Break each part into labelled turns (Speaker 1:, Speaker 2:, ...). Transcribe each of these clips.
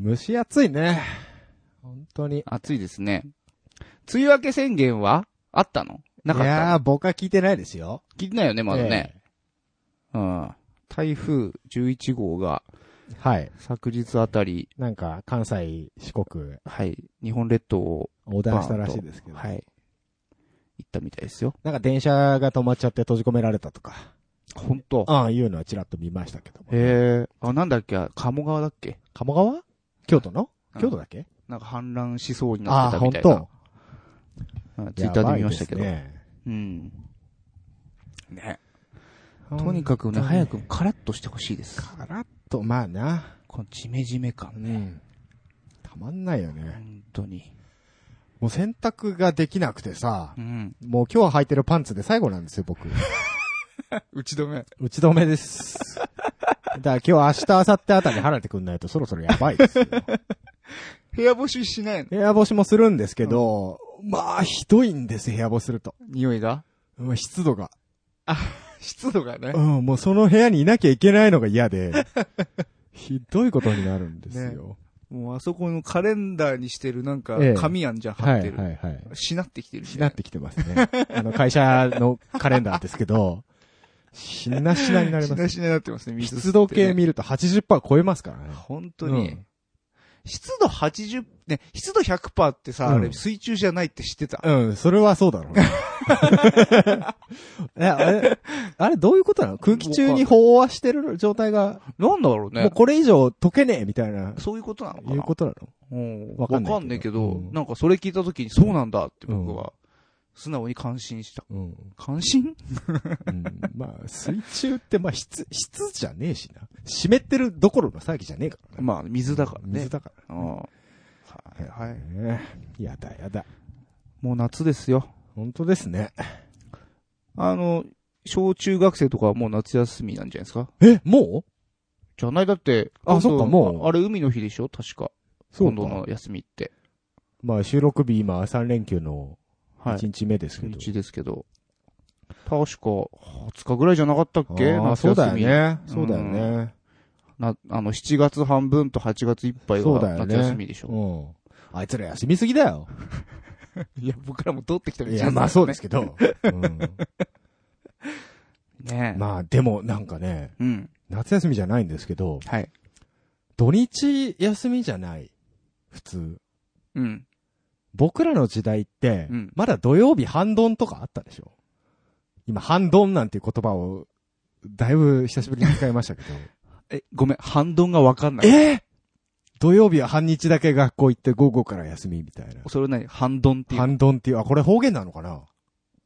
Speaker 1: 蒸し暑いね。本当に。
Speaker 2: 暑いですね。梅雨明け宣言はあったのなかっ
Speaker 1: い
Speaker 2: た
Speaker 1: や
Speaker 2: の
Speaker 1: ー、僕は聞いてないですよ。
Speaker 2: 聞いてないよね、まだね。
Speaker 1: え
Speaker 2: うん。台風11号が
Speaker 1: え。はい。
Speaker 2: 昨日あたり、
Speaker 1: なんか、関西、四国、
Speaker 2: はい、日本列島を、
Speaker 1: 横断したらしいですけど。
Speaker 2: はい、行ったみたいですよ。
Speaker 1: なんか電車が止まっちゃって閉じ込められたとか。
Speaker 2: 本当。
Speaker 1: ああ、いうのはちらっと見ましたけども。
Speaker 2: へえ。あ、なんだっけ、鴨川だっけ
Speaker 1: 鴨川京都の
Speaker 2: うん
Speaker 1: 京都だっけ
Speaker 2: なんか氾濫しそうになっ
Speaker 1: あ
Speaker 2: て
Speaker 1: あ、
Speaker 2: た
Speaker 1: 本
Speaker 2: みたいな
Speaker 1: 当。。
Speaker 2: うんツイッターで見ましたけど。
Speaker 1: やばいですね
Speaker 2: うん。ね。とにかくね、
Speaker 1: 本当
Speaker 2: 早
Speaker 1: に
Speaker 2: くカラッとしてほしいです。
Speaker 1: カラッと、まあな。
Speaker 2: このジメジメ感
Speaker 1: う
Speaker 2: ね。
Speaker 1: ん。たまんないよね。
Speaker 2: 本当に。
Speaker 1: もう洗濯ができなくてさ
Speaker 2: う、ん。
Speaker 1: もう今日履いてるパンツで最後なんですよ、僕。
Speaker 2: 打ち止め。
Speaker 1: 打ち止め です。だから今日明日、明後日あたり晴れてくんないとそろそろやばいです よ。
Speaker 2: 部屋干ししないの
Speaker 1: 部屋干しもするんですけど、まあ、ひどいんです、部屋干しすると。
Speaker 2: 匂いが
Speaker 1: うん湿度が。
Speaker 2: 湿度がね
Speaker 1: うん、もうその部屋にいなきゃいけないのが嫌で、ひどいことになるんですよ。
Speaker 2: もうあそこのカレンダーにしてるなんか
Speaker 1: ええ、
Speaker 2: 紙やんじゃん貼
Speaker 1: は
Speaker 2: っ
Speaker 1: い、
Speaker 2: てる。
Speaker 1: はい、はい。
Speaker 2: しなってきてる
Speaker 1: し
Speaker 2: し
Speaker 1: なってきてますね。あの、会社のカレンダーですけど、しなしなになり
Speaker 2: し
Speaker 1: ます。
Speaker 2: なしなになってますね、水吸ってね
Speaker 1: 湿度計見ると80%超えますからね。
Speaker 2: 本当に。
Speaker 1: うん
Speaker 2: 湿度80、ね、湿度100%ってさ、あ
Speaker 1: う
Speaker 2: れ
Speaker 1: ん
Speaker 2: 水中じゃないって知ってた。
Speaker 1: うん、それはそうだろうね。 え、あれ、あれどういうことなの空気中に飽和してる状態が、
Speaker 2: なんだろう
Speaker 1: もう
Speaker 2: ね。
Speaker 1: これ以上溶けねえみたいな、
Speaker 2: そういうことなのかな
Speaker 1: いうことなの
Speaker 2: うん
Speaker 1: わ
Speaker 2: わ
Speaker 1: か
Speaker 2: か
Speaker 1: んないけど
Speaker 2: んないけど、
Speaker 1: うん
Speaker 2: なんかそれ聞いた時にそうなんだって僕は、素直に感心した。
Speaker 1: うん。
Speaker 2: 感心
Speaker 1: うん、まあ、水中って、まあ、質、質じゃねえしな。湿ってるどころの騒ぎじゃねえからね。
Speaker 2: まあ、水だからね
Speaker 1: 水。だから。
Speaker 2: うんはい、はい。
Speaker 1: ねえやだやだ。
Speaker 2: もう夏ですよ。
Speaker 1: 本当ですね。
Speaker 2: あの、小中学生とかはもう夏休みなんじゃないですか
Speaker 1: え、もう
Speaker 2: じゃないだって、
Speaker 1: あ
Speaker 2: 今度
Speaker 1: そっかもう
Speaker 2: ああれ海の日でしょ確か。
Speaker 1: そう
Speaker 2: 今
Speaker 1: か
Speaker 2: 度の休みって。
Speaker 1: まあ、収録日今、3連休の
Speaker 2: はい。
Speaker 1: 1日目ですけ
Speaker 2: 初
Speaker 1: ど。
Speaker 2: 日ですけど。確か、20日ぐらいじゃなかったっけ
Speaker 1: ああ
Speaker 2: 夏休
Speaker 1: そ
Speaker 2: み
Speaker 1: うだよね。
Speaker 2: うん
Speaker 1: そうだよね。
Speaker 2: な、あの、7月半分と8月いっぱい
Speaker 1: そうだ
Speaker 2: が
Speaker 1: よ
Speaker 2: 夏
Speaker 1: ね。
Speaker 2: 休みでしょ。
Speaker 1: うん。あいつら休みすぎだ よ。
Speaker 2: いや、僕らも通ってきた
Speaker 1: いや、まあそうですけど。うん
Speaker 2: ねえ。
Speaker 1: まあ、でもなん かね、
Speaker 2: うん。
Speaker 1: 夏休みじゃないんですけど、
Speaker 2: はい。
Speaker 1: 土日休みじゃない。普通。
Speaker 2: うん。
Speaker 1: 僕らの時代って、
Speaker 2: うん
Speaker 1: まだ土曜日半ドンとかあったでしょ今、半ドンなんていう言葉を、だいぶ久しぶりに使いましたけ ど。
Speaker 2: え、ごめん、半ドンがわかんない。
Speaker 1: えー土曜日は半日だけ学校行って午後から休みみたいな。
Speaker 2: それ何半ドンっていう。
Speaker 1: 半ドンっていう、あ、これ方言なのかな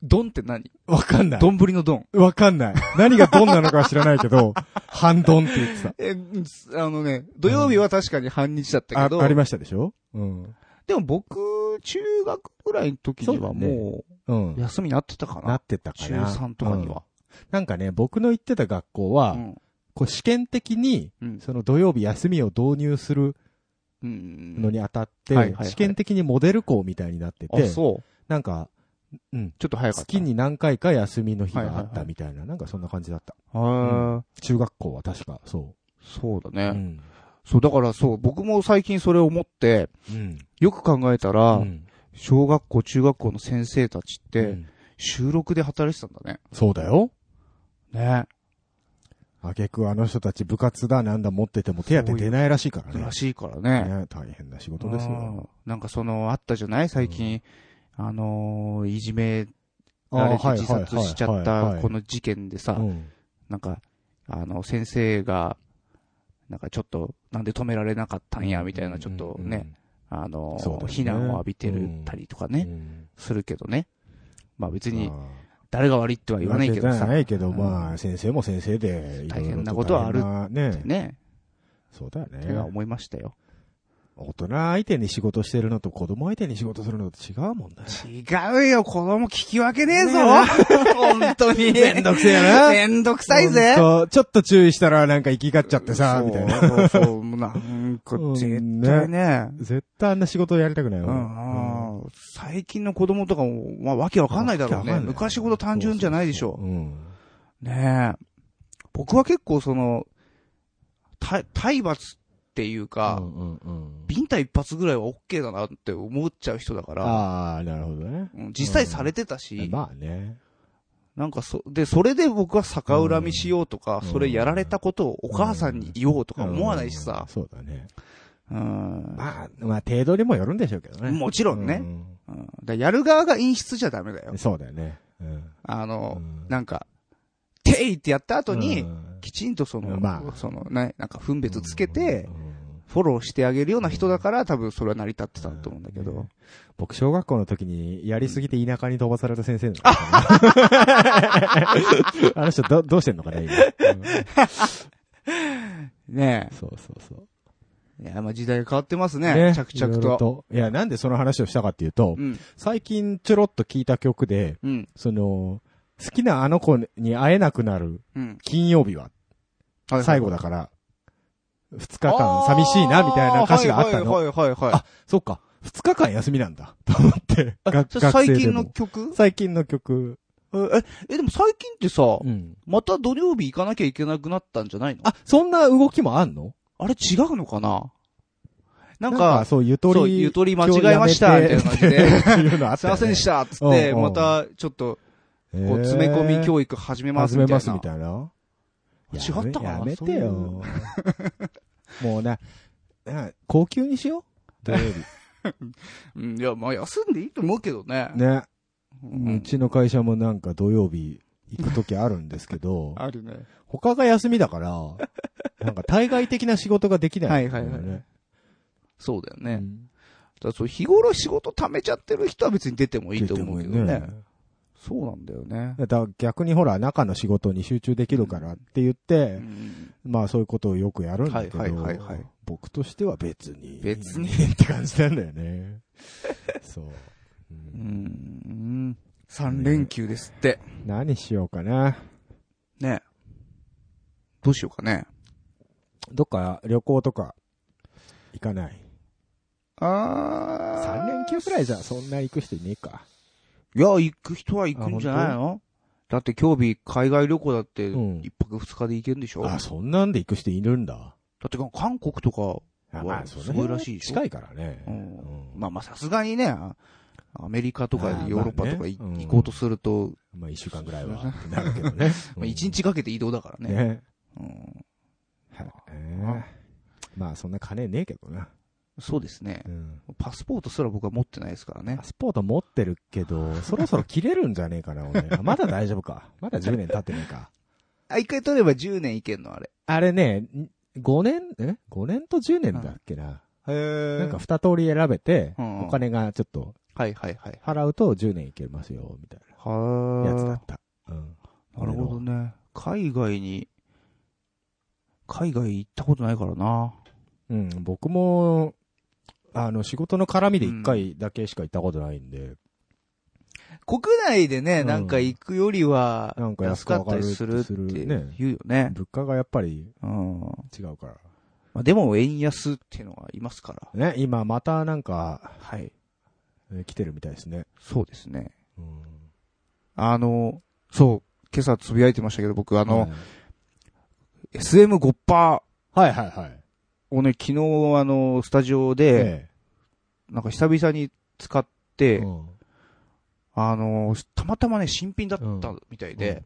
Speaker 2: ドンって何
Speaker 1: わかんない。
Speaker 2: どんぶりのドン。
Speaker 1: わかんない。何がドンなのかは知らないけ ど、半ドンって言ってた。
Speaker 2: え、うんあのね、土曜日は確かに半日だった
Speaker 1: あ
Speaker 2: けど、
Speaker 1: ありましたでしょうん。
Speaker 2: でも僕、中学ぐらいの時にはも
Speaker 1: うん
Speaker 2: う、。休みになってたか
Speaker 1: な
Speaker 2: な。
Speaker 1: ってたか
Speaker 2: 中
Speaker 1: な。
Speaker 2: 3とかに
Speaker 1: うん
Speaker 2: は。
Speaker 1: なんかね、僕の行ってた学校は、
Speaker 2: うん。
Speaker 1: こう試験的に、
Speaker 2: うん。
Speaker 1: その土曜日休みを導入する
Speaker 2: うん
Speaker 1: のにあたって、
Speaker 2: うんはいはいはい
Speaker 1: 試験的にモデル校みたいになって
Speaker 2: あ、
Speaker 1: て、
Speaker 2: そう。
Speaker 1: なんか、うん、
Speaker 2: ちょっと早かった。
Speaker 1: 月。に何回か休みの日
Speaker 2: はい
Speaker 1: があ
Speaker 2: はい
Speaker 1: っ
Speaker 2: は
Speaker 1: た
Speaker 2: い
Speaker 1: みたいな、なんかそんな感じだった。
Speaker 2: は
Speaker 1: 中学校は確か、そ
Speaker 2: そうだ
Speaker 1: う。
Speaker 2: ね、
Speaker 1: うん。
Speaker 2: そう、だからそう、僕も最近それを思って、
Speaker 1: うん。
Speaker 2: よく考えたら、
Speaker 1: うん
Speaker 2: 小学校、中学校の先生たちっ
Speaker 1: う
Speaker 2: て、
Speaker 1: ん
Speaker 2: 収録で働いてたんだね。
Speaker 1: そうだよ。
Speaker 2: ね。
Speaker 1: あげくあの人たち部活だなんだ持ってても手当て出ないらしいからね。
Speaker 2: らしいからね。
Speaker 1: ね大変な仕事ですよ。
Speaker 2: うんなんかその、あったじゃない最近、あのーいじめ
Speaker 1: あ
Speaker 2: ら
Speaker 1: ー
Speaker 2: れて自殺しちゃっ
Speaker 1: はいはいはい
Speaker 2: た
Speaker 1: はい
Speaker 2: この事件でさ
Speaker 1: う、ん
Speaker 2: なんか、あの、先生が、なんかちょっと、なんで止められなかったんや、みたいな、ちょっとね、。あの
Speaker 1: そうだよね
Speaker 2: 非難を浴びてるたりとか
Speaker 1: う
Speaker 2: ね、
Speaker 1: んうん
Speaker 2: するけどね。まあ別
Speaker 1: うん
Speaker 2: に
Speaker 1: あ、ー
Speaker 2: 誰が悪いっては言わないけど
Speaker 1: 言わ
Speaker 2: さ。
Speaker 1: ないけど、
Speaker 2: うん
Speaker 1: まあ、先生も先生で、
Speaker 2: 大変なことはある
Speaker 1: いろいろと大変なね。
Speaker 2: ね。
Speaker 1: そうだよ
Speaker 2: っては
Speaker 1: ね。
Speaker 2: 思いましたよ。
Speaker 1: 大人相手に仕事してるのと子供相手に仕事するのと違うもんね。
Speaker 2: 違うよ、子供聞き分けねえ ぞ
Speaker 1: ね
Speaker 2: 本当に。
Speaker 1: めんどくせえな
Speaker 2: めんどくさいぜ
Speaker 1: ほんとちょっと注意したらなんか行きがっちゃってさ、みたいな。
Speaker 2: そうそうそう、なんか絶対ね。
Speaker 1: 絶対あんな仕事やりたくないうわ。
Speaker 2: んうん最近の子供とかも、まあ、わけわかんないだろう
Speaker 1: わけわか
Speaker 2: ね。
Speaker 1: んない
Speaker 2: 昔ほど単純じゃないでしょ
Speaker 1: う。ん。
Speaker 2: ねえ。僕は結構その、た体罰っていうか、
Speaker 1: うんうんうん
Speaker 2: ビンタ一発ぐらいは OK だなって思っちゃう人だから、
Speaker 1: ああ、なるほどね。
Speaker 2: うん実際されてたし、
Speaker 1: まあね。
Speaker 2: なんかそ、で、それで僕は逆恨みしようとか、
Speaker 1: うん
Speaker 2: それやられたことをお母さんに言おうとか思わないし
Speaker 1: う
Speaker 2: さ
Speaker 1: ん、そうだね。
Speaker 2: うん、
Speaker 1: まあ、まあ、程度にもよるんでしょうけどね。
Speaker 2: もちろんね、
Speaker 1: うん
Speaker 2: うんだからやる側が陰湿じゃダメだよ。
Speaker 1: そうだよね。うん。
Speaker 2: あの、
Speaker 1: うん
Speaker 2: なんか、ていってやった後に、
Speaker 1: うん
Speaker 2: きちんとその、
Speaker 1: まあ
Speaker 2: その、ね、なんか分別つけて
Speaker 1: う、ん
Speaker 2: フォローしてあげるような人だから、多分それは成り立ってたと思うんだけど。
Speaker 1: ね僕、小学校の時に、やりすぎて田舎に飛ばされた先生なんですけど ねあの人、ど、どうしてんのかね、今。うん
Speaker 2: ね
Speaker 1: そうそうそう。
Speaker 2: え。いや、まあ時代が変わってますね。着々
Speaker 1: い
Speaker 2: と
Speaker 1: ろいろと。いや、なんでその話をしたかっていうと
Speaker 2: う、ん。
Speaker 1: 最近ちょろっと聞いた曲で、
Speaker 2: うん。
Speaker 1: その、好きなあの子に会えなくなる
Speaker 2: うん。
Speaker 1: 金曜日は
Speaker 2: はいはい
Speaker 1: 最後だから、二日間寂しいな、みたいな歌詞があったの。
Speaker 2: はいはいはいはいはい。
Speaker 1: あそっか、二日間休みなんだ、 と思って。が
Speaker 2: そ
Speaker 1: 学生
Speaker 2: れ最
Speaker 1: で
Speaker 2: 近
Speaker 1: も
Speaker 2: の曲
Speaker 1: 最近の曲。
Speaker 2: え、え、でも最近ってさ、
Speaker 1: うん。
Speaker 2: また土曜日行かなきゃいけなくなったんじゃないのあ
Speaker 1: あ、そんな動きもあんの
Speaker 2: あれ違うのかな
Speaker 1: な
Speaker 2: な
Speaker 1: んん
Speaker 2: か
Speaker 1: か、、そう、ゆと
Speaker 2: そう、
Speaker 1: り。
Speaker 2: ゆとり間違えました、みたいな感じで。
Speaker 1: って いうのあっ
Speaker 2: す
Speaker 1: た
Speaker 2: い
Speaker 1: よ
Speaker 2: ま
Speaker 1: ね。
Speaker 2: せんでした、つって、
Speaker 1: うんうん
Speaker 2: また、ちょっと、
Speaker 1: え
Speaker 2: こ
Speaker 1: ー。
Speaker 2: う、詰め込み教育始めます、
Speaker 1: 始
Speaker 2: み
Speaker 1: め
Speaker 2: たい
Speaker 1: ますみ
Speaker 2: な。
Speaker 1: たいな。
Speaker 2: 違ったかな
Speaker 1: やめや
Speaker 2: そ
Speaker 1: め
Speaker 2: うい
Speaker 1: て
Speaker 2: う
Speaker 1: よ。 もうな、な高級にしよう。土曜日。
Speaker 2: うん、いや、まあ、休んでいいと思うけどね。
Speaker 1: ね。
Speaker 2: う。
Speaker 1: うんちの会社もなんか土曜日行くときあるんですけど、
Speaker 2: あるね。
Speaker 1: 他が休みだから、なんか対外的な仕事ができないんだよね、
Speaker 2: はいはいはそうだよ
Speaker 1: う
Speaker 2: ね。
Speaker 1: ん
Speaker 2: だからそう日頃仕事貯めちゃってる人は別に出てもいいと思うけど
Speaker 1: 出て
Speaker 2: ね
Speaker 1: もいい。
Speaker 2: そうなんだよね。
Speaker 1: だから逆にほら、中の仕事に集中できるからって言って、
Speaker 2: うん
Speaker 1: まあそういうことをよくやるんだけど、
Speaker 2: はいはいはいはい
Speaker 1: 僕としては別に。
Speaker 2: 別に
Speaker 1: って感じなんだよね。そう。う
Speaker 2: うんん。3連休ですって。
Speaker 1: 何しようかな。
Speaker 2: ね。どうしようかね。
Speaker 1: どっか旅行とか行かない。
Speaker 2: あ
Speaker 1: 3連休くらいじゃそんな行く人いねえか。
Speaker 2: いや、行く人は行くんじゃないのだって今日日海外旅行だって、
Speaker 1: うん
Speaker 2: 一泊二日で行けるんでしょ、だ
Speaker 1: あ、そんなんで行く人いるんだ。
Speaker 2: って韓国とか、
Speaker 1: あ
Speaker 2: うわ
Speaker 1: まあ、そ
Speaker 2: すごいらしいでしょ
Speaker 1: 近いからね。
Speaker 2: うん
Speaker 1: うん
Speaker 2: まあまあさすがにね、あアメリカと
Speaker 1: あ
Speaker 2: か
Speaker 1: ー
Speaker 2: ヨーロッパと
Speaker 1: まあ
Speaker 2: か
Speaker 1: ね
Speaker 2: い
Speaker 1: うん
Speaker 2: 行こうとすると、
Speaker 1: まあ、一週間ぐらいはってなるけどね
Speaker 2: 。まあ一日かけて移動だから
Speaker 1: うん
Speaker 2: ね。
Speaker 1: ね。
Speaker 2: うん
Speaker 1: はいええまあ、そんな金ねえけどな。
Speaker 2: そうですね
Speaker 1: う。ん。
Speaker 2: パスポートすら僕は持ってないですからね
Speaker 1: パ。スポート持ってるけど、そろそろ切れるんじゃねえかな、俺。あまだ大丈夫 か。まだ10年経ってねえか。
Speaker 2: あ、一回取れば10年いけんのあれ。
Speaker 1: あれね、ん5年、え ?5 年と10年だっけな。
Speaker 2: へ
Speaker 1: なんか二通り選べて、
Speaker 2: うんうん
Speaker 1: お金がちょっと
Speaker 2: はいはいはい。
Speaker 1: 払うと10年いけますよ、みたいな
Speaker 2: は
Speaker 1: やつだった。うん。
Speaker 2: なるほどね。海外に、海外行ったことないからな。
Speaker 1: うん、僕も、あの、仕事の絡みで一回だけしか行ったことないんで、
Speaker 2: 国内でね、
Speaker 1: うん
Speaker 2: なんか行くよりは、
Speaker 1: なんか
Speaker 2: 安
Speaker 1: 安く
Speaker 2: かった
Speaker 1: 上
Speaker 2: り
Speaker 1: がる
Speaker 2: するって
Speaker 1: ね
Speaker 2: 言うよね。
Speaker 1: 物価がやっぱり
Speaker 2: うん。ま
Speaker 1: 違うから。
Speaker 2: あ、でも、円安っていうのがいますから。
Speaker 1: ね、今またなんか、
Speaker 2: はい。
Speaker 1: えー来てるみたいですね。
Speaker 2: そうですね。
Speaker 1: うん。
Speaker 2: あの、そう、今朝つぶやいてましたけど、僕、あ
Speaker 1: あ
Speaker 2: の、、SM5%
Speaker 1: はいはいはい。
Speaker 2: をね、昨日、あの、スタジオ
Speaker 1: え
Speaker 2: で、なんか久々に使っ
Speaker 1: え
Speaker 2: て、
Speaker 1: うん
Speaker 2: あの、たまたまね、新品だったみたいで、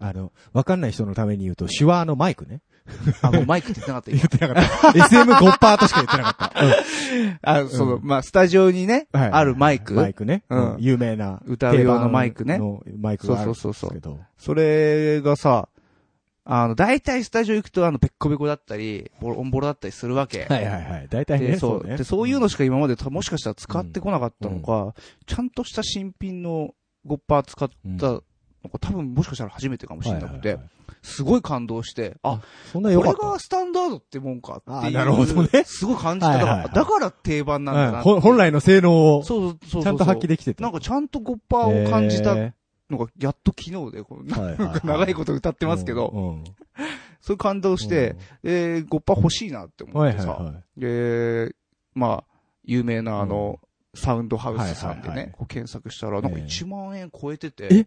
Speaker 1: あの、わかんない人のために言うと、手話のマイクね。
Speaker 2: あ、もうマイク って言ってなかった
Speaker 1: 言ってなかった。SM5% としか言ってなかった。うん
Speaker 2: あ、その、まあ、スタジオにね、
Speaker 1: はい
Speaker 2: あるマイク
Speaker 1: マイクね。
Speaker 2: うん
Speaker 1: 有名な。
Speaker 2: 歌う用のマイクね
Speaker 1: 定番のマイクがあるんですけど。
Speaker 2: そうそうそれがさ、あの、大体スタジオ行くと、あの、ペッコペコだったり、ボロンボロだったりするわけ。
Speaker 1: はいはいはい。大体
Speaker 2: で、
Speaker 1: ね。
Speaker 2: そう
Speaker 1: ね
Speaker 2: で、そういうのしか今までたもしかしたら使ってこなかったのか、ちゃんとした新品のゴッパー使ったのが多分もしかしたら初めてかもしれなく
Speaker 1: はい
Speaker 2: て
Speaker 1: はいは、い
Speaker 2: すごい感動して、あ、
Speaker 1: そんな
Speaker 2: こ
Speaker 1: よか
Speaker 2: れ
Speaker 1: った。
Speaker 2: がスタンダードってもんかっていう。
Speaker 1: あなるほどね
Speaker 2: すごい感じた。だ
Speaker 1: はい
Speaker 2: か
Speaker 1: はい
Speaker 2: ら、
Speaker 1: はい
Speaker 2: だから定番なんだ
Speaker 1: う
Speaker 2: な。
Speaker 1: んほ本来の性能を、ち
Speaker 2: そうそうそうそ
Speaker 1: ゃ
Speaker 2: う。
Speaker 1: んと発揮
Speaker 2: で
Speaker 1: できてて。
Speaker 2: なんかちゃんとゴッパーを感じた
Speaker 1: へー
Speaker 2: のが、やっと昨日で、こうな
Speaker 1: はいはい
Speaker 2: んか長いこと歌ってますけど、
Speaker 1: うん。
Speaker 2: そういう感動して、で、ゴッパ欲しいなって
Speaker 1: うん、は
Speaker 2: 思っ
Speaker 1: い
Speaker 2: て
Speaker 1: はい
Speaker 2: さ、
Speaker 1: は
Speaker 2: で、まあ、有名なあの、サウンドハウスさんで
Speaker 1: はいはいはい
Speaker 2: ね、こう検索したら、なんか
Speaker 1: ええ
Speaker 2: 1万円超えてて、
Speaker 1: えい。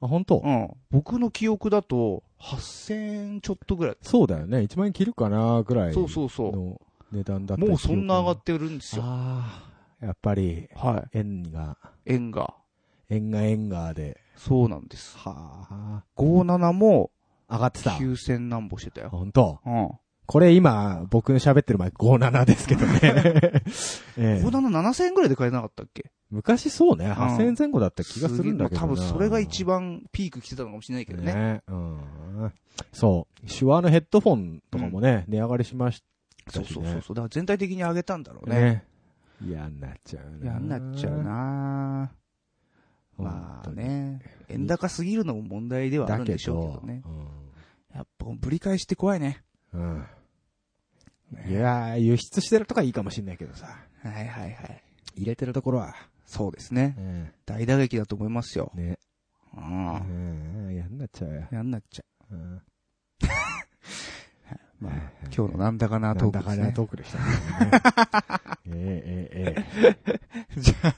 Speaker 1: あ、本当、
Speaker 2: うん、僕の記憶だと、8000円ちょっとぐらい。
Speaker 1: そうだよね。1万円切るかなぐらい。
Speaker 2: そうそうそう。
Speaker 1: の値段だったり
Speaker 2: もうそんな上が
Speaker 1: 記
Speaker 2: ってるんです
Speaker 1: 憶も
Speaker 2: よ。
Speaker 1: ああ、やっぱり、
Speaker 2: は
Speaker 1: 円が、
Speaker 2: い。円が。
Speaker 1: 円が円がで、
Speaker 2: そうなんです。
Speaker 1: は
Speaker 2: 57も
Speaker 1: あ、上がってた。
Speaker 2: 9000何歩してたよ。
Speaker 1: 本当
Speaker 2: うん。
Speaker 1: これ今、僕の喋ってる前57ですけど ね。ええ
Speaker 2: 57、7000円ぐらいで買えなかったっけ
Speaker 1: 昔そうね、8000円前後だった気がするんだけどな。
Speaker 2: すげえまあ多分それが一番ピーク来てたのかもしれないけどね。
Speaker 1: うん。そう。手話のヘッドフォンとかもね、値上がりしまし
Speaker 2: そうそうそう
Speaker 1: ね
Speaker 2: そう。だから全体的に上げたんだろう
Speaker 1: た
Speaker 2: ね。
Speaker 1: ね。嫌になっちゃうな。
Speaker 2: 嫌になっちゃう。なま
Speaker 1: 本
Speaker 2: あ
Speaker 1: 当に。
Speaker 2: ね。円高すぎるのも問題ではある
Speaker 1: だ
Speaker 2: ん
Speaker 1: け
Speaker 2: でしょうけ
Speaker 1: ど
Speaker 2: どね。、
Speaker 1: うん
Speaker 2: やっぱぶり返して怖いね。
Speaker 1: うん。
Speaker 2: ね
Speaker 1: いやー、輸出してるとかいいかもしんないけどさ。
Speaker 2: はいはいはい。
Speaker 1: 入れてるところは。
Speaker 2: そうですね。
Speaker 1: うん。
Speaker 2: 大打撃だと思いますよ。
Speaker 1: ね。
Speaker 2: う。
Speaker 1: うんん。嫌になっちゃうよ。
Speaker 2: 嫌になっちゃ
Speaker 1: うん。
Speaker 2: う。 まあ、今日のなんだかなトークです
Speaker 1: なんだかなトー
Speaker 2: ね。
Speaker 1: クでしたね。 えええええ
Speaker 2: じ
Speaker 1: ゃあ。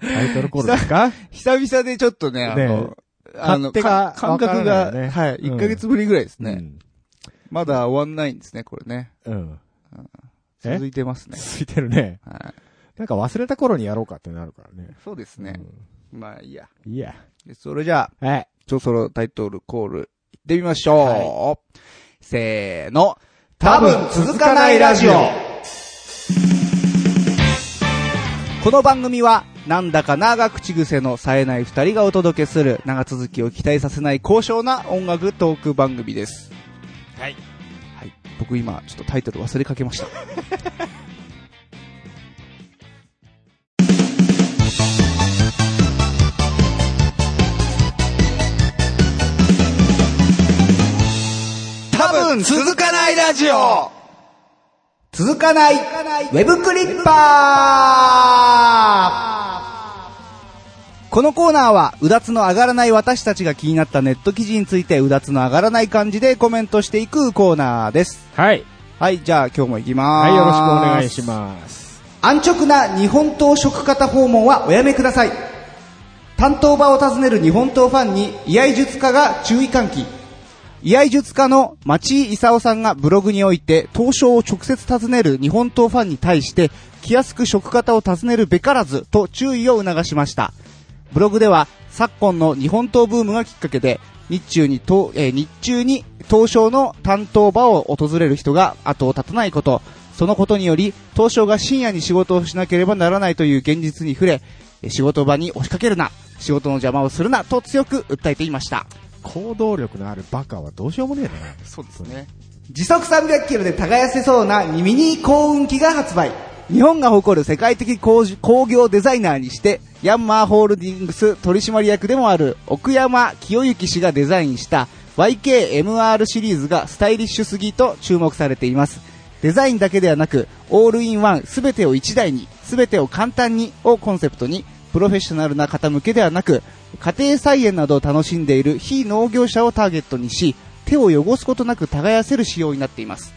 Speaker 1: タイトルコールですか
Speaker 2: 久々でちょっとね、あの
Speaker 1: ね、
Speaker 2: あ
Speaker 1: 勝
Speaker 2: の、
Speaker 1: 手が
Speaker 2: か感覚
Speaker 1: わからな
Speaker 2: が、
Speaker 1: いよね
Speaker 2: はい、
Speaker 1: うん
Speaker 2: 1ヶ月ぶりぐらいですね。。まだ終わんないんですね、これね。
Speaker 1: うんうん。え
Speaker 2: 続いてますね。
Speaker 1: ついてるね。
Speaker 2: はい。
Speaker 1: なんか忘れた頃にやろうかってなるからね。
Speaker 2: そうですね。まあ、いいや。
Speaker 1: うん。いいや。
Speaker 2: でそれじゃあ、
Speaker 1: はい。
Speaker 2: ちょ、そろタイトルコール、行ってみましょう。
Speaker 1: は
Speaker 2: せーの。多分続かないラジオ。この番組は、なんだかなが口癖の冴えない二人がお届けする、長続きを期待させない高尚な音楽トーク番組です。
Speaker 1: はい。
Speaker 2: はい。僕今、ちょっとタイトル忘れかけました。多分続かないラジオ続かないウェブクリッパーこのコーナーは、うだつの上がらない私たちが気になったネット記事について、うだつの上がらない感じでコメントしていくコーナーです。
Speaker 1: はい。
Speaker 2: はい、じゃあ今日も行きまーす。
Speaker 1: はい、よろしくお願いします。
Speaker 2: 安直な日本刀食方訪問はおやめください担当場を訪ねる日本刀ファンに居合術家が注意喚起居合術家の町井勲さんがブログにおいて刀匠を直接訪ねる日本刀ファンに対して気安く食方を訪ねるべからずと注意を促しましたブログでは昨今の日本刀ブームがきっかけで日中に刀、えー日中に刀匠の担当場を訪れる人が後を絶たないこと、そのことにより、刀匠が深夜に仕事をしなければならないという現実に触れ、えー仕事場に押しかけるな、仕事の邪魔をするなと強く訴えていました。
Speaker 1: 行動力のあるバカはどうしようもねえな。
Speaker 2: そうですね。時速300キロで耕せそうなミニ幸運機が発売。日本が誇る世界的工事工業デザイナーにして、ヤンマーホールディングス取締役でもある奥山清之氏がデザインした YKMR シリーズがスタイリッシュすぎと注目されています。デザインだけではなく、オールインワンすべてを一台に、すべてを簡単にをコンセプトに、プロフェッショナルな方向けではなく、家庭菜園などを楽しんでいる非農業者をターゲットにし、手を汚すことなく耕せる仕様になっています。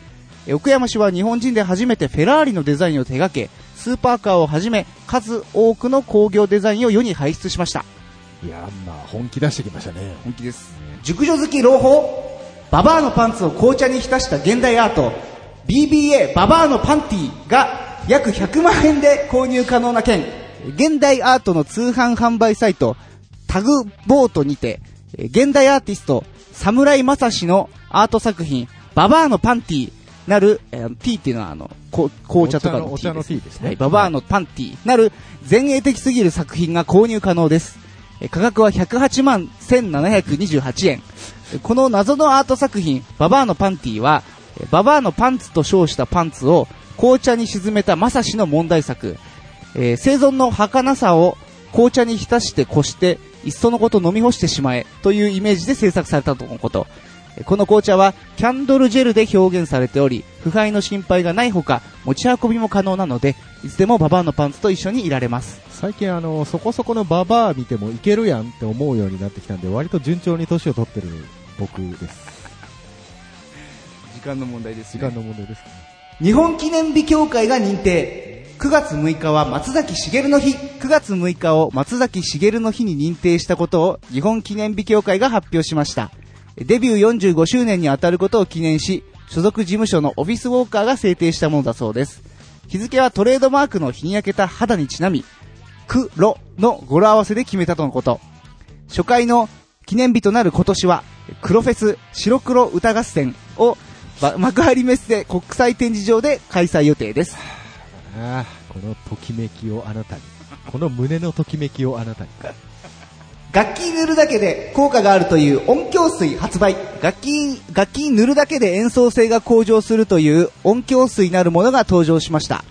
Speaker 2: え奥山氏は日本人で初めてフェラーリのデザインを手掛け、スーパーカーをはじめ、数多くの工業デザインを世に輩出しました。
Speaker 1: いや、まあ、本気出してきましたね。
Speaker 2: 本気です熟女好き朗報ババアのパンツを紅茶に浸した現代アート BBA ババアのパンティが約100万円で購入可能な件現代アートの通販販売サイトタグボートにてえー現代アーティスト侍正志のアート作品ババアのパンティなる、えー、ティーっていうのはあのこ紅茶とかの
Speaker 1: お
Speaker 2: ティ
Speaker 1: 茶
Speaker 2: ー
Speaker 1: の
Speaker 2: です
Speaker 1: ティーです
Speaker 2: は
Speaker 1: ね。
Speaker 2: い、ババアのパンティなる前衛的すぎる作品が購入可能です。え価格は108万1728円。えこの謎のアート作品、ババアのパンティは、えババアのパンツと称したパンツを紅茶に沈めたまさしの問題作。えー生存の儚さを紅茶に浸してこして、いっそのこと飲み干してしまえというイメージで制作されたとのこと。えこの紅茶はキャンドルジェルで表現されており、腐敗の心配がないほか、持ち運びも可能なので、いつでもババアのパンツと一緒にいられます。
Speaker 1: 最近あの、そこそこのババア見てもいけるやんって思うようになってきたんで、割と順調に年を取ってる僕です。
Speaker 2: 時間の問題です
Speaker 1: 時間の問題ですかね。
Speaker 2: 日本記念日協会が認定9月6日は松崎しげるの日9月6日を松崎しげるの日に認定したことを日本記念日協会が発表しましたデビュー45周年にあたることを記念し所属事務所のオフィスウォーカーが制定したものだそうです。日付はトレードマークの日に焼けた肌にちなみ、黒の語呂合わせで決めたとのこと。初回の記念日となる今年は、黒フェス白黒歌合戦をば幕張メッセ国際展示場で開催予定です。
Speaker 1: ああ、このときめきをあなたに。この胸のときめきをあなたに。
Speaker 2: 楽器に塗るだけで効果があるという音響水発売。楽器、楽器に塗るだけで演奏性が向上するという音響水なるものが登場しました。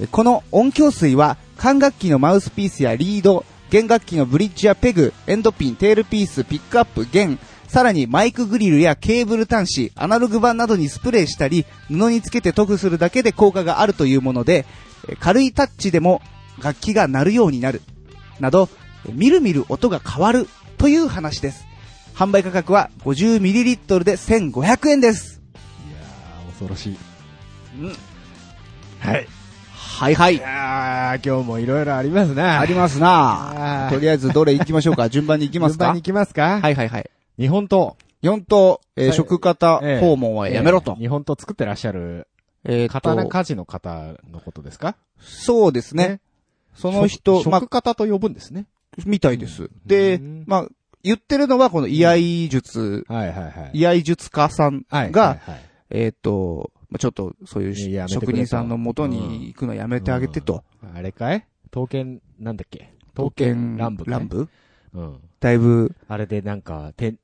Speaker 2: えこの音響水は管楽器のマウスピースやリード、弦楽器のブリッジやペグ、エンドピン、テールピース、ピックアップ、弦、さらにマイクグリルやケーブル端子、アナログ板などにスプレーしたり、布につけて塗布するだけで効果があるというもので、え軽いタッチでも楽器が鳴るようになる、など、みるみる音が変わるという話です。販売価格は 50ml で1500円です。
Speaker 1: いやー、恐ろしい。
Speaker 2: うん
Speaker 1: はい。
Speaker 2: はいはい
Speaker 1: い。やー、今日もいろいろありますね。
Speaker 2: あり
Speaker 1: ま
Speaker 2: ます
Speaker 1: あ
Speaker 2: な
Speaker 1: ー
Speaker 2: とりあえずどれ行きましょうか順番に行きます
Speaker 1: 順番
Speaker 2: か
Speaker 1: に行きますか
Speaker 2: はいはいはい。
Speaker 1: 日本刀。
Speaker 2: 4等、えー
Speaker 1: はい
Speaker 2: 食方
Speaker 1: ええ
Speaker 2: 訪問はやめろと
Speaker 1: えー。日本刀作ってらっしゃる、
Speaker 2: えーっ
Speaker 1: 刀
Speaker 2: と、
Speaker 1: 鍛冶の方のことですか
Speaker 2: そうですね。。その人、
Speaker 1: 食
Speaker 2: まあ、
Speaker 1: 食方と呼ぶんですね。
Speaker 2: みたいです。で
Speaker 1: うん、
Speaker 2: まあ、言ってるのはこの居合術、
Speaker 1: はいはいはい。
Speaker 2: 居合術家さん
Speaker 1: はい。
Speaker 2: が、
Speaker 1: はいはい
Speaker 2: えーっと、まあちょっとそういう
Speaker 1: いややめてくれと
Speaker 2: 職人さんの元に行くのやめてあげてと。
Speaker 1: あれかい刀剣、なんだっけ
Speaker 2: 刀剣
Speaker 1: 乱舞かい。
Speaker 2: 乱舞
Speaker 1: うん。
Speaker 2: だいぶ、
Speaker 1: あれでなんか、てん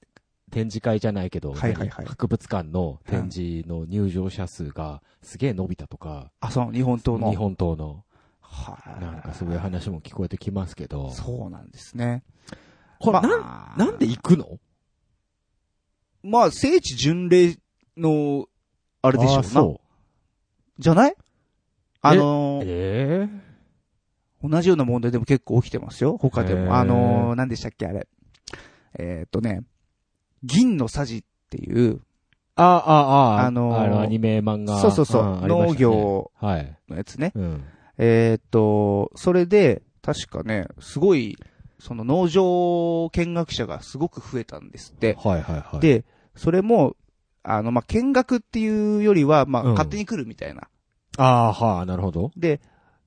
Speaker 1: 展示会じゃないけど、
Speaker 2: はいはいはい
Speaker 1: 博物館の展示の入場者数がすげえ伸びたとか、
Speaker 2: あ、その日本刀の。
Speaker 1: 日本刀の、
Speaker 2: はい。
Speaker 1: なんかそういう話も聞こえてきますけど、
Speaker 2: そうなんですね。
Speaker 1: これ、なん、
Speaker 2: まあ
Speaker 1: なんで行くの
Speaker 2: まあ、聖地巡礼の、あ
Speaker 1: あ
Speaker 2: れでしょうな。
Speaker 1: そ
Speaker 2: じゃないあの
Speaker 1: う。
Speaker 2: ー、
Speaker 1: え
Speaker 2: 同じような問題でも結構起きてますよ。他で
Speaker 1: へ
Speaker 2: も。
Speaker 1: ー
Speaker 2: あのー、何でしたっけ、あれ。えーっとね、銀のさじっていう
Speaker 1: ああ、ああ、
Speaker 2: あのー
Speaker 1: あの、アニメ漫画。
Speaker 2: そうそうそうん
Speaker 1: ありましたね
Speaker 2: 農業
Speaker 1: はい。
Speaker 2: のやつね。
Speaker 1: うん。
Speaker 2: えーっと、それで、確かね、すごい、その農場見学者がすごく増えたんですって。
Speaker 1: はいはいはい。、
Speaker 2: で、それも、あの、まあ、見学っていうよりは、まあ、
Speaker 1: うん
Speaker 2: 勝手に来るみたいな。
Speaker 1: ああ、はあ、なるほど。
Speaker 2: で、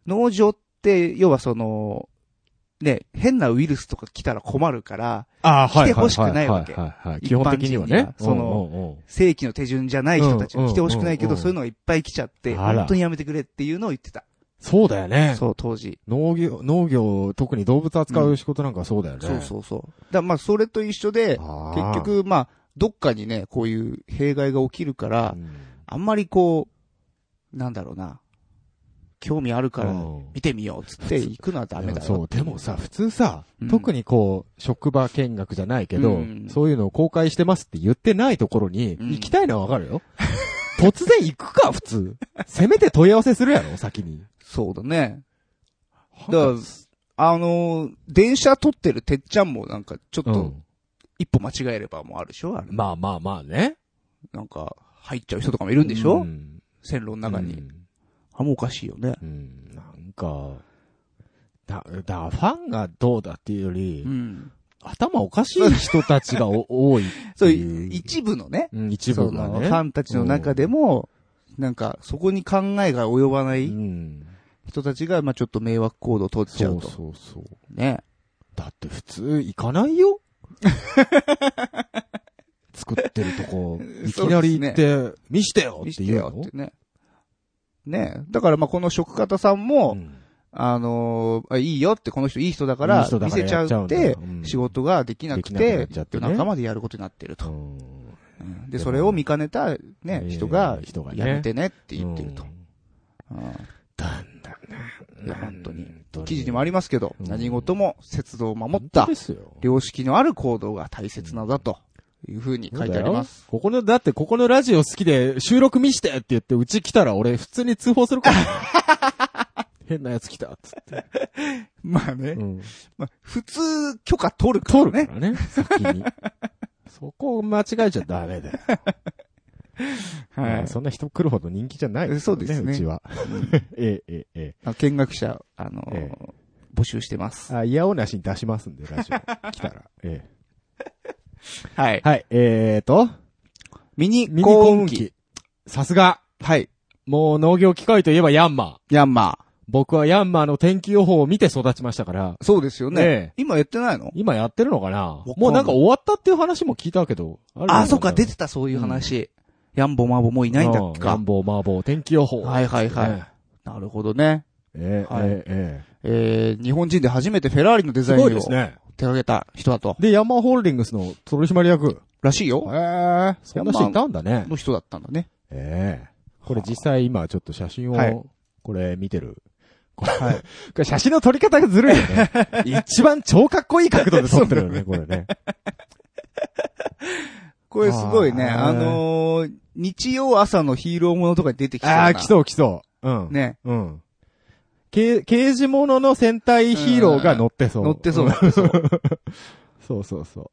Speaker 2: 農場って、要はその、ね、変なウイルスとか来たら困るから、
Speaker 1: ああ、
Speaker 2: はい来てほしくないわけ
Speaker 1: はいはいはい。
Speaker 2: 一般
Speaker 1: 基本的には
Speaker 2: 人に
Speaker 1: ね
Speaker 2: は。その
Speaker 1: の、
Speaker 2: 正規の手順じゃない人たち
Speaker 1: うん
Speaker 2: に来てほしくないけ
Speaker 1: うん
Speaker 2: ど、
Speaker 1: うん
Speaker 2: そういうのがいっぱい来ちゃって、
Speaker 1: あら
Speaker 2: 本当にやめてくれっていうのを言ってた。
Speaker 1: そうだよね。
Speaker 2: そう、当時。
Speaker 1: 農業、農業、特に動物扱う仕事なんかそうだよね。
Speaker 2: そうそうそう。だからまあ、それと一緒で、
Speaker 1: あ
Speaker 2: 結
Speaker 1: ー、
Speaker 2: 局、まあ、どっかにね、こういう弊害が起きるから
Speaker 1: う、ん、
Speaker 2: あんまりこう、なんだろうな、興味あるから
Speaker 1: うん
Speaker 2: 見てみようっつって行くのはダメだよ。
Speaker 1: そう、でもさ、普通さ、
Speaker 2: うん
Speaker 1: 特にこう、職場見学じゃないけど、
Speaker 2: うん
Speaker 1: そういうのを公開してますって言ってないところに、
Speaker 2: うん
Speaker 1: 行きたいのはわかるよ。 突然行くか、普通。せめて問い合わせするやろ、先に。
Speaker 2: そうだね。だから、あのー電車撮ってるてっちゃんもなんか、ちょっ
Speaker 1: う
Speaker 2: と、
Speaker 1: ん。
Speaker 2: 一歩間違えればもうあるでしょあれ。
Speaker 1: まあまあまあね。
Speaker 2: なんか、入っちゃう人とかもいるんでしょ、
Speaker 1: うん
Speaker 2: 線路の中に。
Speaker 1: うん
Speaker 2: あ、もうおかしいよね。
Speaker 1: うん、なんか、だ、だ、ファンがどうだっていうより、
Speaker 2: うん。
Speaker 1: 頭おかしい人たちがお 多いって
Speaker 2: そう、
Speaker 1: いう。
Speaker 2: い一部のね、
Speaker 1: うん一部が
Speaker 2: その
Speaker 1: ね。
Speaker 2: ファンたちの中でも、なんか、そこに考えが及ばな
Speaker 1: う
Speaker 2: い
Speaker 1: ん。
Speaker 2: 人たちが、まあちょっと迷惑行動を取っちゃ
Speaker 1: そうう
Speaker 2: と。
Speaker 1: そうそう。
Speaker 2: ね。
Speaker 1: だって普通行かない よ作ってるとこ、いきなり行って、見してよって言う
Speaker 2: 見
Speaker 1: の
Speaker 2: せてよってね。ねだからまあこの食方さんも、
Speaker 1: うん
Speaker 2: あのーあいいよってこの人いい人だか
Speaker 1: いい
Speaker 2: ら
Speaker 1: 人、だ
Speaker 2: 見
Speaker 1: から
Speaker 2: せちゃ
Speaker 1: やっちゃう
Speaker 2: うんっ
Speaker 1: だ
Speaker 2: て
Speaker 1: うん、
Speaker 2: 仕事ができなく
Speaker 1: できなくなってちゃっ、てね
Speaker 2: 夜中までやることになってる
Speaker 1: う
Speaker 2: と。
Speaker 1: ん
Speaker 2: うんで、それを見かねた、ね
Speaker 1: え、え
Speaker 2: 人が
Speaker 1: 人が、ね
Speaker 2: やめてねって言ってると
Speaker 1: うん。
Speaker 2: うん
Speaker 1: なんだ
Speaker 2: いや
Speaker 1: な。
Speaker 2: 本当に
Speaker 1: 本
Speaker 2: 記事にもありますけど、
Speaker 1: うん
Speaker 2: 何事も節度を守っ
Speaker 1: 本
Speaker 2: た
Speaker 1: 当、ですよ。
Speaker 2: 良識のある行動が大切なのだと、いうふうに書いてあります。
Speaker 1: ここの、だってここのラジオ好きで収録見してって言って、うち来たら俺普通に通報するから。 変なやつ来たっつって。
Speaker 2: まあね、
Speaker 1: うん
Speaker 2: まあ普通許可取るか
Speaker 1: 取
Speaker 2: ら
Speaker 1: るか
Speaker 2: ね。
Speaker 1: らね、先に。そこを間違えちゃダメだよ。
Speaker 2: は
Speaker 1: まあ
Speaker 2: い。
Speaker 1: そんな人来るほど人気じゃない、
Speaker 2: そうですね
Speaker 1: うちは。 ええ、ええ、え
Speaker 2: あ見学者、あのー
Speaker 1: え
Speaker 2: 募集してます
Speaker 1: え。。あ、いやおなしに出しますんで、ラ ジオ。来たら。え
Speaker 2: はい
Speaker 1: え。。はい、えーと、
Speaker 2: ミニ
Speaker 1: ミニ
Speaker 2: 幸
Speaker 1: 幸
Speaker 2: 運
Speaker 1: 運
Speaker 2: 期。
Speaker 1: 期。さすが。
Speaker 2: はい。
Speaker 1: もう農業機械といえばヤンマー。
Speaker 2: ヤンマ
Speaker 1: 僕はヤンマーの天気予報を見て育ちましたから、
Speaker 2: ー。そうですよね。
Speaker 1: ねえ
Speaker 2: 今やってないの
Speaker 1: 今やってるのかな
Speaker 2: かんない
Speaker 1: もうなんか終わったっていう話も聞いたけど。あれ
Speaker 2: あ、そっか、出
Speaker 1: て
Speaker 2: てた、そういう話。ヤンボマーボもういないんだっけ
Speaker 1: ヤ
Speaker 2: か
Speaker 1: ン。ボー、マーボー、天気予報。
Speaker 2: はいはいはい
Speaker 1: ね
Speaker 2: なるほどね。
Speaker 1: ええ
Speaker 2: はい
Speaker 1: ええ
Speaker 2: えー、日本人で初めてフェラーリのデ
Speaker 1: す
Speaker 2: ザイン
Speaker 1: ご
Speaker 2: を
Speaker 1: い
Speaker 2: 手
Speaker 1: ですね。
Speaker 2: 掛けた人だと。
Speaker 1: で、ヤンマーホールディングスの取締役。
Speaker 2: らしいよ。
Speaker 1: ええそんな人いたんだね。
Speaker 2: の人だったんだね。
Speaker 1: ええこれ実際今ちょっと写真を、
Speaker 2: はい
Speaker 1: これ見てる。これ、
Speaker 2: はい
Speaker 1: これ写真の撮り方がずるいよ ね。一番超かっこいい角度で撮ってるよね、これね。
Speaker 2: これすごいね。
Speaker 1: あー
Speaker 2: あのー、日曜朝のヒーローものとかに出てきそうな
Speaker 1: ああ、来そう来そう。うん。
Speaker 2: ね。
Speaker 1: うん。け刑事ものの戦隊ヒーローが乗ってそう。
Speaker 2: 乗ってそう。
Speaker 1: ん
Speaker 2: 乗ってそう。
Speaker 1: そうそうそう。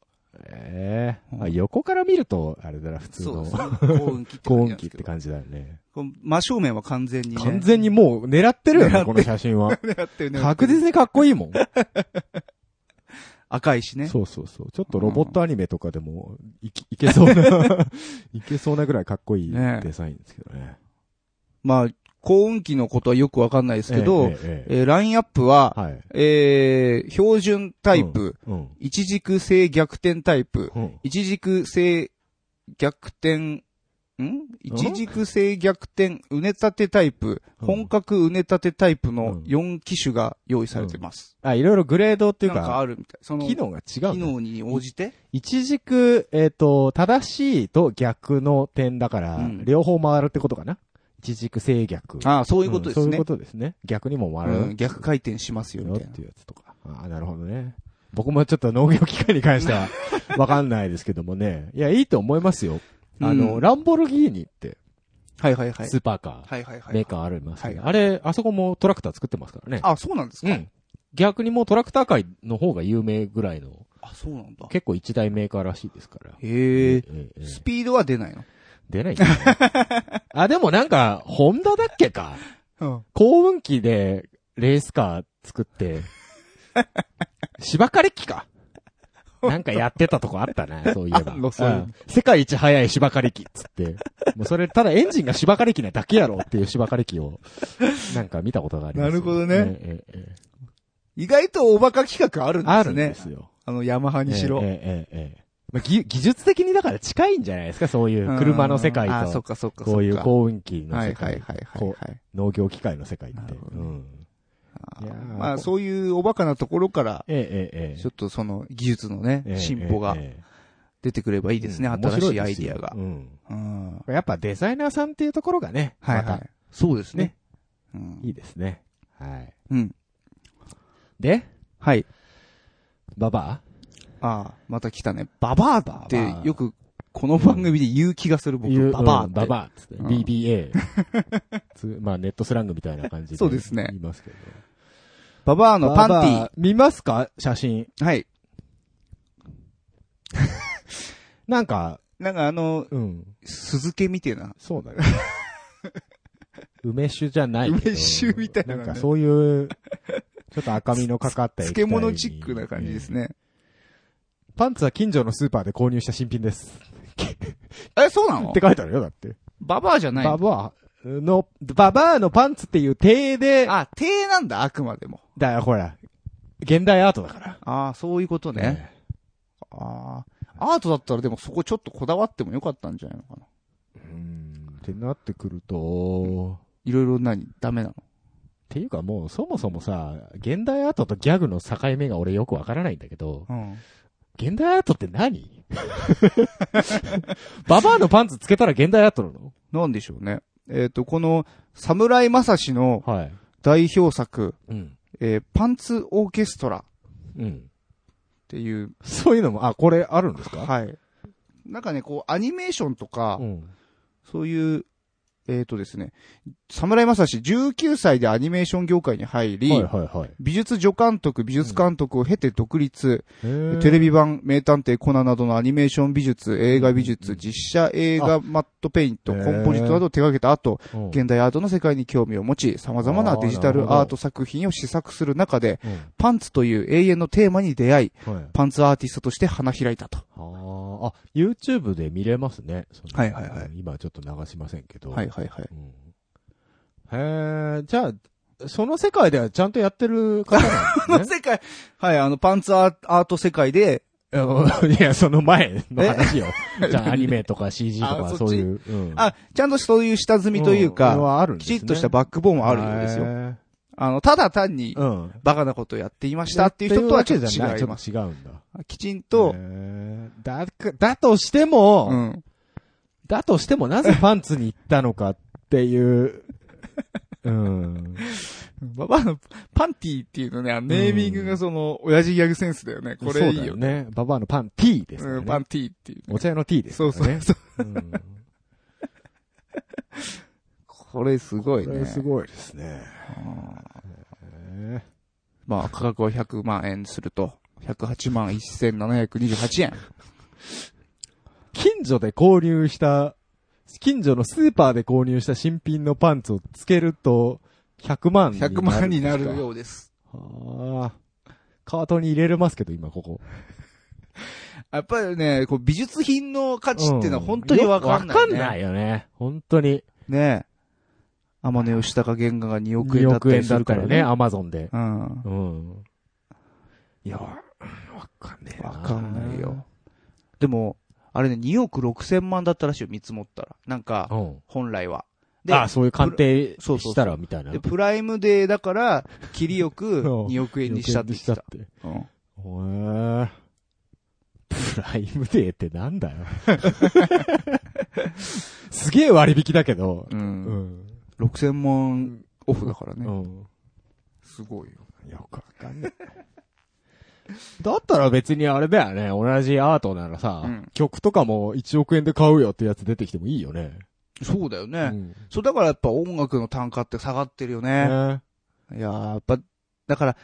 Speaker 1: ええ
Speaker 2: うん
Speaker 1: あ横から見ると、あれだな、普通の。
Speaker 2: そう幸運期って
Speaker 1: 高
Speaker 2: 感じ
Speaker 1: 音
Speaker 2: なんで
Speaker 1: 機っ
Speaker 2: すけ
Speaker 1: て
Speaker 2: ど。
Speaker 1: 感じだよね。
Speaker 2: この真正面は完全にね。
Speaker 1: 完全にもう狙ってるよね、この写真 は。
Speaker 2: やってるね。
Speaker 1: 確実にかっこいいもん。
Speaker 2: 赤いしね。
Speaker 1: そうそうそう。ちょっとロボットアニメとかでも、いきいけそうな、 いけそうなぐらいかっこいい
Speaker 2: ね
Speaker 1: デザインですけどね。
Speaker 2: まあ、幸運期のことはよくわかんないですけ
Speaker 1: ええ、
Speaker 2: ど
Speaker 1: えええ
Speaker 2: えーラインアップ
Speaker 1: え
Speaker 2: は、
Speaker 1: はい。
Speaker 2: えー、標準タイプ、
Speaker 1: うん。
Speaker 2: 一軸性逆転タイプ、
Speaker 1: うん。
Speaker 2: 一軸性逆転、ん一軸性逆転、うね立てタイプ、
Speaker 1: うん
Speaker 2: 本格うね立てタイプ
Speaker 1: う
Speaker 2: の
Speaker 1: ん
Speaker 2: 4機種が用意されてます。
Speaker 1: あ、いろいろグレードっていう
Speaker 2: なんか
Speaker 1: か、
Speaker 2: あるみたい。その、
Speaker 1: 機
Speaker 2: 機
Speaker 1: 能
Speaker 2: 能
Speaker 1: が違うね。
Speaker 2: に応じて、
Speaker 1: 一軸、えっ、と、正しいと逆の点だから、
Speaker 2: うん
Speaker 1: 両方回るってことかな一軸正逆。
Speaker 2: ああ、そういうことです
Speaker 1: んそういう
Speaker 2: ね
Speaker 1: こ。とですね。逆にも回る。
Speaker 2: うん、逆回転しますよ、
Speaker 1: よ
Speaker 2: み
Speaker 1: った
Speaker 2: いな。
Speaker 1: ていうやつとか。ああ、なるほどね。僕もちょっと農業機械に関 してはわかんないですけどもね。いや、いいと思いますよ。あの、
Speaker 2: うん
Speaker 1: ランボルギーニって、
Speaker 2: はいはいはい。
Speaker 1: スーパーカー、
Speaker 2: はいはいはい。
Speaker 1: メーカーありますけど、
Speaker 2: はい
Speaker 1: あれ、あそこもトラクター作ってますからね。
Speaker 2: あ、そうなんです
Speaker 1: う
Speaker 2: か
Speaker 1: ん。逆にもうトラクター界の方が有名ぐらいの、
Speaker 2: あ、そうなんだ。
Speaker 1: 結構一大メーカーらしいですから。
Speaker 2: へえ。
Speaker 1: ええ
Speaker 2: スピードは出ないの
Speaker 1: 出ないんだ ねあ、でもなんか、ホンダだっけか。
Speaker 2: うん。
Speaker 1: 幸運機でレースカー作 って、芝刈り機か。なんかやってたとこあった な、そういえば。
Speaker 2: あんのそういうの
Speaker 1: ん世界一速い芝刈り機っつって。もうそれ、ただエンジンが芝刈り機なだけやろっていう芝刈り機を、なんか見たことがあります。
Speaker 2: なるほどね
Speaker 1: ええええ
Speaker 2: 意外とおバカ企画あるんですね。
Speaker 1: あるんですよ。
Speaker 2: あの、ヤマハにし
Speaker 1: ええ
Speaker 2: ろ。
Speaker 1: ええええまあぎ技術的にだから近いんじゃないですか、そういう車の世界
Speaker 2: うんあ、そっ
Speaker 1: と。
Speaker 2: かそっかそっか。
Speaker 1: こういう幸運機の
Speaker 2: は
Speaker 1: 世
Speaker 2: いは
Speaker 1: 界。
Speaker 2: いはいはい
Speaker 1: こ
Speaker 2: はい。
Speaker 1: 農業機械の世界って
Speaker 2: なるほ。
Speaker 1: う
Speaker 2: どね
Speaker 1: ん。いやー
Speaker 2: まあ、そういうおバカなところから、
Speaker 1: えええええ
Speaker 2: ちょっとその技術のね
Speaker 1: えええ、
Speaker 2: 進歩が
Speaker 1: ええ
Speaker 2: 出てくればいいですね、
Speaker 1: うん
Speaker 2: 新しいアイディアが
Speaker 1: 面白いですよ。うん
Speaker 2: うん。
Speaker 1: やっぱデザイナーさんっていうところがね。
Speaker 2: はい
Speaker 1: ま
Speaker 2: は
Speaker 1: た
Speaker 2: い。そうですね
Speaker 1: ね。
Speaker 2: うん
Speaker 1: いいですね。はい。
Speaker 2: うん。
Speaker 1: で、
Speaker 2: はい。
Speaker 1: ババ
Speaker 2: ああ、また来たね。
Speaker 1: アババアだ
Speaker 2: って、よく、この番組で言う気がする、僕。ババアって。
Speaker 1: ババアっつって。
Speaker 2: うん
Speaker 1: BBA。つまあネットスラングみたいな感じで。
Speaker 2: そうですね
Speaker 1: 言いますけど。
Speaker 2: ババアのパンティー
Speaker 1: ババア見ますか写真。
Speaker 2: はい。
Speaker 1: なんか、
Speaker 2: なんかあの、
Speaker 1: うん。
Speaker 2: 鈴木みてえな。
Speaker 1: そうだね。 梅酒じゃないけど。
Speaker 2: 梅酒みたいなね
Speaker 1: なんかそういう、ちょっと赤みのかかった液体
Speaker 2: 漬物チックな感じです。ね。
Speaker 1: パンツは近所のスーパーで購入した新品です。
Speaker 2: え、そうな
Speaker 1: っ
Speaker 2: の
Speaker 1: て書いてあるよ、だって。
Speaker 2: ババアじゃない
Speaker 1: ババアの、ババアのパンツっていう体で、
Speaker 2: あ、手なんだ、あくまでも。
Speaker 1: だよ、ほら。現代アートだから。
Speaker 2: ああ、そういうことね。ああ。アートだったらでもそこちょっとこだわってもよかったんじゃないのかな。
Speaker 1: え。うん。ってなってくると、
Speaker 2: いろいろ何ダメなの
Speaker 1: っていうかもう、そもそもさ、現代アートとギャグの境目が俺よくわからないんだけど、
Speaker 2: うん。
Speaker 1: 現代アートって 何ババアのパンツつけたら現代アートなの
Speaker 2: なんでしょうね。えっ、と、この、侍正志の
Speaker 1: はい。
Speaker 2: 代表作、
Speaker 1: うん。
Speaker 2: えーパンツオーケストラっ
Speaker 1: うん。
Speaker 2: ていう、
Speaker 1: そういうのも、あ、これあるんですか
Speaker 2: はい。なんかね、こう、アニメーションとか、
Speaker 1: うん。
Speaker 2: そういう、えっ、とですね、侍正志19歳でアニメーション業界に入り、
Speaker 1: はいはいはい
Speaker 2: 美術助監督、美術監督を経て独立、
Speaker 1: へー。
Speaker 2: テレビ版、名探偵コナンなどのアニメーション美術、映画美術、実写映画、マットペイント、
Speaker 1: へ
Speaker 2: コ
Speaker 1: ー
Speaker 2: ンポジットなどを手掛けた後、
Speaker 1: うん、
Speaker 2: 現代アートの世界に興味を持ち、様々なデジタ
Speaker 1: あーなる
Speaker 2: ル
Speaker 1: ほど
Speaker 2: アート作品を試作する中で、
Speaker 1: うん
Speaker 2: パンツという永遠のテーマに出会い、
Speaker 1: はい。
Speaker 2: パンツアーティストとして花開いたと。
Speaker 1: あーあ、YouTube で見れますね。その
Speaker 2: はいはいはい。
Speaker 1: 今はちょっと流しませんけど。
Speaker 2: はいはいはい。
Speaker 1: うんへえ、じゃあ、その世界ではちゃんとやってる方
Speaker 2: こ
Speaker 1: なん
Speaker 2: の
Speaker 1: ですね。
Speaker 2: 世界、はい、あの、パンツアーアート世界で、
Speaker 1: うんいや、その前の話よ。じゃあ、アニメとか CG と
Speaker 2: あ
Speaker 1: か
Speaker 2: そっ
Speaker 1: そう
Speaker 2: ち
Speaker 1: いう。うん、
Speaker 2: あ、ちゃんとそういう下積みというか、
Speaker 1: んはあるんで
Speaker 2: き
Speaker 1: すね
Speaker 2: ちっとしたバックボーンはあるんですよ。
Speaker 1: へ
Speaker 2: あの、ただ単に
Speaker 1: え、うん。
Speaker 2: バカなことをやっていましたっていう人とはちょっと違
Speaker 1: やって
Speaker 2: い
Speaker 1: るわ
Speaker 2: ま
Speaker 1: け
Speaker 2: す。
Speaker 1: じゃないちょっと違うんだ。
Speaker 2: きちんと
Speaker 1: へ、えだか、だとしても、
Speaker 2: うん。
Speaker 1: だとしてもなぜパンツに行ったのかって いう、うん。
Speaker 2: ババアのパンティーっていうのね、あのネーミングがその、親父ギャグセンスだよね。これいい
Speaker 1: そうだ
Speaker 2: よね。
Speaker 1: ね。ババアのパン T ですから
Speaker 2: う
Speaker 1: ね。
Speaker 2: ん、パンティーっていう。
Speaker 1: お茶屋の T ですか
Speaker 2: そ
Speaker 1: ら
Speaker 2: う
Speaker 1: ね。
Speaker 2: そうそう。
Speaker 1: うん
Speaker 2: これすごい
Speaker 1: それ
Speaker 2: ね。
Speaker 1: すごいですね。
Speaker 2: まあ、価格は100万円すると。108万1728円。
Speaker 1: 近所で購入した、近所のスーパーで購入した新品のパンツをつけると、100万になる。
Speaker 2: 100万になる。ようです。
Speaker 1: ああ。カートに入れれますけど、今ここ。
Speaker 2: やっぱりね、こう美術品の価値っていうのは本当にわかんない、ね
Speaker 1: わかんないよね。本当に。
Speaker 2: ねえ。天野義高原画が2億円
Speaker 1: 2
Speaker 2: だった
Speaker 1: 億
Speaker 2: り
Speaker 1: 円
Speaker 2: す
Speaker 1: だっ
Speaker 2: るか
Speaker 1: た
Speaker 2: ら
Speaker 1: ら
Speaker 2: ね。
Speaker 1: ね、アマゾンで。
Speaker 2: うん。
Speaker 1: うん。いや、わかんねえな。
Speaker 2: わかんないよ。。でも、あれね、2億6千万だったらしいよ、見積もったら。なんか、
Speaker 1: う
Speaker 2: 本来は。
Speaker 1: ん。
Speaker 2: で、
Speaker 1: あ、そういう鑑定
Speaker 2: そうそうそう
Speaker 1: したら、みたいな。
Speaker 2: でプライムデーだから、切りよく
Speaker 1: うん
Speaker 2: 2億円にしたって言ってた。
Speaker 1: て。
Speaker 2: うん
Speaker 1: へープライムデーってなんだよ。すげえ割引だけど。
Speaker 2: う。
Speaker 1: うんん。
Speaker 2: 6000万オフだから
Speaker 1: う
Speaker 2: ね。
Speaker 1: ん。
Speaker 2: すごいよ。
Speaker 1: よくわかんない。だったら別にあれだよね。同じアートならさ、
Speaker 2: うん
Speaker 1: 曲とかも1億円で買うよってやつ出てきてもいいよね。
Speaker 2: そうだよ
Speaker 1: う
Speaker 2: ね。
Speaker 1: ん。
Speaker 2: そう、だからやっぱ音楽の単価って下がってるよね。
Speaker 1: ね
Speaker 2: いやーやっぱ、だから、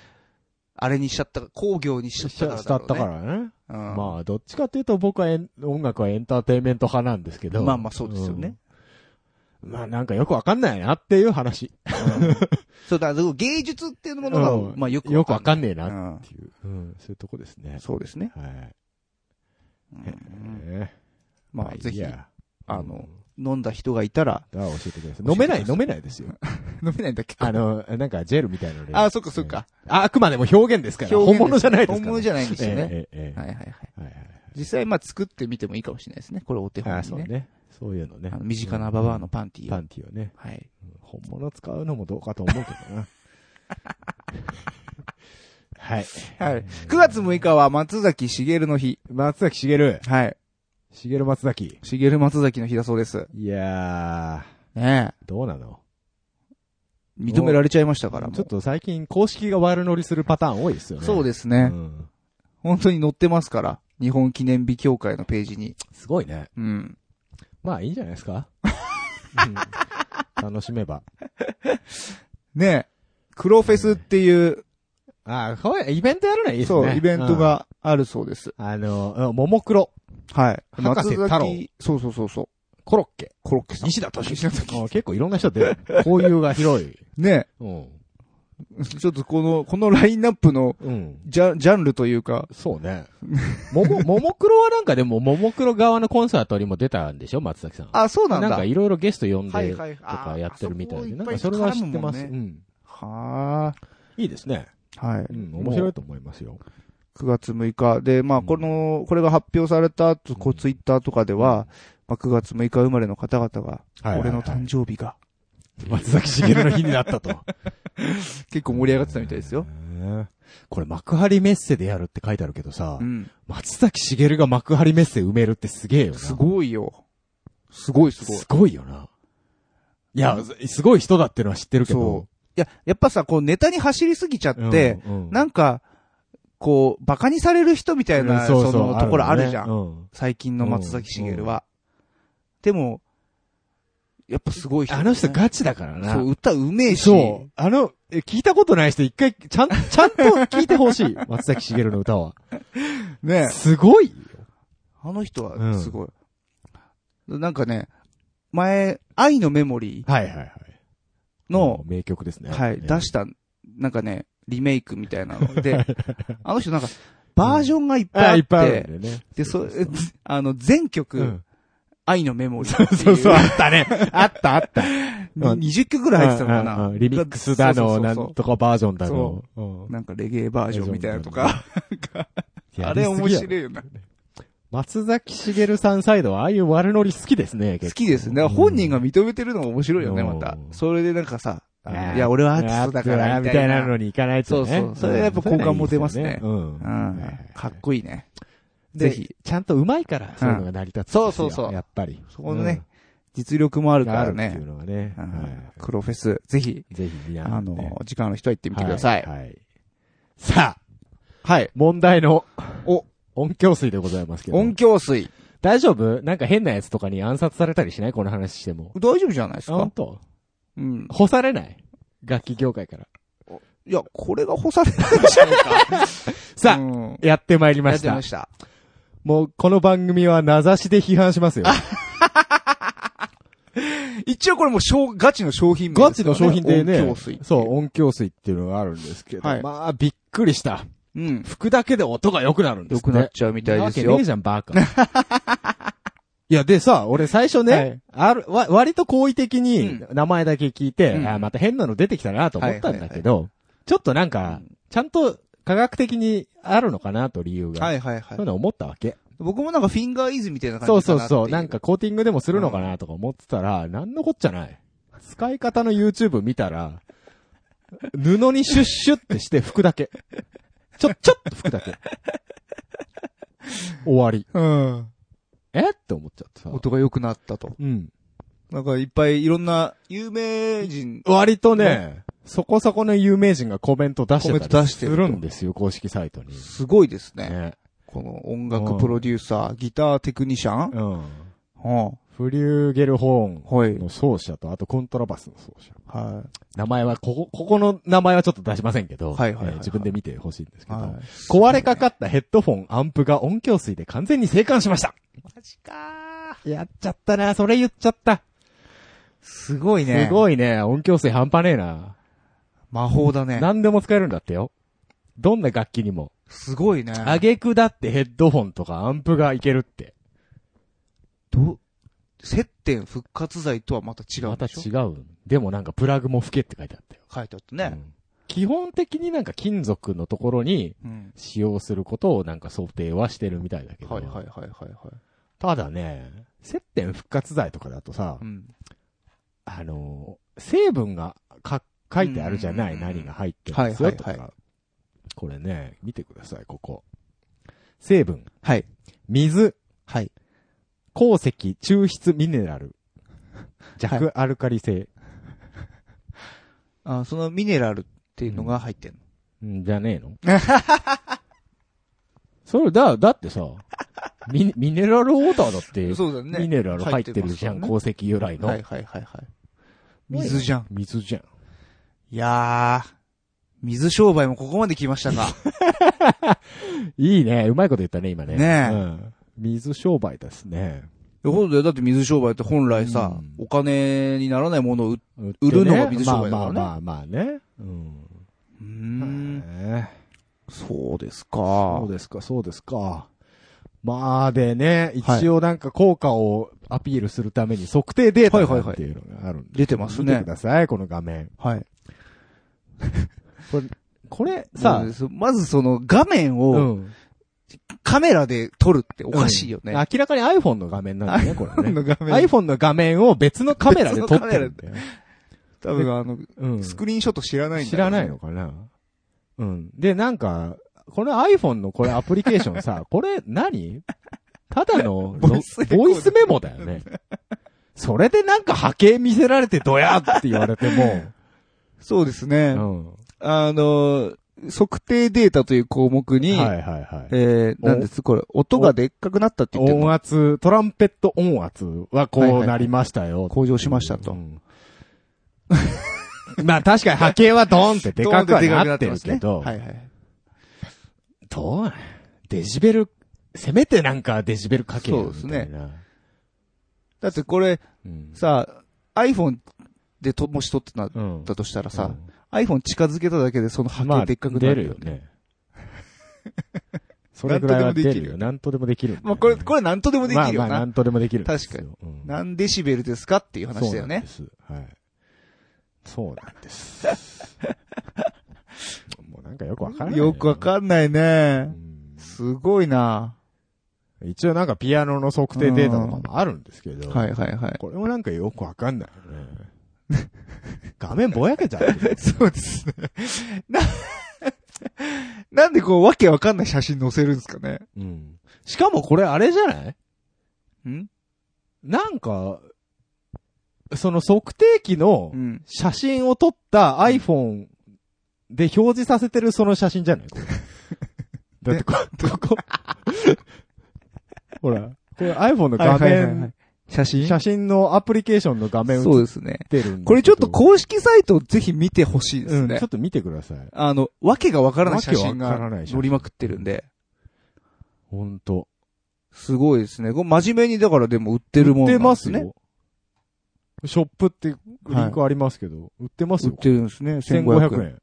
Speaker 2: あれにしちゃったか、工業にしちゃっ
Speaker 1: したた
Speaker 2: から
Speaker 1: った
Speaker 2: だろうね。
Speaker 1: からね。
Speaker 2: うん
Speaker 1: まあ、どっちかっていうと僕はエン音楽はエンターテインメント派なんですけど。
Speaker 2: まあまあそうですよね。
Speaker 1: うん。まあなんかよくわかんないなっていう話。
Speaker 2: そうだ、芸術っていうものが、
Speaker 1: うん
Speaker 2: まあよく
Speaker 1: よくわか
Speaker 2: ん
Speaker 1: んねえ
Speaker 2: な
Speaker 1: ないっ
Speaker 2: うん
Speaker 1: ていう。うん、そういうとこですね。
Speaker 2: そうですね。
Speaker 1: はい。
Speaker 2: うん
Speaker 1: ええ
Speaker 2: まあ
Speaker 1: いい
Speaker 2: ぜひ、
Speaker 1: や
Speaker 2: あの、飲んだ人がいたら、
Speaker 1: だから教えてくださ
Speaker 2: 教えてください
Speaker 1: い。飲めない、飲めない ですよ。
Speaker 2: 飲めないんだっけ
Speaker 1: あの、なんかジェルみたいなので
Speaker 2: あ、そっかそっか。
Speaker 1: あ、あくまでも表現ですから。
Speaker 2: 表現です
Speaker 1: 本物じゃないですから。
Speaker 2: 本物じゃないんですよね。
Speaker 1: ええ。ええええ
Speaker 2: はいはいはい。
Speaker 1: はい
Speaker 2: 実際、まあ、作ってみてもいいかもしれないですね。これお手
Speaker 1: はい。あ、
Speaker 2: 本に
Speaker 1: そう
Speaker 2: ね。
Speaker 1: ね。そういうのね
Speaker 2: あ。の身近なババアのパンティーを。
Speaker 1: パンティをね。
Speaker 2: はい。
Speaker 1: 本物使うのもどうかと思うけど な。はい。
Speaker 2: はい。9月6日は松崎しげるの日。
Speaker 1: 松崎しげる。
Speaker 2: はい。
Speaker 1: しげる松崎。
Speaker 2: しげる松崎の日だそうです。
Speaker 1: いや
Speaker 2: ね
Speaker 1: ー、どうなの
Speaker 2: え。認められちゃいましたから、もう
Speaker 1: ちょっと最近公式が悪乗りするパターン多いですよね。
Speaker 2: そう
Speaker 1: で
Speaker 2: ですね、
Speaker 1: ん。
Speaker 2: 本当に載ってますから。日本記念日協会のページに。
Speaker 1: すごいね。
Speaker 2: うん。
Speaker 1: まあいいんじゃないですかうん楽しめば。
Speaker 2: ねえ。黒フェスっていう、
Speaker 1: ああ、これ、イベントやるのはいいですね。
Speaker 2: そう、イベントがあるそうです。
Speaker 1: うん。あの、うんももクロ、
Speaker 2: はい。
Speaker 1: 博士太郎
Speaker 2: そうそうそうそう。
Speaker 1: コロッケ、
Speaker 2: コロッケさん。
Speaker 1: 西田敏
Speaker 2: 西田敏
Speaker 1: 行。うん結構いろんな人出る。交友が広い。
Speaker 2: ね
Speaker 1: うん。
Speaker 2: え。ちょっとこの、このラインナップの、
Speaker 1: うん。
Speaker 2: ジャン、ジャンルというか、
Speaker 1: そう ね。もも、ももクロはなんかでも、ももクロ側のコンサートにも出たんでしょ松崎さん。
Speaker 2: あ、そうなんだ。
Speaker 1: なんかいろいろゲスト呼んで、と
Speaker 2: い。と
Speaker 1: かやってるみたいで。なんかそれは知ってます。うん。
Speaker 2: は
Speaker 1: いいですね。
Speaker 2: あ。はい。
Speaker 1: うん、面白いと思いますよ。
Speaker 2: 9月6日。で、まあ、
Speaker 1: うん
Speaker 2: この、これが発表された後、こう、
Speaker 1: うん
Speaker 2: ツイッターとかでは、まあ、9月6日生まれの方々が、
Speaker 1: はいはいはい
Speaker 2: 俺の誕生日が、
Speaker 1: 松崎しげるの日にな ったと。
Speaker 2: 結構盛り上がってたみたいですよ。
Speaker 1: へえ。これ幕張メッセでやるって書いてあるけどさ、
Speaker 2: うん。
Speaker 1: 松崎しげるが幕張メッセ埋めるってすげえよな。
Speaker 2: すごいよ。すごいすごい。
Speaker 1: すごいよな。いや、すごい人だってのは知ってるけ
Speaker 2: そ
Speaker 1: ど。
Speaker 2: う。いや、やっぱさ、こう、ネタに走りすぎちゃって、
Speaker 1: うん、うん
Speaker 2: なんか、こう、馬鹿にされる人みたいな、
Speaker 1: うん
Speaker 2: そう
Speaker 1: う
Speaker 2: の、ところあるじゃん。
Speaker 1: ねうん
Speaker 2: 最近の松崎しげるは。でも、やっぱすごい人だ
Speaker 1: あ
Speaker 2: ね、
Speaker 1: の人ガチだからな。
Speaker 2: そう、歌うめえし。
Speaker 1: そう。あの、え聞いたことない人一回、ちゃん、 ちゃんと聞いてほしい。松崎しげるの歌は。
Speaker 2: ね
Speaker 1: すごいよ。
Speaker 2: あの人はすごい。なんかね、前、愛のメモリ
Speaker 1: はいはいはい。
Speaker 2: ーの、
Speaker 1: 名曲ですね。
Speaker 2: はい、出
Speaker 1: し
Speaker 2: した、なんかね、リメイクみたいなので、あの人なんか、バージョンがいっ
Speaker 1: あ
Speaker 2: ぱ
Speaker 1: い
Speaker 2: い
Speaker 1: っ
Speaker 2: あ
Speaker 1: ぱ
Speaker 2: っ
Speaker 1: いあ
Speaker 2: て、
Speaker 1: るんだよね。
Speaker 2: で、そ、あの、全曲、
Speaker 1: うん
Speaker 2: 愛のメモリーっていう。
Speaker 1: そうそう、あったね。あったあった。うん
Speaker 2: 20曲ぐらい入ってたのか
Speaker 1: うんうん
Speaker 2: な
Speaker 1: うんリミックスだ
Speaker 2: そう
Speaker 1: の、
Speaker 2: そうそう
Speaker 1: な
Speaker 2: そうん
Speaker 1: とかバージョンだの。うん
Speaker 2: なんかレゲエバージョンみたいなのとか、あ
Speaker 1: やりすぎ
Speaker 2: れ
Speaker 1: やろ
Speaker 2: 面白いよな。
Speaker 1: 松崎しげるさんサイドは、ああいう悪ノリ好きですね、
Speaker 2: 好
Speaker 1: 結構
Speaker 2: きですね。本人が認めてるのが面白いよね、
Speaker 1: う
Speaker 2: ま
Speaker 1: ん
Speaker 2: た。それでなんかさ、あ
Speaker 1: ね
Speaker 2: のいや、俺はアーティストだから、
Speaker 1: み
Speaker 2: み
Speaker 1: た
Speaker 2: たい
Speaker 1: いな
Speaker 2: な。
Speaker 1: のに行かないとね。
Speaker 2: そうそうそれやっぱ好感持てますね
Speaker 1: うんそういうのはいいです
Speaker 2: う
Speaker 1: よね。
Speaker 2: ん。かっこいいね。
Speaker 1: うん。
Speaker 2: ぜ
Speaker 1: ぜ
Speaker 2: ひ
Speaker 1: ひ。、ちゃんと上手いから、そういうのが成り立つんですよ。
Speaker 2: うんそうそうそう
Speaker 1: やっぱり。
Speaker 2: そこのね、実力もあ
Speaker 1: う
Speaker 2: る
Speaker 1: ん、
Speaker 2: か
Speaker 1: があ
Speaker 2: ら
Speaker 1: るってい
Speaker 2: ね
Speaker 1: う。のがね。
Speaker 2: う
Speaker 1: は
Speaker 2: ん黒フェス、ぜひ、
Speaker 1: いぜひ皆さ
Speaker 2: あ
Speaker 1: んね、
Speaker 2: の、時間の人は行ってみてください。
Speaker 1: はい。はいさあ、
Speaker 2: はい。
Speaker 1: 問題の、
Speaker 2: お
Speaker 1: 音響水でございますけど。
Speaker 2: 音響水。
Speaker 1: 大丈夫なんか変なやつとかに暗殺されたりしないこの話しても。
Speaker 2: 大丈夫じゃないですか
Speaker 1: 本当
Speaker 2: うん。
Speaker 1: 干されない楽器業界から。
Speaker 2: いや、これが干されたんじゃないか。
Speaker 1: さあ、
Speaker 2: あ、
Speaker 1: やってまいりま
Speaker 2: やっ
Speaker 1: してた
Speaker 2: ま。した。
Speaker 1: もう、この番組は名指しで批判しますよ。
Speaker 2: 一応これもう商、ガチの商品名
Speaker 1: ガ
Speaker 2: で
Speaker 1: チ
Speaker 2: すか
Speaker 1: の
Speaker 2: らね
Speaker 1: 商品でね。
Speaker 2: 音響水。
Speaker 1: そう、音響水っていうのがあるんですけど。
Speaker 2: はい
Speaker 1: まあ、びっくりした。
Speaker 2: う。うん。
Speaker 1: 吹くだけで音が良くなるんです
Speaker 2: 良
Speaker 1: って
Speaker 2: くなっちゃうみたいです
Speaker 1: なわけ
Speaker 2: よ
Speaker 1: ねえ。じゃん、バカ。 いや、でさ、俺最初ね、
Speaker 2: はい
Speaker 1: ある、わ、割と好意的に
Speaker 2: う
Speaker 1: 名前だけ聞いて、
Speaker 2: うん
Speaker 1: あまた変なの出てきたなと思ったんだけど、ちょっとなんか、ちゃんと科学的にあるのかなと理由が。
Speaker 2: はいはいはい
Speaker 1: そういう。の思ったわけ。
Speaker 2: 僕もなんかフィンガーイズみたいな
Speaker 1: そ
Speaker 2: 感
Speaker 1: う
Speaker 2: じか
Speaker 1: そう
Speaker 2: なってい
Speaker 1: そう。なんかコーティングでもするのかなとか思ってたら、なんのこっちゃない。使い方の YouTube 見たら、布にシュッシュってして拭くだけ。ちょ、ちょっと拭くだけ。終わり。
Speaker 2: うん。
Speaker 1: えって思っちゃってさ。
Speaker 2: 音が良くなったと。
Speaker 1: うん。
Speaker 2: なんかいっぱいいろんな有名人。
Speaker 1: 割とね、そこそこの有名人がコメント出して
Speaker 2: コメント
Speaker 1: た
Speaker 2: 出
Speaker 1: り
Speaker 2: して
Speaker 1: す
Speaker 2: ると
Speaker 1: るんですよ、公式サイトに。
Speaker 2: すごいですね。
Speaker 1: ね。
Speaker 2: この音楽プロデューサー、ギターテクニシャン
Speaker 1: うん。
Speaker 2: は
Speaker 1: フリューゲルホーン
Speaker 2: あはい。
Speaker 1: の奏者と、あとコントラバスの奏者。
Speaker 2: は
Speaker 1: 名前は、ここ、ここの名前はちょっと出しませんけど、
Speaker 2: はいはいはいはい
Speaker 1: えー自分で見てほしいんです
Speaker 2: い。
Speaker 1: けど、
Speaker 2: はい。
Speaker 1: 壊れかかったヘッドフォン、アンプが音響水で完全に生還しました。
Speaker 2: マジか
Speaker 1: やっちゃったな、それ言っちゃった。
Speaker 2: すごいね。
Speaker 1: す
Speaker 2: い。
Speaker 1: ごいね、音響水半端ねえな。
Speaker 2: 魔法だね。
Speaker 1: 何でも使えるんだってよ。どんな楽器にも。
Speaker 2: すごいね。
Speaker 1: あげくだってヘッドフォンとかアンプがいけるって。
Speaker 2: ど、接点復活剤とはまた違うん
Speaker 1: また
Speaker 2: でしょ
Speaker 1: 違う。でもなんかプラグも吹けって書いてあったよ。
Speaker 2: 書いてあった
Speaker 1: う
Speaker 2: ね。
Speaker 1: ん基本的になんか金属のところに
Speaker 2: うん。
Speaker 1: 使用することをなんか想定はしてるみたいだけど。
Speaker 2: はいはいはいはいはい。
Speaker 1: ただね、接点復活剤とかだとさ、
Speaker 2: うん。
Speaker 1: あのー、成分がか書いてあるじゃない、
Speaker 2: うんうんうん
Speaker 1: 何が入ってるんですよ
Speaker 2: はい
Speaker 1: と
Speaker 2: はいはい
Speaker 1: か。これね、見てください、ここ。成分、
Speaker 2: はい。
Speaker 1: 水、
Speaker 2: はい。
Speaker 1: 鉱石、抽出ミネラル、 弱アルカリ性、
Speaker 2: あ、そのミネラルっていうのが入ってんの。
Speaker 1: んじゃねえ のそれだ、だってさ、ミミネラルウォーターだって、
Speaker 2: そうだね。
Speaker 1: ミネラル入ってるじゃん、
Speaker 2: 入って
Speaker 1: 鉱石由来の。
Speaker 2: はいはいはいはい。水じゃん。
Speaker 1: 水じゃん。
Speaker 2: いやー、水商売もここまで来ました か。
Speaker 1: いいね、うまいこと言ったね、今ね。
Speaker 2: ねえ
Speaker 1: うん水商売ですね。
Speaker 2: そうだよ。だって水商売って本来さ、
Speaker 1: うん
Speaker 2: お金にならないものを売
Speaker 1: 売
Speaker 2: 売るのが水商売だか
Speaker 1: ま
Speaker 2: らね
Speaker 1: あまあまあまあね。うん。
Speaker 2: うーん。
Speaker 1: ねえ
Speaker 2: そうです
Speaker 1: そ
Speaker 2: か
Speaker 1: う。ですか、そうですか。まあでね、一応なんか効果をアピールするために測定データなんていうのがあるんで。
Speaker 2: 出てます
Speaker 1: 見て
Speaker 2: ね
Speaker 1: く。ださい、この画面。
Speaker 2: はい。
Speaker 1: これ、これ
Speaker 2: さ
Speaker 1: さ、
Speaker 2: あ、まずその画面
Speaker 1: う
Speaker 2: を
Speaker 1: ん
Speaker 2: カメラで撮るっておかしいよね。
Speaker 1: 明らかに iPhone の画面なんだね、これね。
Speaker 2: の画
Speaker 1: iPhone の画面を別のカメラで撮ってるんだよ。
Speaker 2: 多分あの、
Speaker 1: うん
Speaker 2: スクリーンショット知らないんだ
Speaker 1: 知
Speaker 2: よ
Speaker 1: らないのかなうん。で、なんか、この iPhone のこれアプリケーション さ、これ何ただの
Speaker 2: ボイスレコーダー
Speaker 1: ボイスメモだよね。それでなんか波形見せられてドヤって言われて
Speaker 2: そうですね。
Speaker 1: も、
Speaker 2: あのー、測定データという項目
Speaker 1: う
Speaker 2: に、
Speaker 1: ん。はいはいはい。
Speaker 2: えー、なんですこれ、音がでっかくなったって言ってる
Speaker 1: 音
Speaker 2: の
Speaker 1: 圧、トランペット音圧は
Speaker 2: はいはい
Speaker 1: こ
Speaker 2: は
Speaker 1: う
Speaker 2: い
Speaker 1: なりましたよ。
Speaker 2: 向上しましたと
Speaker 1: う。ん まあ確かに波形はドーンってでかくはなってるけど、
Speaker 2: はいはい。
Speaker 1: どうなんデジベル、せめてなんかデジベルかけよみたいな。
Speaker 2: そうですだってこれ、
Speaker 1: うん。
Speaker 2: さ、iPhone でと、もし撮ってなっ
Speaker 1: うん
Speaker 2: たとしたらさ、
Speaker 1: う
Speaker 2: iPhone 近づけただけでその
Speaker 1: んまあ、
Speaker 2: 波 形でっかくな
Speaker 1: 出
Speaker 2: る
Speaker 1: る
Speaker 2: よ
Speaker 1: よ
Speaker 2: ね。
Speaker 1: ね。それぐらいは出るよ。
Speaker 3: よ。
Speaker 1: なんとでもできる。
Speaker 2: まあ、これ、これ何とでもできる
Speaker 1: ま
Speaker 2: よ
Speaker 1: あまあ、な
Speaker 2: な。
Speaker 1: んとでもできるんですよ。
Speaker 2: 確
Speaker 1: かに。
Speaker 2: 何デシベルですかっていう話だよね。
Speaker 1: そうなんです。はい。そうなんです。 もうなんかよくわからない。
Speaker 2: よくわかんないうね。
Speaker 1: ん
Speaker 2: すごいな。
Speaker 1: 一応なんかピアノの測定データとかもあるんですけど。
Speaker 2: はいは いはい。
Speaker 1: これもなんかよくわかんないよね。画面ぼやけちゃってる。
Speaker 2: そうですね。な、 なんでこう、わけわかんない写真載せるんですかね。
Speaker 1: うん。しかもこれあれじゃない
Speaker 2: ん
Speaker 1: なんか、その測定器の
Speaker 2: うん。
Speaker 1: 写真を撮った iPhone で表示させてるその写真 じゃないこれだってこ、ここ。ほら、これ iPhone の画
Speaker 2: はいはいは
Speaker 1: 面
Speaker 2: い、写真
Speaker 1: 写真のアプリケーションの画面映
Speaker 2: そう
Speaker 1: っ
Speaker 2: ですね。
Speaker 1: てるんだけど
Speaker 2: これちょっと公式サイトをぜひ見てほしいです
Speaker 1: うん、
Speaker 2: ね
Speaker 1: ちょ。っと見てください。
Speaker 2: あの、わけがわからない写
Speaker 1: わ
Speaker 2: 真
Speaker 1: けわから
Speaker 2: が
Speaker 1: ない写真
Speaker 2: 乗りまくってるんで。
Speaker 1: ほんと。
Speaker 2: すごいですね。これ真面目にだからでも売ってる
Speaker 1: 売
Speaker 2: もん
Speaker 1: って
Speaker 2: なんで
Speaker 1: ます
Speaker 2: す
Speaker 1: ね
Speaker 2: ね。。
Speaker 1: ショップってリンクありますけど、売ってます
Speaker 2: 売っ
Speaker 1: よ。
Speaker 2: てるんですね。
Speaker 1: 1500
Speaker 2: 1500円。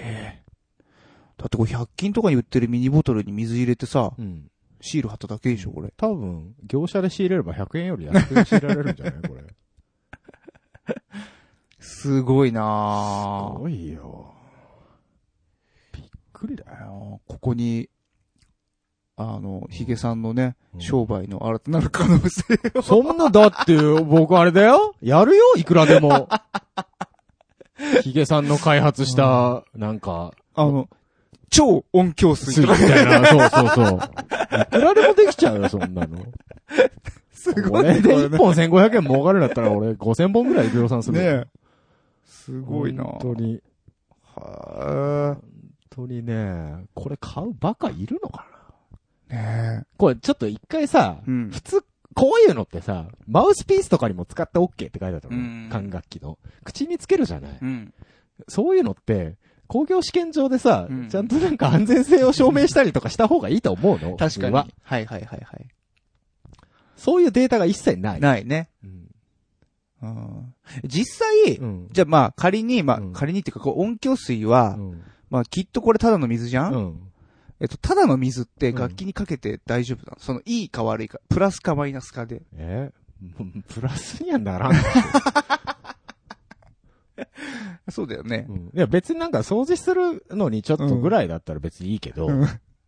Speaker 1: 円。
Speaker 2: だってこれ100均とかに売ってるミニボトルに水入れてさ、
Speaker 1: うん。
Speaker 2: シール貼っただけでしょ、これ。
Speaker 1: 多分、業者で仕入れれば100円より安く仕入れられるんじゃない これ。す
Speaker 2: すごいなぁ
Speaker 1: ごいよ。びっくりだ
Speaker 2: あ
Speaker 1: よ。
Speaker 2: のここに、あの、ヒゲさんのね、
Speaker 1: うん
Speaker 2: 商売の新たなる可能性 を。
Speaker 1: そんなだって、僕あれだよやるよいくらで も。ヒゲさんの開発した、なんか、
Speaker 2: あの、超音響
Speaker 1: ス
Speaker 2: 水
Speaker 1: イッ
Speaker 2: とか
Speaker 1: チみたいな、 そうそうそう。いくらでもできちゃうよ、そんなの。
Speaker 2: すごい
Speaker 1: 俺
Speaker 2: ね。
Speaker 1: で
Speaker 2: これ
Speaker 1: 1
Speaker 2: ね
Speaker 1: 本1500円儲かるんだったら俺5000本ぐらい量産するよ。
Speaker 2: ねえすごいな
Speaker 1: 本当に、
Speaker 2: は
Speaker 1: 本当にね、これ買うバカいるのかな
Speaker 2: ぁ。ね
Speaker 1: これちょっと一回さ
Speaker 2: え。、うん。
Speaker 1: 普通、こういうのってさ、マウスピースとかにも使って OK って書いてあった
Speaker 2: う
Speaker 1: の
Speaker 2: ん。
Speaker 1: 管楽器の。口につけるじゃない。
Speaker 2: うん。
Speaker 1: そういうのって、工業試験場でさ、
Speaker 2: うん
Speaker 1: ちゃんとなんか安全性を証明したりとかした方がいいと思うの。
Speaker 2: 確か
Speaker 1: 普通
Speaker 2: に。は
Speaker 1: はい
Speaker 2: はいはいはい。
Speaker 1: そういうデータが一切ない。
Speaker 2: ないね。
Speaker 1: うん
Speaker 2: うん。実際、
Speaker 1: うん。
Speaker 2: じゃあまあ仮に、まあ
Speaker 1: うん
Speaker 2: 仮にっていうか、こう音響水は、
Speaker 1: うん。
Speaker 2: まあきっとこれただの水じゃん、
Speaker 1: うん。
Speaker 2: えっと、ただの水って
Speaker 1: うん
Speaker 2: 楽器にかけて大丈夫なの、そのいいか悪いか、プラスかマイナスかで。
Speaker 1: え うんプラスにはならん。
Speaker 2: そうだよね。
Speaker 1: うんいや別になんか掃除するのにちょっとぐらいだったら別にいいけど、
Speaker 2: うん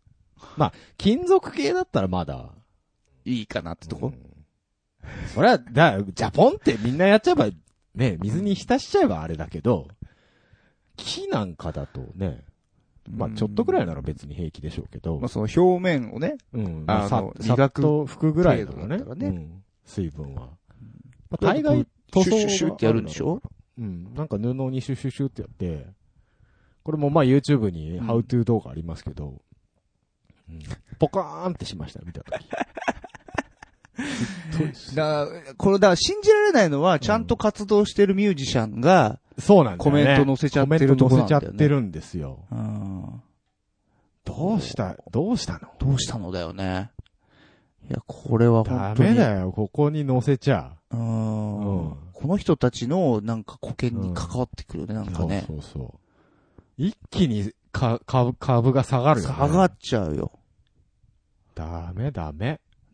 Speaker 1: まあ、金属系だったらまだ。
Speaker 2: いいかなってとこ、
Speaker 1: うんそれは、だ、ジャポンってみんなやっちゃえば、ね、水に浸しちゃえばあれだけど、木なんかだとね、まあちょっとぐらいなら別に平気でしょうけど
Speaker 2: まあ、その表面をね、
Speaker 1: うん、
Speaker 2: あ
Speaker 1: まあさ
Speaker 2: の
Speaker 1: さ
Speaker 2: 磨
Speaker 1: っ
Speaker 2: く
Speaker 1: と拭くぐらいならね
Speaker 2: 程度だったらね
Speaker 1: うん水分は。まあ、大概、塗
Speaker 2: シ
Speaker 1: 装
Speaker 2: ュ
Speaker 1: が
Speaker 2: ッシュッシュッってやるんでしょ
Speaker 1: うん。なんか布にシュシュシュってやって、これもまあ YouTube に
Speaker 2: うん
Speaker 1: How to 動画ありますけど、うんポカーンってしました、見たとき。ずっと です
Speaker 2: だからこれ、だから信じられないのは、ちゃんと活動してるミュージシャンが、
Speaker 1: そうなんだ
Speaker 2: コ
Speaker 1: よね。
Speaker 2: メント載せちゃってるとこ
Speaker 1: コメ
Speaker 2: な
Speaker 1: ン
Speaker 2: ん
Speaker 1: ト
Speaker 2: だ
Speaker 1: 載せち
Speaker 2: よね
Speaker 1: ゃってるんですよ。
Speaker 2: うん
Speaker 1: どうした、どうしたの
Speaker 2: どうしたのだよね。いや、これは
Speaker 1: ダ
Speaker 2: 本当に。
Speaker 1: メだよ、ここに載せちゃ。
Speaker 2: うー
Speaker 1: う
Speaker 2: ん
Speaker 1: ん
Speaker 2: この人たちの、なんか、保険に関わってくるね、なんかね。
Speaker 1: そうそうそう。一気にか、か、株が下がるよ、ね。
Speaker 2: 下がっちゃうよ。
Speaker 1: ダメダメ。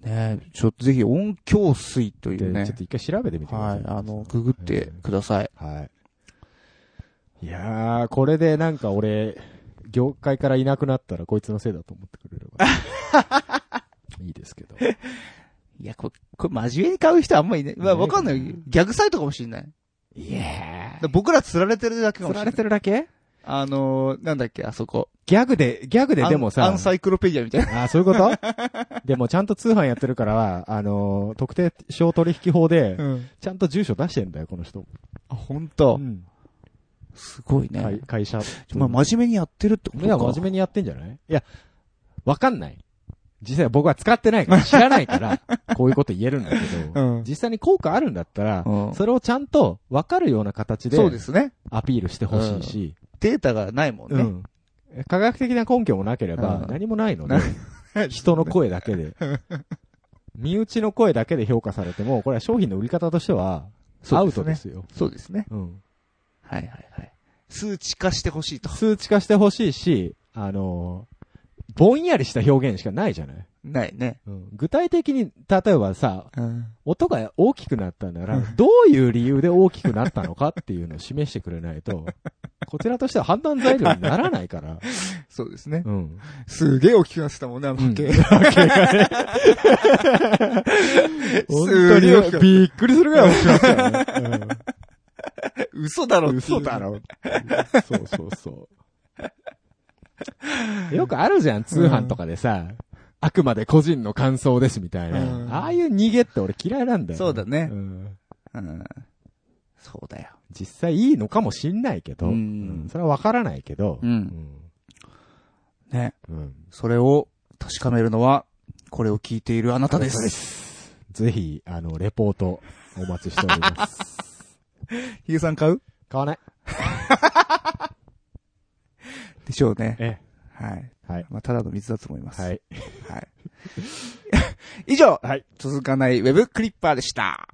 Speaker 2: ねえちょっとぜひ、音響水とい
Speaker 1: で
Speaker 2: う
Speaker 1: ちょ
Speaker 2: ね
Speaker 1: っ。と一回調べてみてくだ
Speaker 2: は
Speaker 1: さい。
Speaker 2: い、あの、ググってください。
Speaker 1: はい。いやー、これでなんか俺、業界からいなくなったらこいつのせいだと思ってくれれ ば。いいですけど。
Speaker 2: いや、これ、これ真面目に買う人あんまいない。まあ、
Speaker 1: ね
Speaker 2: わかんない。ギャグサイトかもしんない。だか
Speaker 1: いや
Speaker 2: ら僕ら釣られてるだけかも
Speaker 1: 釣
Speaker 2: し
Speaker 1: ら
Speaker 2: んな
Speaker 1: れ
Speaker 2: い。
Speaker 1: てるだけ
Speaker 2: あのー、なんだっけ、あそこ。
Speaker 1: ギャグで、ギャグででも
Speaker 2: アンア
Speaker 1: さ
Speaker 2: ン、サイクロペディアみたいな。
Speaker 1: あーそういうこと でもちゃんと通販やってるから、あのー特定商取引法で、
Speaker 2: ん。
Speaker 1: ちゃんと住所出してんだよ、この人。
Speaker 2: あ、ほんと。
Speaker 1: ん。
Speaker 2: すごいね。
Speaker 1: 会会社。
Speaker 2: まあ、真面目にやってるってこと
Speaker 1: いや、
Speaker 2: か。
Speaker 1: 真面目にやってんじゃないいや、わかんない。実際僕は使ってない から、知らないから、こういうこと言えるんだけど、
Speaker 2: うん
Speaker 1: 実際に効果あるんだったら、
Speaker 2: うん
Speaker 1: それをちゃんとわかるような形で
Speaker 2: そうですね。
Speaker 1: アピールしてほしいし、
Speaker 2: データがないもんね。
Speaker 1: うん科学的な根拠もなければ
Speaker 2: うん
Speaker 1: 何もないので、人の声だけ で、身内の声だけで評価されても、これは商品の売り方としては、アウトで
Speaker 2: ね。
Speaker 1: すよ。
Speaker 2: そうですね。
Speaker 1: うん
Speaker 2: はいはいはい。数値化してほしいと。
Speaker 1: 数値化してほしいし、あのーぼんやりした表現しかないじゃない、
Speaker 2: ないね。
Speaker 1: うん、具体的に、例えばさ、
Speaker 2: うん。
Speaker 1: 音が大きくなったなら、どういう理由で大きくなったのかっていうのを示してくれない と、こちらとしては判断材料にならないから。
Speaker 2: そうですね。
Speaker 1: うん。
Speaker 2: すげえ大きくなってたもんね、あの時計。
Speaker 1: 本当
Speaker 2: すげえ大きくな
Speaker 1: に、びっくりするぐらい大きくなったよね、
Speaker 2: 嘘だろ
Speaker 1: うん嘘だ。ろ。そうそうそう。よくあるじゃん、通販とかでさ、あくまで個人の感想ですみたいな。
Speaker 2: うん
Speaker 1: ああいう逃げって俺嫌いなんだよ。
Speaker 2: そうだね
Speaker 1: うん
Speaker 2: うん。そうだよ。
Speaker 1: 実際いいのかもしんないけど、
Speaker 2: うん
Speaker 1: うんそれはわからないけど、
Speaker 2: うん。ね。
Speaker 1: うんうん
Speaker 2: それを確かめるのは、これを聞いているあなたで
Speaker 1: そう
Speaker 2: す。
Speaker 1: です。ぜひ、あの、レポート、お待ちしており ます。
Speaker 2: ヒゲさん買う
Speaker 1: 買わない。
Speaker 2: でしょうね。
Speaker 1: え
Speaker 2: はい。
Speaker 1: はい。
Speaker 2: まあ、ただの水だと思います。
Speaker 1: はい。
Speaker 2: はい。以上、
Speaker 1: はい。
Speaker 2: 続かないウェブクリッパーでした。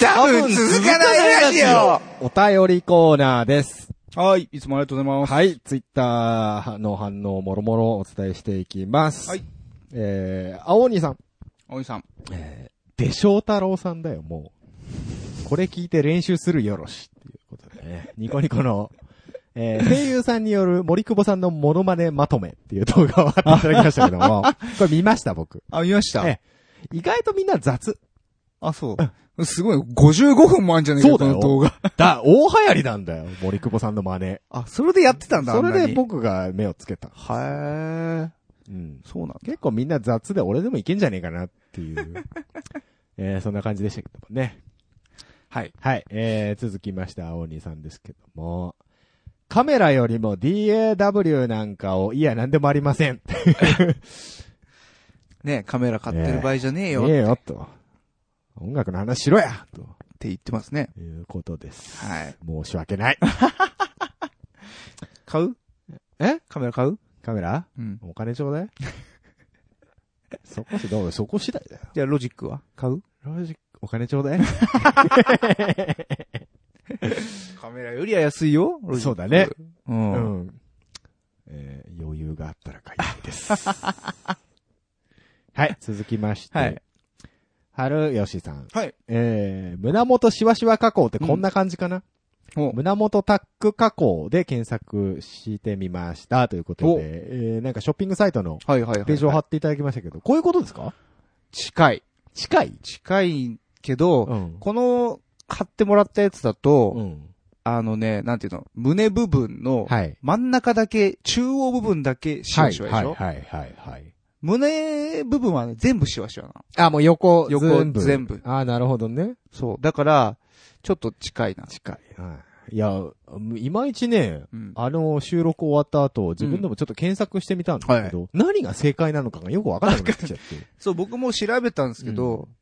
Speaker 2: 多分続かないラジオ
Speaker 1: お便りコーナーです。
Speaker 2: はい、いつもありがとうございます。
Speaker 1: はい、ツイッターの反応もろもろお伝えしていきます。
Speaker 2: はい。
Speaker 1: えー、青鬼さん。
Speaker 2: おじさん。
Speaker 1: でしょうたろうさんだよ、もう。これ聞いて練習するよろし。っていうことでね。ニコニコの、えー、声優さんによる森久保さんのモノマネまとめっていう動画を貼っていただきましたけど も、これ見ました、僕。
Speaker 2: あ、見ました。
Speaker 1: え意外とみんな雑。
Speaker 2: あ、そう。すごい、55分もあんじゃねえか
Speaker 1: そうだよ
Speaker 2: この動画。
Speaker 1: だ、大流行りなんだよ、森久保さんの真似。
Speaker 2: あ、それでやってたんだ、
Speaker 1: そ
Speaker 2: あん
Speaker 1: れで
Speaker 2: なに。
Speaker 1: 僕が目をつけた。
Speaker 2: はえ、
Speaker 1: うん。
Speaker 2: そうなんだ。
Speaker 1: 結構みんな雑で俺でもいけんじゃねえかなって いう。えーそんな感じでしたけどもね。
Speaker 2: はい。
Speaker 1: はい。えー続きまして、青鬼さんですけども。カメラよりも DAW なんかを、いや、なんでもありません。
Speaker 2: ねカメラ買ってる場合じゃねえ
Speaker 1: え
Speaker 2: よっ
Speaker 1: えよ、と。音楽の話しろやと
Speaker 2: て言ってますね。
Speaker 1: いうことです。
Speaker 2: はい。
Speaker 1: 申し訳 ない。
Speaker 2: 買う
Speaker 1: え
Speaker 2: カメラ買う
Speaker 1: カメラ
Speaker 2: うん。
Speaker 1: お金ち ょうだいそこし、どうそこ次第だよ。
Speaker 2: じゃあ、ロジックは買う
Speaker 1: ロジック、お金ちょうだい
Speaker 2: カメラよりは安いよ、ロジック。
Speaker 1: そうだね。う
Speaker 2: う。
Speaker 1: んん。えー余裕があったら買いたい です。はい、続きまして。
Speaker 2: はい
Speaker 1: 春吉さん。
Speaker 2: はい。
Speaker 1: えー、胸元しわしわ加工ってこんな感じかな、
Speaker 2: お
Speaker 1: 胸元タック加工で検索してみました。ということ
Speaker 2: お
Speaker 1: で、えー、なんかショッピングサイトの
Speaker 2: はいはいはい。
Speaker 1: ページを貼っていただきましたけど、こういうことですか
Speaker 2: 近い。
Speaker 1: 近い
Speaker 2: 近いけど、
Speaker 1: うん。
Speaker 2: この、買ってもらったやつだと、
Speaker 1: うん。
Speaker 2: あのね、なんていうの、胸部分の、
Speaker 1: はい。
Speaker 2: 真ん中だけ、中央部分だけ、シワシワでしょ、
Speaker 1: はい、はい、はい、はい。
Speaker 2: 胸部分はね、全部シワシワなの。
Speaker 1: あ、もう横、
Speaker 2: 横
Speaker 1: 全部。
Speaker 2: 全部
Speaker 1: あーなるほどね。
Speaker 2: そう。だから、ちょっと近いな。
Speaker 1: 近い。いや、うんいまいちね、
Speaker 2: うん。
Speaker 1: あの、収録終わった後、自分でもちょっと検索してみたんですけど、何が正解なのかがよくわからなくなっちゃって。
Speaker 2: そう、僕も調べたんですけど、
Speaker 1: う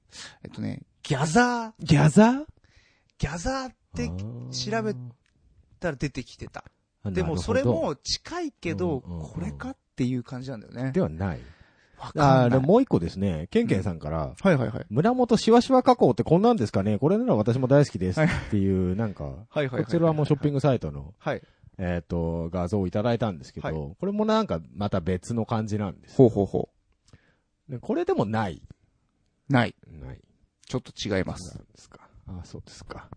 Speaker 2: えっとね、ギャザー、
Speaker 1: ギャザ
Speaker 2: ギャザーっ
Speaker 1: ー
Speaker 2: て調べたら出てきてた。
Speaker 1: べ
Speaker 2: でもそれ、も近いけど、
Speaker 1: うんうんうん
Speaker 2: これかっていう感じなんだよね
Speaker 1: で。はない。
Speaker 2: わか
Speaker 1: あ
Speaker 2: んな
Speaker 1: で
Speaker 2: い。
Speaker 1: もう一個ですね、ケンケンさんから、
Speaker 2: はいはいはい。
Speaker 1: 胸元シワシワ加工ってこんなんですかねこれなら私も大好きですっていう、なんか、
Speaker 2: はいはいはい。
Speaker 1: こちらはもうショッピン
Speaker 2: グ。
Speaker 1: グサイトの、
Speaker 2: はい。
Speaker 1: えっと、画像をいただいたんですけ
Speaker 2: はい
Speaker 1: ど、これもなんかまた別の感じなんです。
Speaker 2: ほうほうほ
Speaker 1: でこれでもない。
Speaker 2: う。ない。
Speaker 1: ない。
Speaker 2: ちょっと違います。
Speaker 1: なんですか。あ、そうですか。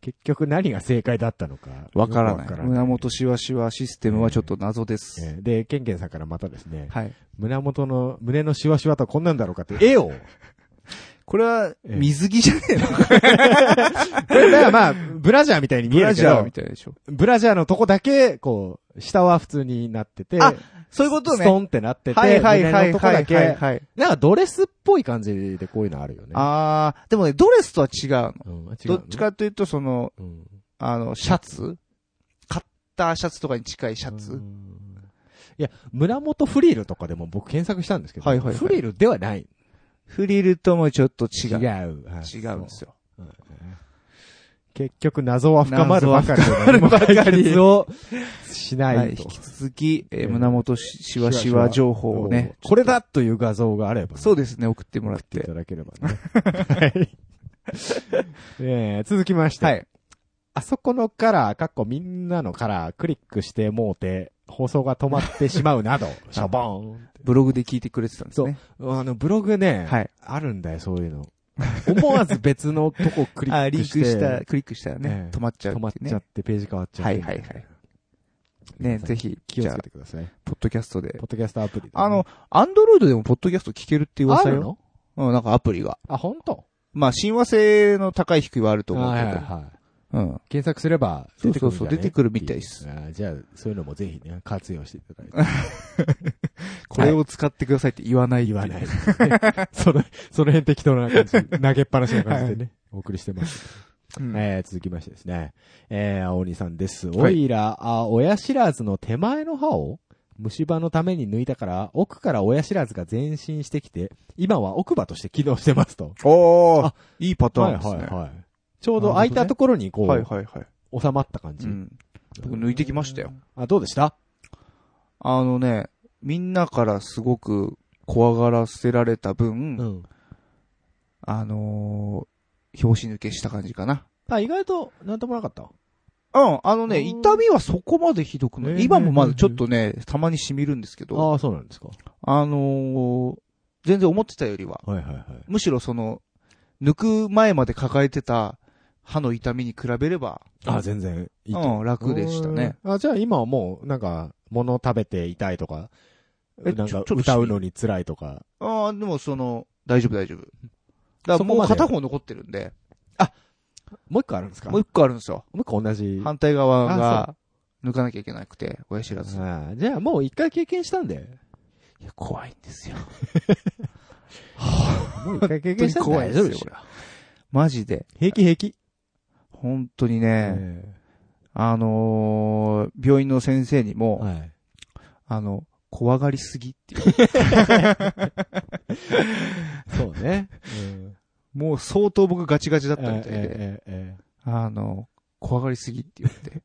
Speaker 1: 結局何が正解だったのか。
Speaker 2: わからない
Speaker 1: よくわ
Speaker 2: 胸元シワシワシステムはちょっと謎です。
Speaker 1: えーで、ケンケンさんからまたですね、
Speaker 2: はい。
Speaker 1: 胸元の、胸のシワシワとはこんなんだろうかっていう絵を。
Speaker 2: これは、
Speaker 1: ええ
Speaker 2: 水着じゃねえの
Speaker 1: これ まあまあ、ブラジャーみたいに見
Speaker 2: ブ
Speaker 1: え
Speaker 2: ラ
Speaker 1: るけ
Speaker 2: ジャー
Speaker 1: ど
Speaker 2: み、たいでしょ。
Speaker 1: ブラジャーのとこだけ、こう、下は普通になってて、
Speaker 2: あそういうこと
Speaker 1: ス
Speaker 2: ね。
Speaker 1: トンってなってて、
Speaker 2: はいはいはい
Speaker 1: 胸のとこ
Speaker 2: は
Speaker 1: だ
Speaker 2: いはい
Speaker 1: け、
Speaker 2: はい。
Speaker 1: なんかドレスっぽい感じでこういうのあるよね。
Speaker 2: あー、でもね、ドレスとは違うの。
Speaker 1: うん、違う
Speaker 2: ど
Speaker 1: の
Speaker 2: っち、かというと、その、
Speaker 1: うん、
Speaker 2: あの、シャツカッターシャツとかに近いシャツ、
Speaker 1: うんいや、胸元フリルとかでも僕検索したんですけど、
Speaker 2: はいはいはい
Speaker 1: フリルではない。
Speaker 2: フリルともちょっと違う。
Speaker 1: う。はい
Speaker 2: 違うんですよ。
Speaker 1: そううん結局謎は深まるばかりで
Speaker 2: 謎は深まるばか
Speaker 1: 何
Speaker 2: り
Speaker 1: も 解決をし
Speaker 2: はい、
Speaker 1: ない
Speaker 2: 引
Speaker 1: と。
Speaker 2: き続き、え
Speaker 1: ええ
Speaker 2: ー、胸元ししわしわ情報をね。
Speaker 1: これだという画像があれば、
Speaker 2: そうですね、送ってもらっ
Speaker 1: 送ってい
Speaker 2: て。
Speaker 1: ただければね。はい。えー続きまして。
Speaker 2: はい。
Speaker 1: あそこのカラー、かっこみんなのカラー、クリックしてもうて、放送が止まってしまう など、しょぼーん。
Speaker 2: ブログで聞いてくれてたんですね。
Speaker 1: あの、ブログね、
Speaker 2: はい
Speaker 1: あるんだよ、そういうの。思わず別のとこクリ
Speaker 2: あ
Speaker 1: ッ
Speaker 2: リ
Speaker 1: ク
Speaker 2: ンク
Speaker 1: して。
Speaker 2: した、クリックしたらね、
Speaker 1: ええ
Speaker 2: 止まっちゃう
Speaker 1: 止まって
Speaker 2: いうね
Speaker 1: ちゃって、ページ変わっちゃう。
Speaker 2: はいはいはい。ね、ぜひ、
Speaker 1: 気
Speaker 2: じ
Speaker 1: を
Speaker 2: ゃ
Speaker 1: つけ、
Speaker 2: あ
Speaker 1: てください。
Speaker 2: ポッドキャストで
Speaker 1: ポッ。ドキャストアプリでね、
Speaker 2: あの、アンドロイドでもポッドキャスト聞けるって
Speaker 1: あ
Speaker 2: 噂
Speaker 1: る
Speaker 2: よ。
Speaker 1: の
Speaker 2: うん、なんかアプリが。
Speaker 1: あ、本当
Speaker 2: まあ、親和性の高い低いはあると思う
Speaker 1: はい
Speaker 2: け
Speaker 1: はい
Speaker 2: ど。
Speaker 1: はい。
Speaker 2: うん。
Speaker 1: 検索すれば
Speaker 2: そ
Speaker 1: 出
Speaker 2: う
Speaker 1: てくるじゃ
Speaker 2: そうんそう
Speaker 1: ね
Speaker 2: 出てくるみたいです。
Speaker 1: あーじゃあ、そういうのもぜひね、活用していただいて。
Speaker 2: これを使ってくださいって言わないって
Speaker 1: 言
Speaker 2: う
Speaker 1: わない。 その、その辺適当な感じ、投げっぱなしな感じでね、お送りしてます。
Speaker 2: うん
Speaker 1: えー、続きましてですね。えー、青鬼さんです。
Speaker 2: は
Speaker 1: お
Speaker 2: い
Speaker 1: いら、あ、親知らずの手前の歯を虫歯のために抜いたから、奥から親知らずが前進してきて、今は奥歯として機能してますと。
Speaker 2: おー
Speaker 1: あ
Speaker 2: いいパターンですね。
Speaker 1: はいはいはい。ちょうど空いたところにこう、
Speaker 2: はいはいはい。
Speaker 1: 収まった感じ、
Speaker 2: うん。僕抜いてきましたよ。
Speaker 1: あ、どうでした
Speaker 2: あのね、みんなからすごく怖がらせられた分、
Speaker 1: ん。
Speaker 2: あのー、表紙抜けした感じかな。
Speaker 1: あ、意外と、なんともなかった。
Speaker 2: うん、あのね、
Speaker 1: うん
Speaker 2: 痛みはそこまでひどくな
Speaker 1: え
Speaker 2: い。
Speaker 1: ー
Speaker 2: 今もまだちょっとね、たまに染みるんですけど、
Speaker 1: ああ、そうなんですか。
Speaker 2: あのー、全然思ってたよりは、
Speaker 1: はいはいはい。
Speaker 2: むしろその、抜く前まで抱えてた歯の痛みに比べれば、
Speaker 1: あ、全然いいと。
Speaker 2: うん、楽でしたね。
Speaker 1: うん。あ、じゃあ今はもう、なんか、物食べて痛いとか、
Speaker 2: え
Speaker 1: なん
Speaker 2: ちょ
Speaker 1: か
Speaker 2: ちょっと
Speaker 1: 歌うのに辛いとか。
Speaker 2: ああ、でもその、大丈夫大丈夫。だか
Speaker 1: そ
Speaker 2: ら
Speaker 1: こ
Speaker 2: も
Speaker 1: ま
Speaker 2: う
Speaker 1: で
Speaker 2: 片方残ってるんで、
Speaker 1: もう一個あるんですか
Speaker 2: も
Speaker 1: も
Speaker 2: う
Speaker 1: う
Speaker 2: 一個あるんですよ。
Speaker 1: 一個同じ。
Speaker 2: 反対側が
Speaker 1: あ、
Speaker 2: 抜かなきゃいけなくて、親知らず。い
Speaker 1: ああじゃあもう一回経験したんで。
Speaker 2: や、怖いんですよ。
Speaker 1: もう一回経験したんで。
Speaker 2: 本当に怖い
Speaker 1: 大
Speaker 2: で
Speaker 1: 丈夫で
Speaker 2: すよ
Speaker 1: しょ。
Speaker 2: マジで。
Speaker 1: 平気平気。
Speaker 2: 本当にね、
Speaker 1: え
Speaker 2: あのー病院の先生に
Speaker 1: え
Speaker 2: も、
Speaker 1: はい。
Speaker 2: あの、怖がりすぎっていう。
Speaker 1: そうね。
Speaker 2: もう相当僕ガチガチだっ
Speaker 1: え
Speaker 2: たみた
Speaker 1: え
Speaker 2: いで、
Speaker 1: えええ
Speaker 2: あの、怖がりすぎって言って、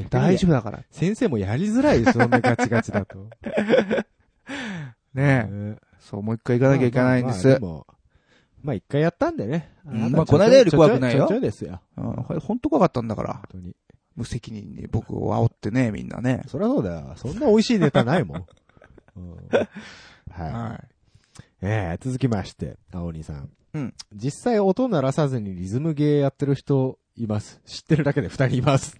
Speaker 1: え
Speaker 2: 大
Speaker 1: 大丈夫。
Speaker 2: 丈夫だから。
Speaker 1: 先生もやりづらいでしょ、そんなガチガチだ と。
Speaker 2: ねえ、
Speaker 1: え
Speaker 2: そう、もう一回行かなきゃいけないん
Speaker 1: まあまあま
Speaker 2: で
Speaker 1: あ
Speaker 2: す。
Speaker 1: もまあ一回やったんでね。
Speaker 2: うん
Speaker 1: あなた
Speaker 2: まあこの間より怖くないよ
Speaker 1: ちょちょちょちょいですよ。
Speaker 2: うんこれ本当怖かったんだから
Speaker 1: 本、当に。
Speaker 2: 無責任に僕を煽ってね、みんなね。
Speaker 1: そりゃそうだよ。そんな美味しいネタないも ん。うんはい。
Speaker 2: は
Speaker 1: えー、続きまして、青鬼さん。
Speaker 2: うん。
Speaker 1: 実際音鳴らさずにリズムゲーやってる人います。知ってるだけで二人います。、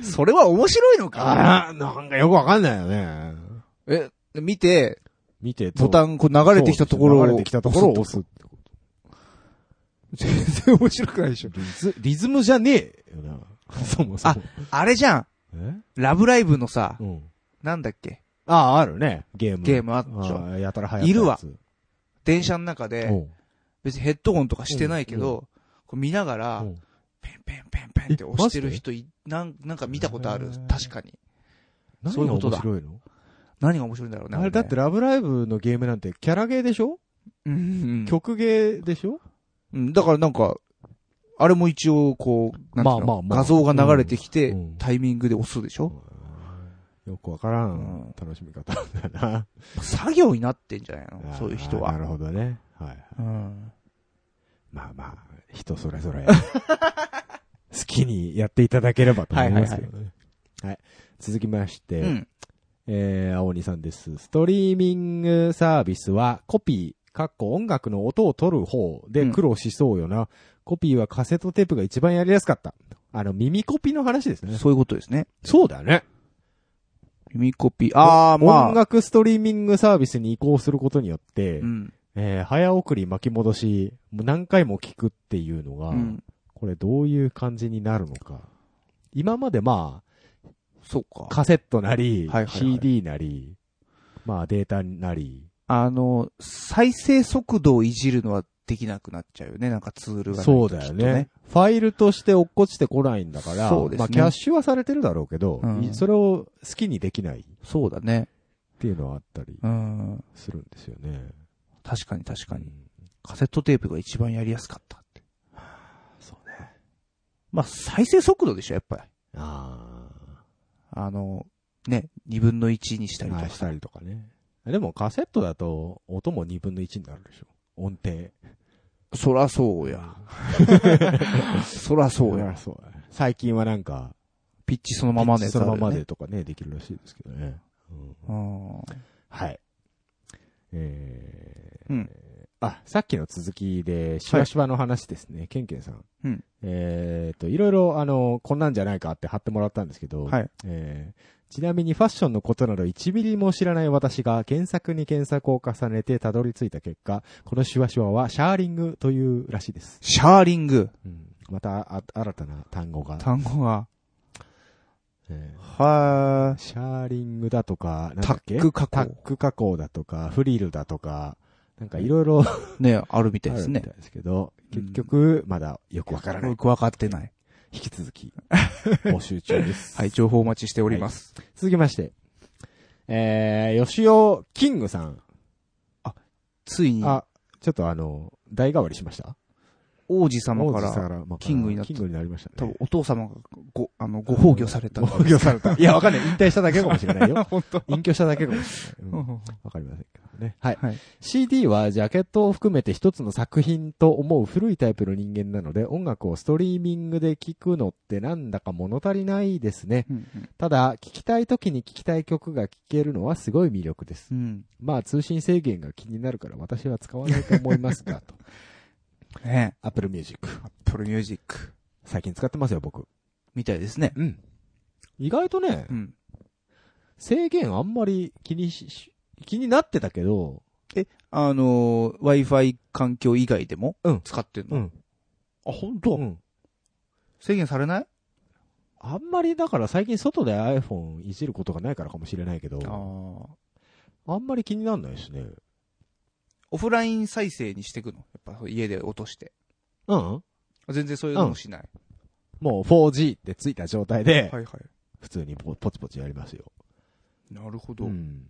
Speaker 2: い。それは面白いのから
Speaker 1: なんかよくわかんないよね。
Speaker 2: え、見て、
Speaker 1: 見て、
Speaker 2: ボタ
Speaker 1: ン
Speaker 2: ン、こう流れてきたところを。
Speaker 1: 流れてきたところを押すってこ
Speaker 2: 全然面白くないでし
Speaker 1: と
Speaker 2: ょ。
Speaker 1: リズ、リズムじゃねえよな。 そもそも。
Speaker 2: あれじゃん。
Speaker 1: え
Speaker 2: ラブライブのさ、
Speaker 1: うん。
Speaker 2: なんだっけ。
Speaker 1: ああ、あるね。ゲーム。
Speaker 2: ゲームあったでしょ
Speaker 1: ああやたら流行った
Speaker 2: いるわ
Speaker 1: やつ
Speaker 2: 電車の中で、別にヘッドホンとかしてないけ
Speaker 1: うん
Speaker 2: ど、こう見ながら
Speaker 1: う、ん
Speaker 2: ペンペンペンペンって押してる人い、なん、なんか見たことあ
Speaker 1: へ。
Speaker 2: る
Speaker 1: ー
Speaker 2: 確かに。
Speaker 1: 何
Speaker 2: そういう
Speaker 1: が
Speaker 2: ことだ
Speaker 1: 面白いの
Speaker 2: 何が面白いんだろうね。
Speaker 1: あれ
Speaker 2: れ
Speaker 1: だって、ラブライブのゲームなんてキャラゲーでしょ
Speaker 2: うんうんうん
Speaker 1: 曲ゲーでしょ
Speaker 2: うん。だからなんか、あれも一応、こう、なんていうの
Speaker 1: まあまあまあ
Speaker 2: 画像が流れてきて、
Speaker 1: うん
Speaker 2: タイミングで押すでしょ、
Speaker 1: よくわから
Speaker 2: うん
Speaker 1: ん楽しみ方だな。
Speaker 2: 作業になってんじゃないのそういう人
Speaker 1: あーな
Speaker 2: は。
Speaker 1: るほどね。はい。
Speaker 2: うん。
Speaker 1: まあまあ、人それぞ れ、好きにやっていただければと思いますけどね。はい。続きまして、
Speaker 2: うん。
Speaker 1: えー、青鬼さんです。ストリーミングサービスはコピー、かっこ音楽の音を取る方で苦労しそうよな。コピーはカセットテープが一番やりやすかった。あの、耳コピーの話ですね。
Speaker 2: そういうことですね。
Speaker 1: そうだね。
Speaker 2: 耳コピー。ああ、ま
Speaker 1: 音
Speaker 2: あ。
Speaker 1: 楽ストリーミングサービスに移行することによって、
Speaker 2: うん。
Speaker 1: えー早送り巻き戻し、もう何回も聞くっていうのが、
Speaker 2: うん。
Speaker 1: これどういう感じになるのか。今までま
Speaker 2: そう
Speaker 1: あ、
Speaker 2: か。
Speaker 1: カセットなり、
Speaker 2: はいはいはい
Speaker 1: CD なり、まあデータなり、
Speaker 2: あの、再生速度をいじるのはできなくなっちゃうよね。なんかツールがないと
Speaker 1: そうだよ
Speaker 2: きっと
Speaker 1: ね。ファイルとして落っこちてこないんだから、
Speaker 2: そうですね
Speaker 1: まあキャッシュはされてるだろうけど、
Speaker 2: うん
Speaker 1: いそれを好きにできないっ
Speaker 2: そうだね。
Speaker 1: ていうのはあったり
Speaker 2: うん。
Speaker 1: するんですよね。
Speaker 2: 確かに確か
Speaker 1: う
Speaker 2: に。
Speaker 1: ん
Speaker 2: カセットテープが一番やりやすかったって。
Speaker 1: そうね。
Speaker 2: まあ、再生速度でしょ、やっぱり。
Speaker 1: ああ。
Speaker 2: あの、ね、二分の一にしたりと
Speaker 1: あ
Speaker 2: か
Speaker 1: ーしたりとかね。でもカセットだと音も2分の1になるでしょ。音程。
Speaker 2: そらそうや。そらそうや。
Speaker 1: そうや。最近はなんか、
Speaker 2: ピッチそのまま
Speaker 1: ピ
Speaker 2: で、
Speaker 1: ッチそのままで。とかね、できるらしいですけどね。うん
Speaker 2: うん。
Speaker 1: はい。えー
Speaker 2: うん。
Speaker 1: あ、さっきの続きで、しばしばの話ですね、ケンケンさん。
Speaker 2: うん
Speaker 1: えーっと、いろいろ、あの、こんなんじゃないかって貼ってもらったんですけど、
Speaker 2: はい。
Speaker 1: えーちなみにファッションのことなど1ミリも知らない私が原作に検索を重ねてたどり着いた結果、このシュワシュワはシャーリングというらしいです。
Speaker 2: シャーリング。
Speaker 1: うんまたあ新たな単語が、
Speaker 2: 単語が。
Speaker 1: え
Speaker 2: は
Speaker 1: ーシャーリングだとか、なんだっけ
Speaker 2: タック加工
Speaker 1: タック加工だとか、フリルだとか、なんかいろいろ
Speaker 2: ー。ね、あるみたい
Speaker 1: あ
Speaker 2: で
Speaker 1: る
Speaker 2: す
Speaker 1: み
Speaker 2: ね
Speaker 1: た。いですけど、結局、まだよくわからない
Speaker 2: よ。くわかってない。
Speaker 1: 引き続 き、募集中です。
Speaker 2: はい、情報お待ちしております。
Speaker 1: 続きまして、えー、吉尾キングさん。
Speaker 2: ついに、
Speaker 1: あ、ちょっとあの、代替わりしました
Speaker 2: 王子様か
Speaker 1: 王子様
Speaker 2: ら、
Speaker 1: まあ
Speaker 2: キングになっ
Speaker 1: キ
Speaker 2: た
Speaker 1: ングになりましたね。
Speaker 2: 多分お父様がご、あの、ご崩御された。
Speaker 1: 防御された。いや、わかんない。引退しただけかもしれないよ。
Speaker 2: 本当。
Speaker 1: 隠居しただけかもしれない。うんわかりませんけどね。はい。
Speaker 2: はい。
Speaker 1: CD はジャケットを含めて一つの作品と思う古いタイプの人間なので、音楽をストリーミングで聴くのってなんだか物足りないですね。
Speaker 2: うん
Speaker 1: ただ、聴きたい時に聴きたい曲が聴けるのはすごい魅力です
Speaker 2: う。ん。
Speaker 1: まあ、通信制限が気になるから私は使わないと思いますが、 と。
Speaker 2: ね
Speaker 1: Apple Music。
Speaker 2: プロミュージック。
Speaker 1: 最近使ってますよ、僕。
Speaker 2: みたいですね。
Speaker 1: うん。意外とね、
Speaker 2: ん。
Speaker 1: 制限あんまり気にしし、気になってたけど、
Speaker 2: あのー、Wi-Fi 環境以外でも
Speaker 1: うん
Speaker 2: 使ってんの、
Speaker 1: うん。
Speaker 2: あ、本当、
Speaker 1: うん。
Speaker 2: 制限されない
Speaker 1: あんまりだから最近外で iPhone いじることがないからかもしれないけど、あ
Speaker 2: あ。
Speaker 1: んまり気になんないしね。
Speaker 2: オフライン再生にしていくのやっぱ家で落として。
Speaker 1: うん。
Speaker 2: 全然そういうのもしない。
Speaker 1: もう 4G ってついた状態で、
Speaker 2: いは
Speaker 1: 普通にポポチポチやりますよ。
Speaker 2: い。なるほど、
Speaker 1: うん。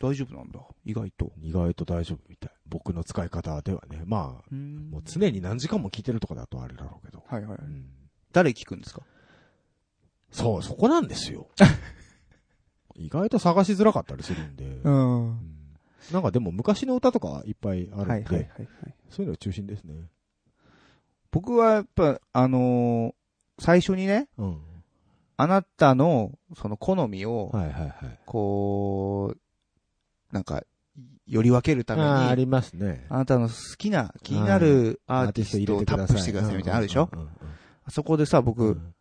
Speaker 2: 大丈夫なんだ。意外と。
Speaker 1: 意外と大丈夫みたい。僕の使い方ではね。まあ、
Speaker 2: も
Speaker 1: もう常に何時間も聞いてるとかだとあれだろうけど。
Speaker 2: はいはい。
Speaker 1: うん。
Speaker 2: 誰聞くんですか
Speaker 1: そう、そこなんです よ。意外と探しづらかったりするんで。
Speaker 2: ん。は
Speaker 1: うんなんかでも昔の歌とかいっぱいあるんで、
Speaker 2: いはいはい、はい。
Speaker 1: そういうの中心ですね。
Speaker 2: 僕はやっぱ、あのー最初にね、
Speaker 1: うん。
Speaker 2: あなたの、その好みを、
Speaker 1: はいはいはい。
Speaker 2: こう、なんか、より分けるために、
Speaker 1: あーあ
Speaker 2: あ
Speaker 1: りますね。
Speaker 2: なたの好きな、気になるアーティストをタップしてくださいみたいなのあるでしょ、
Speaker 1: うんうんうん
Speaker 2: あそこでさ、僕、
Speaker 1: うんうん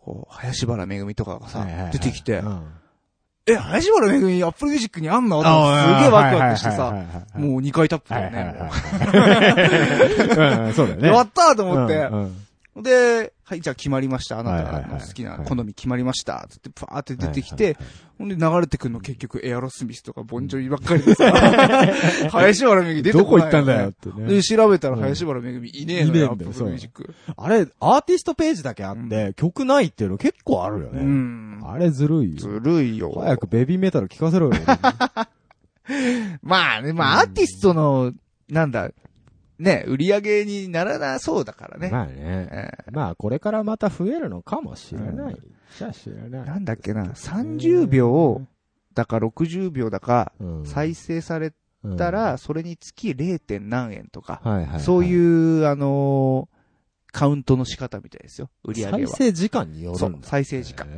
Speaker 2: こう、林原めぐみとかがさ、
Speaker 1: はいはいはい
Speaker 2: 出てきて、
Speaker 1: うん
Speaker 2: え、林原めぐみアップルミュージックにあんのと
Speaker 1: あー
Speaker 2: 思ってすげえワクワクして
Speaker 1: はい
Speaker 2: さ、
Speaker 1: はいはいはい
Speaker 2: もう2回タップ
Speaker 1: は
Speaker 2: だ
Speaker 1: い
Speaker 2: よ
Speaker 1: はい
Speaker 2: ね。も
Speaker 1: はい はい。うんそうだよ
Speaker 2: う
Speaker 1: ね。
Speaker 2: やったーと思って、
Speaker 1: うんうん
Speaker 2: で、はい、じゃあ決まりました。あな
Speaker 1: はい
Speaker 2: た
Speaker 1: はいは
Speaker 2: の
Speaker 1: い
Speaker 2: 好きな
Speaker 1: はい
Speaker 2: 好み決まりました。つって、パーって出てき
Speaker 1: はい
Speaker 2: て、ほんで流れてくんの結局エアロスミスとかボンジョビばっか りでさ、林原めぐみ出て
Speaker 1: ど
Speaker 2: こ
Speaker 1: こ
Speaker 2: な
Speaker 1: 行
Speaker 2: い
Speaker 1: った
Speaker 2: よね
Speaker 1: んだよってね
Speaker 2: で、。調べたら林原めぐみいねえの
Speaker 1: いねえんだ
Speaker 2: よ、
Speaker 1: よ
Speaker 2: アップルミュージック。
Speaker 1: あれ、アーティストページだけあって、曲ないっていうの結構あるよ
Speaker 2: う
Speaker 1: ね。
Speaker 2: ん。
Speaker 1: あれずるいよ。
Speaker 2: ずるいよ。
Speaker 1: 早くベビーメタル聴かせろ よ。
Speaker 2: まあね、まあアーティストの、なんだ、ね、売り上げにならなそうだからね。
Speaker 1: まあね。
Speaker 2: え
Speaker 1: まあ、これからまた増えるのかもしれない。じゃあ知ら
Speaker 2: ー
Speaker 1: な。
Speaker 2: ないんだっけな、30秒だか60秒だか、
Speaker 1: うん
Speaker 2: 再生され
Speaker 1: うん
Speaker 2: たら、それにつき 0. 点何円とか、
Speaker 1: はいはいはい。
Speaker 2: そういう、あのーカウントの仕方みたいですよ、売り上げ
Speaker 1: 再
Speaker 2: は。
Speaker 1: 生時間によ
Speaker 2: そ
Speaker 1: る、
Speaker 2: うん
Speaker 1: だ。
Speaker 2: 再生時間。
Speaker 1: へ
Speaker 2: う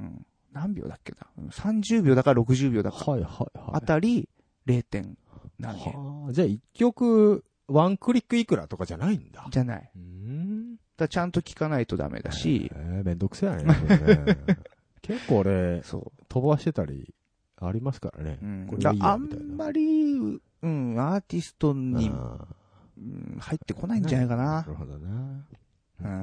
Speaker 2: ん何秒だっけなうん ?30 秒だか60秒だ
Speaker 1: ー
Speaker 2: か、
Speaker 1: はいはいはい。
Speaker 2: あたり 0. 点何円
Speaker 1: はあじゃあ一曲、ワンクリックいくらとかじゃないんだ。
Speaker 2: じゃない。だか
Speaker 1: うーん。
Speaker 2: らちゃんと聞かないとダメだし
Speaker 1: え、ー、めんどくせえやね。 これね結構俺、
Speaker 2: そ
Speaker 1: 飛ばしてたり、ありますからね。
Speaker 2: う。うん
Speaker 1: これ
Speaker 2: だ
Speaker 1: いい
Speaker 2: からあ
Speaker 1: よみ
Speaker 2: ん
Speaker 1: たいな
Speaker 2: まり、うん、アーティストに、
Speaker 1: あ
Speaker 2: うん入ってこ
Speaker 1: ー
Speaker 2: ないんじゃないか
Speaker 1: な
Speaker 2: な。
Speaker 1: るほどな。
Speaker 2: うん。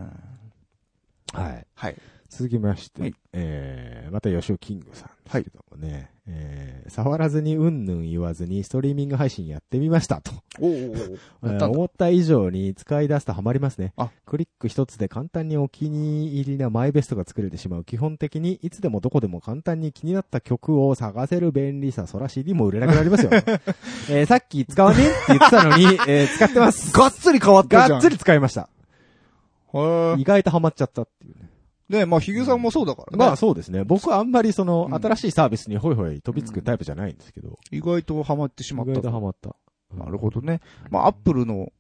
Speaker 1: はい。
Speaker 2: はい。
Speaker 1: 続きまして、
Speaker 2: はい
Speaker 1: えー、また吉尾キングさんですけどもね、えー、触らずにうんぬん言わずにストリーミング配信やってみましたと。
Speaker 2: おー
Speaker 1: え
Speaker 2: やっ
Speaker 1: ー
Speaker 2: たんだ
Speaker 1: 思った以上に使い出すとハマりますね
Speaker 2: あ。
Speaker 1: クリック一つで簡単にお気に入りなマイベストが作れてしまう。基本的にいつでもどこでも簡単に気になった曲を探せる便利さ、そら CD も売れなくなり ますよ。えーさっき使わねって言ってたのに、えー使ってます。
Speaker 2: がっつり変わったじゃん。
Speaker 1: がっつり使いました。
Speaker 2: へ
Speaker 1: 意外とハマっちゃったっていうね。
Speaker 2: え。ねまあ、ヒゲさんもそうだからね。
Speaker 1: まあそうですね。僕はあんまりその
Speaker 2: うん
Speaker 1: 新しいサービスにホイホイ飛びつくタイプじゃないんですけど。
Speaker 2: 意外とハマってしま
Speaker 1: 意
Speaker 2: った
Speaker 1: 外と
Speaker 2: と。
Speaker 1: ハマった。
Speaker 2: なるほどね。まあ、アップルの、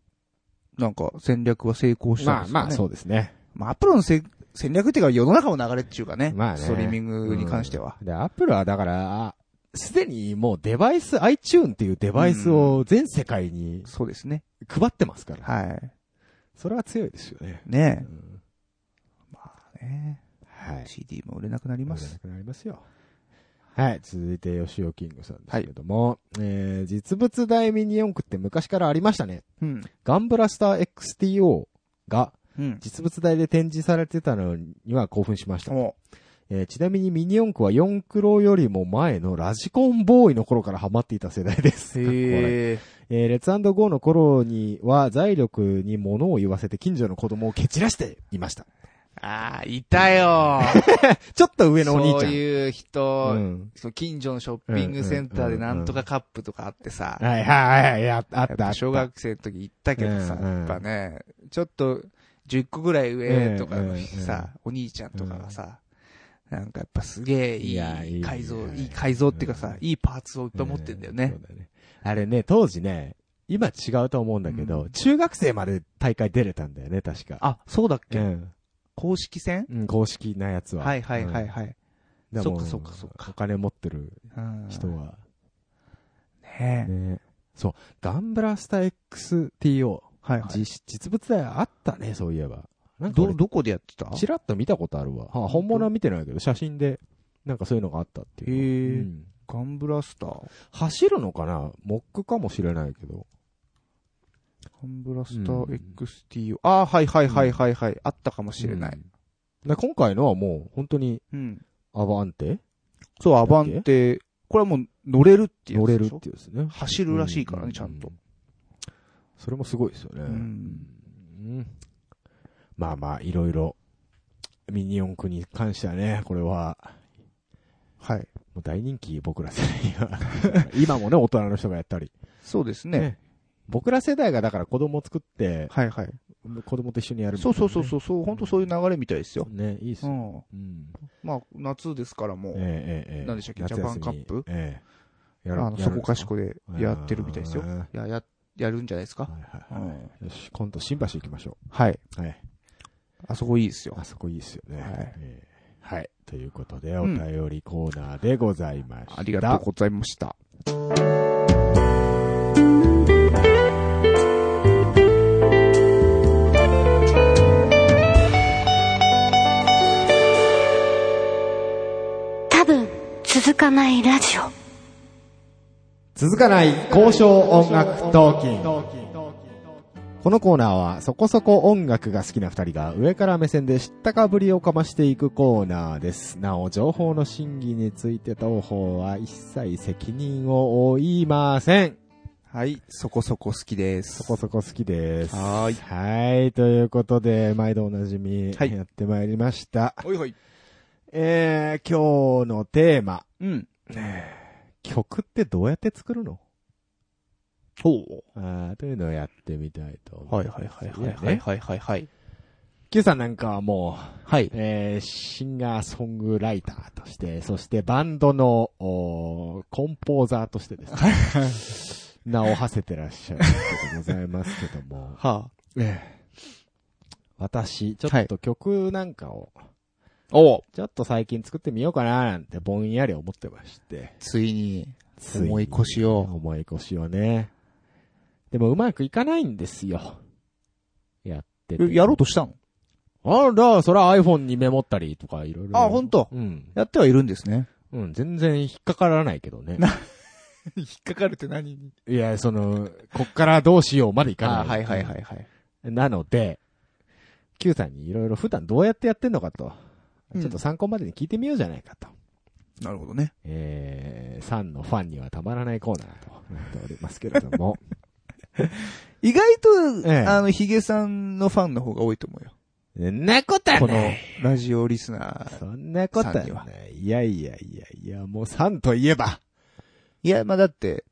Speaker 2: なんか、戦略は成功し
Speaker 1: ま
Speaker 2: たんで
Speaker 1: あ
Speaker 2: すかね。
Speaker 1: まあそうですね。
Speaker 2: まあ、アップルのせ戦略っていうか世の中の流れっていうかね。
Speaker 1: まあね
Speaker 2: ストリーミングに関しては。
Speaker 1: で、アップルはだから、あすでにもうデバイス、iTune っていうデバイスを全世界に
Speaker 2: そうですね。
Speaker 1: 配ってますから。
Speaker 2: はい。
Speaker 1: それは強いですよね。
Speaker 2: ね
Speaker 1: うん
Speaker 2: え。ね
Speaker 1: はい
Speaker 2: え。。CD も売れなくなりま
Speaker 1: な
Speaker 2: す。
Speaker 1: くなりますよ。はい。続いて、吉尾キングさんですけれども、えー、実物大ミニ四駆って昔からありましたね。
Speaker 2: うん。
Speaker 1: ガンブラスター XTO が
Speaker 2: うん。
Speaker 1: 実物大で展示されてたのには興奮しました。
Speaker 2: も
Speaker 1: えーちなみにミニ四駆は四駆ロよりも前のラジコンボーイの頃からハマっていた世代です。
Speaker 2: う。
Speaker 1: え
Speaker 2: へえ。
Speaker 1: ー、レッツゴーの頃には財力に物を言わせて近所の子供を蹴散らしていました。
Speaker 3: ああ、いたよ。
Speaker 1: ちょっと 上のお兄ち
Speaker 3: そ
Speaker 1: ゃ。
Speaker 3: うんいう
Speaker 1: う
Speaker 3: 人、
Speaker 1: ん
Speaker 3: そう近所のショッピングセンターでなんとかカップとかあってさ、
Speaker 1: はいはいはい、あった
Speaker 3: やった
Speaker 1: あっ。あ
Speaker 3: ぱ
Speaker 1: った
Speaker 3: 小学生の時行ったけどさ、
Speaker 1: うんうん
Speaker 3: やっぱね、ちょっと10個ぐらい上とかの
Speaker 1: うんうん
Speaker 3: さ、お兄ちゃんとかがさ、なんかやっぱすげえ
Speaker 1: いやい
Speaker 3: い
Speaker 1: い
Speaker 3: い改造、
Speaker 1: ね
Speaker 3: いい改造っていうか
Speaker 1: うん
Speaker 3: さ
Speaker 1: う、
Speaker 3: いいパーツをいっぱい持ってんだよね
Speaker 1: う。そうだあれね、当時ね、今違うと思うんだけど、
Speaker 3: うん
Speaker 1: 中学生まで大会出れたんだよね、確か。
Speaker 3: あ、そうだっ
Speaker 1: う
Speaker 3: け
Speaker 1: ん。
Speaker 3: 公式戦
Speaker 1: うん公式なやつは。
Speaker 3: はいはいはいはい。
Speaker 1: うん。で
Speaker 3: そっ
Speaker 1: も
Speaker 3: かそっかそっか
Speaker 1: お金持ってる
Speaker 3: うん
Speaker 1: 人は。
Speaker 3: ねえ。
Speaker 1: ね。そう。ガンブラスタ XTO。
Speaker 2: はい
Speaker 1: 実実物大あったね、そういえば。なんか
Speaker 3: ど、
Speaker 1: 俺、
Speaker 3: どこでやってた
Speaker 1: ちらっと見たことあるわ。はあ本物は見てないけど、写真で、なんかそういうのがあったっていう。
Speaker 2: へえ
Speaker 1: うん
Speaker 2: ガンブラスター。
Speaker 1: 走るのかなモックかもしれないけど。
Speaker 2: ガンブラスタ
Speaker 1: うん
Speaker 2: ー XTO。ああ、はいはいはいはいはい。あったかもしれない。
Speaker 1: うん。で今回のはもう、本当に、
Speaker 2: うん。
Speaker 1: アバンテ
Speaker 2: そう、アバンテ。これはもう乗れるっていう
Speaker 1: 乗
Speaker 2: やつ
Speaker 1: れる
Speaker 2: で
Speaker 1: っ
Speaker 2: しょ。
Speaker 1: ていうですね。
Speaker 2: 走るらしいからね、ちゃんと
Speaker 1: う。。それもすごいですよね。
Speaker 2: うん。
Speaker 1: うんまあまあ、いろいろ、ミニ四駆に関してはね、これは、
Speaker 2: はい。
Speaker 1: もう大人気、僕ら世代 は。今もね、大人の人がやったり。
Speaker 2: そうですね。
Speaker 1: ね僕ら世代がだから子供を作って、
Speaker 2: はいはい。
Speaker 1: 子供と一緒にやるみた
Speaker 2: そ
Speaker 1: いうなね、
Speaker 2: そうそうそう、そう本当そういう流れみたいですよ。
Speaker 1: ね、いいっす
Speaker 2: う
Speaker 1: よ。
Speaker 2: ん。
Speaker 1: うん。
Speaker 2: まあ、夏ですからも
Speaker 1: ええ
Speaker 2: う、
Speaker 1: ええええ
Speaker 2: 何でしたっけ
Speaker 1: 夏休み
Speaker 2: ジャパンカップ
Speaker 1: ええ。や
Speaker 2: あの、そこかしこでやってるみたいですよ
Speaker 1: は。い
Speaker 3: いや、や、やるんじゃないですか
Speaker 1: はいは。
Speaker 2: はい
Speaker 1: よし、今度新橋行きましょ
Speaker 2: はい。
Speaker 1: う。はい。
Speaker 2: あそこいいですよ
Speaker 1: あ。そこいいっすよね。
Speaker 2: はい
Speaker 1: ええはい。ということで、お
Speaker 2: うん
Speaker 1: 便りコーナーでございました。
Speaker 2: ありがとうございました。
Speaker 4: 多分続かないラジオ
Speaker 1: 続かない交渉音楽トーキンこのコーナーはそこそこ音楽が好きな二人が上から目線で知ったかぶりをかましていくコーナーです。なお、情報の真偽について当方は一切責任を負いません。
Speaker 2: はい。そこそこ好きで
Speaker 1: そ
Speaker 2: す。
Speaker 1: こそこ好きです。
Speaker 2: はーい
Speaker 1: はい。ということで、毎度おなじみ、
Speaker 2: はい
Speaker 1: やってまいりました。
Speaker 2: おいはい。
Speaker 1: えー、今日のテーマ、
Speaker 2: うん。
Speaker 1: 曲ってどうやって作るの
Speaker 2: ほ
Speaker 1: あーというのをやってみたいと思
Speaker 2: う。はいい
Speaker 1: ます
Speaker 2: はいはいはいはいはいはいはい。
Speaker 1: Q さんなんかはもう、
Speaker 2: はい。
Speaker 1: えー、シンガーソングライターとして、そしてバンドの、おーコンポーザーとしてですね、 名を馳せてらっしゃるわけでございますけども、
Speaker 2: はあ。
Speaker 1: 私、ちょ
Speaker 2: は
Speaker 1: っ
Speaker 2: い
Speaker 1: と曲なんかを、
Speaker 2: お
Speaker 1: ちょっと最近作ってみようかななんてぼんやり思ってまして、
Speaker 3: ついに、
Speaker 1: ついに
Speaker 3: 重い腰を。
Speaker 1: 思い越しをね。でもうまくいかないんですよ。やってて。
Speaker 2: えやろうとしたの
Speaker 1: あら、そら iPhone にメモったりとかいろいろ。
Speaker 2: あ、ほんと。
Speaker 1: うん。
Speaker 2: やってはいるんですね。
Speaker 1: うん、全然引っかからないけどね。
Speaker 2: 引っかかるって何に
Speaker 1: いや、その、こっからどうしようまでいかない。
Speaker 2: あはいはいはいはい。
Speaker 1: なので、Q さんにいろいろ普段どうやってやってんのかと、
Speaker 2: うん
Speaker 1: ちょっと参考までに聞いてみようじゃないかと。
Speaker 2: なるほどね。
Speaker 1: えー、さんのファンにはたまらないコーナーとなっておりますけれど も。
Speaker 2: 意外と、
Speaker 1: ええ
Speaker 2: あの、ヒゲさんのファンの方が多いと思うよ。
Speaker 1: んなことは
Speaker 2: こ
Speaker 1: な
Speaker 2: の
Speaker 1: い、
Speaker 2: ラジオリスナ ー。
Speaker 1: そんなことは
Speaker 2: さんには
Speaker 1: ない。いやいやいやいや、もうさんといえば。
Speaker 2: いや、まあ、だって、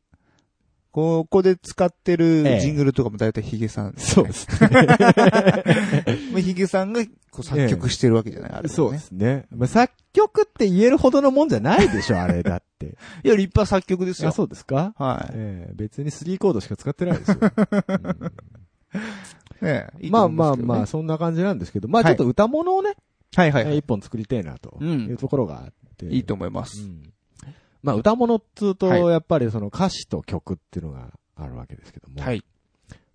Speaker 2: ここで使ってる
Speaker 1: ええ
Speaker 2: ジングルとかも大体ヒゲさん、
Speaker 1: そうです
Speaker 2: まあヒゲさんがこう作曲してるわけじゃない、あれ、ね。
Speaker 1: そうですね。まあ、作曲って言えるほどのもんじゃないでしょ、あれだって。
Speaker 2: いや、立派作曲です
Speaker 1: あ、
Speaker 2: よ。
Speaker 1: そうですか
Speaker 2: はい。
Speaker 1: ええ別に3コードしか使ってないですよ。うん
Speaker 2: ねえ。いい
Speaker 1: ま
Speaker 2: と
Speaker 1: あ
Speaker 2: 思い
Speaker 1: まあ
Speaker 2: すけどね
Speaker 1: まあ、。そんな感じなんですけど、まあ
Speaker 2: は
Speaker 1: ち
Speaker 2: い
Speaker 1: ょっと歌物をね、
Speaker 2: はいは
Speaker 1: え
Speaker 2: いは
Speaker 1: ー一本作りたいなと
Speaker 5: うん
Speaker 1: いうところがあって。
Speaker 2: い。いいと思います。
Speaker 1: うんまあ歌物っつうと、
Speaker 2: はい
Speaker 1: やっぱりその歌詞と曲っていうのがあるわけですけども、
Speaker 2: はい。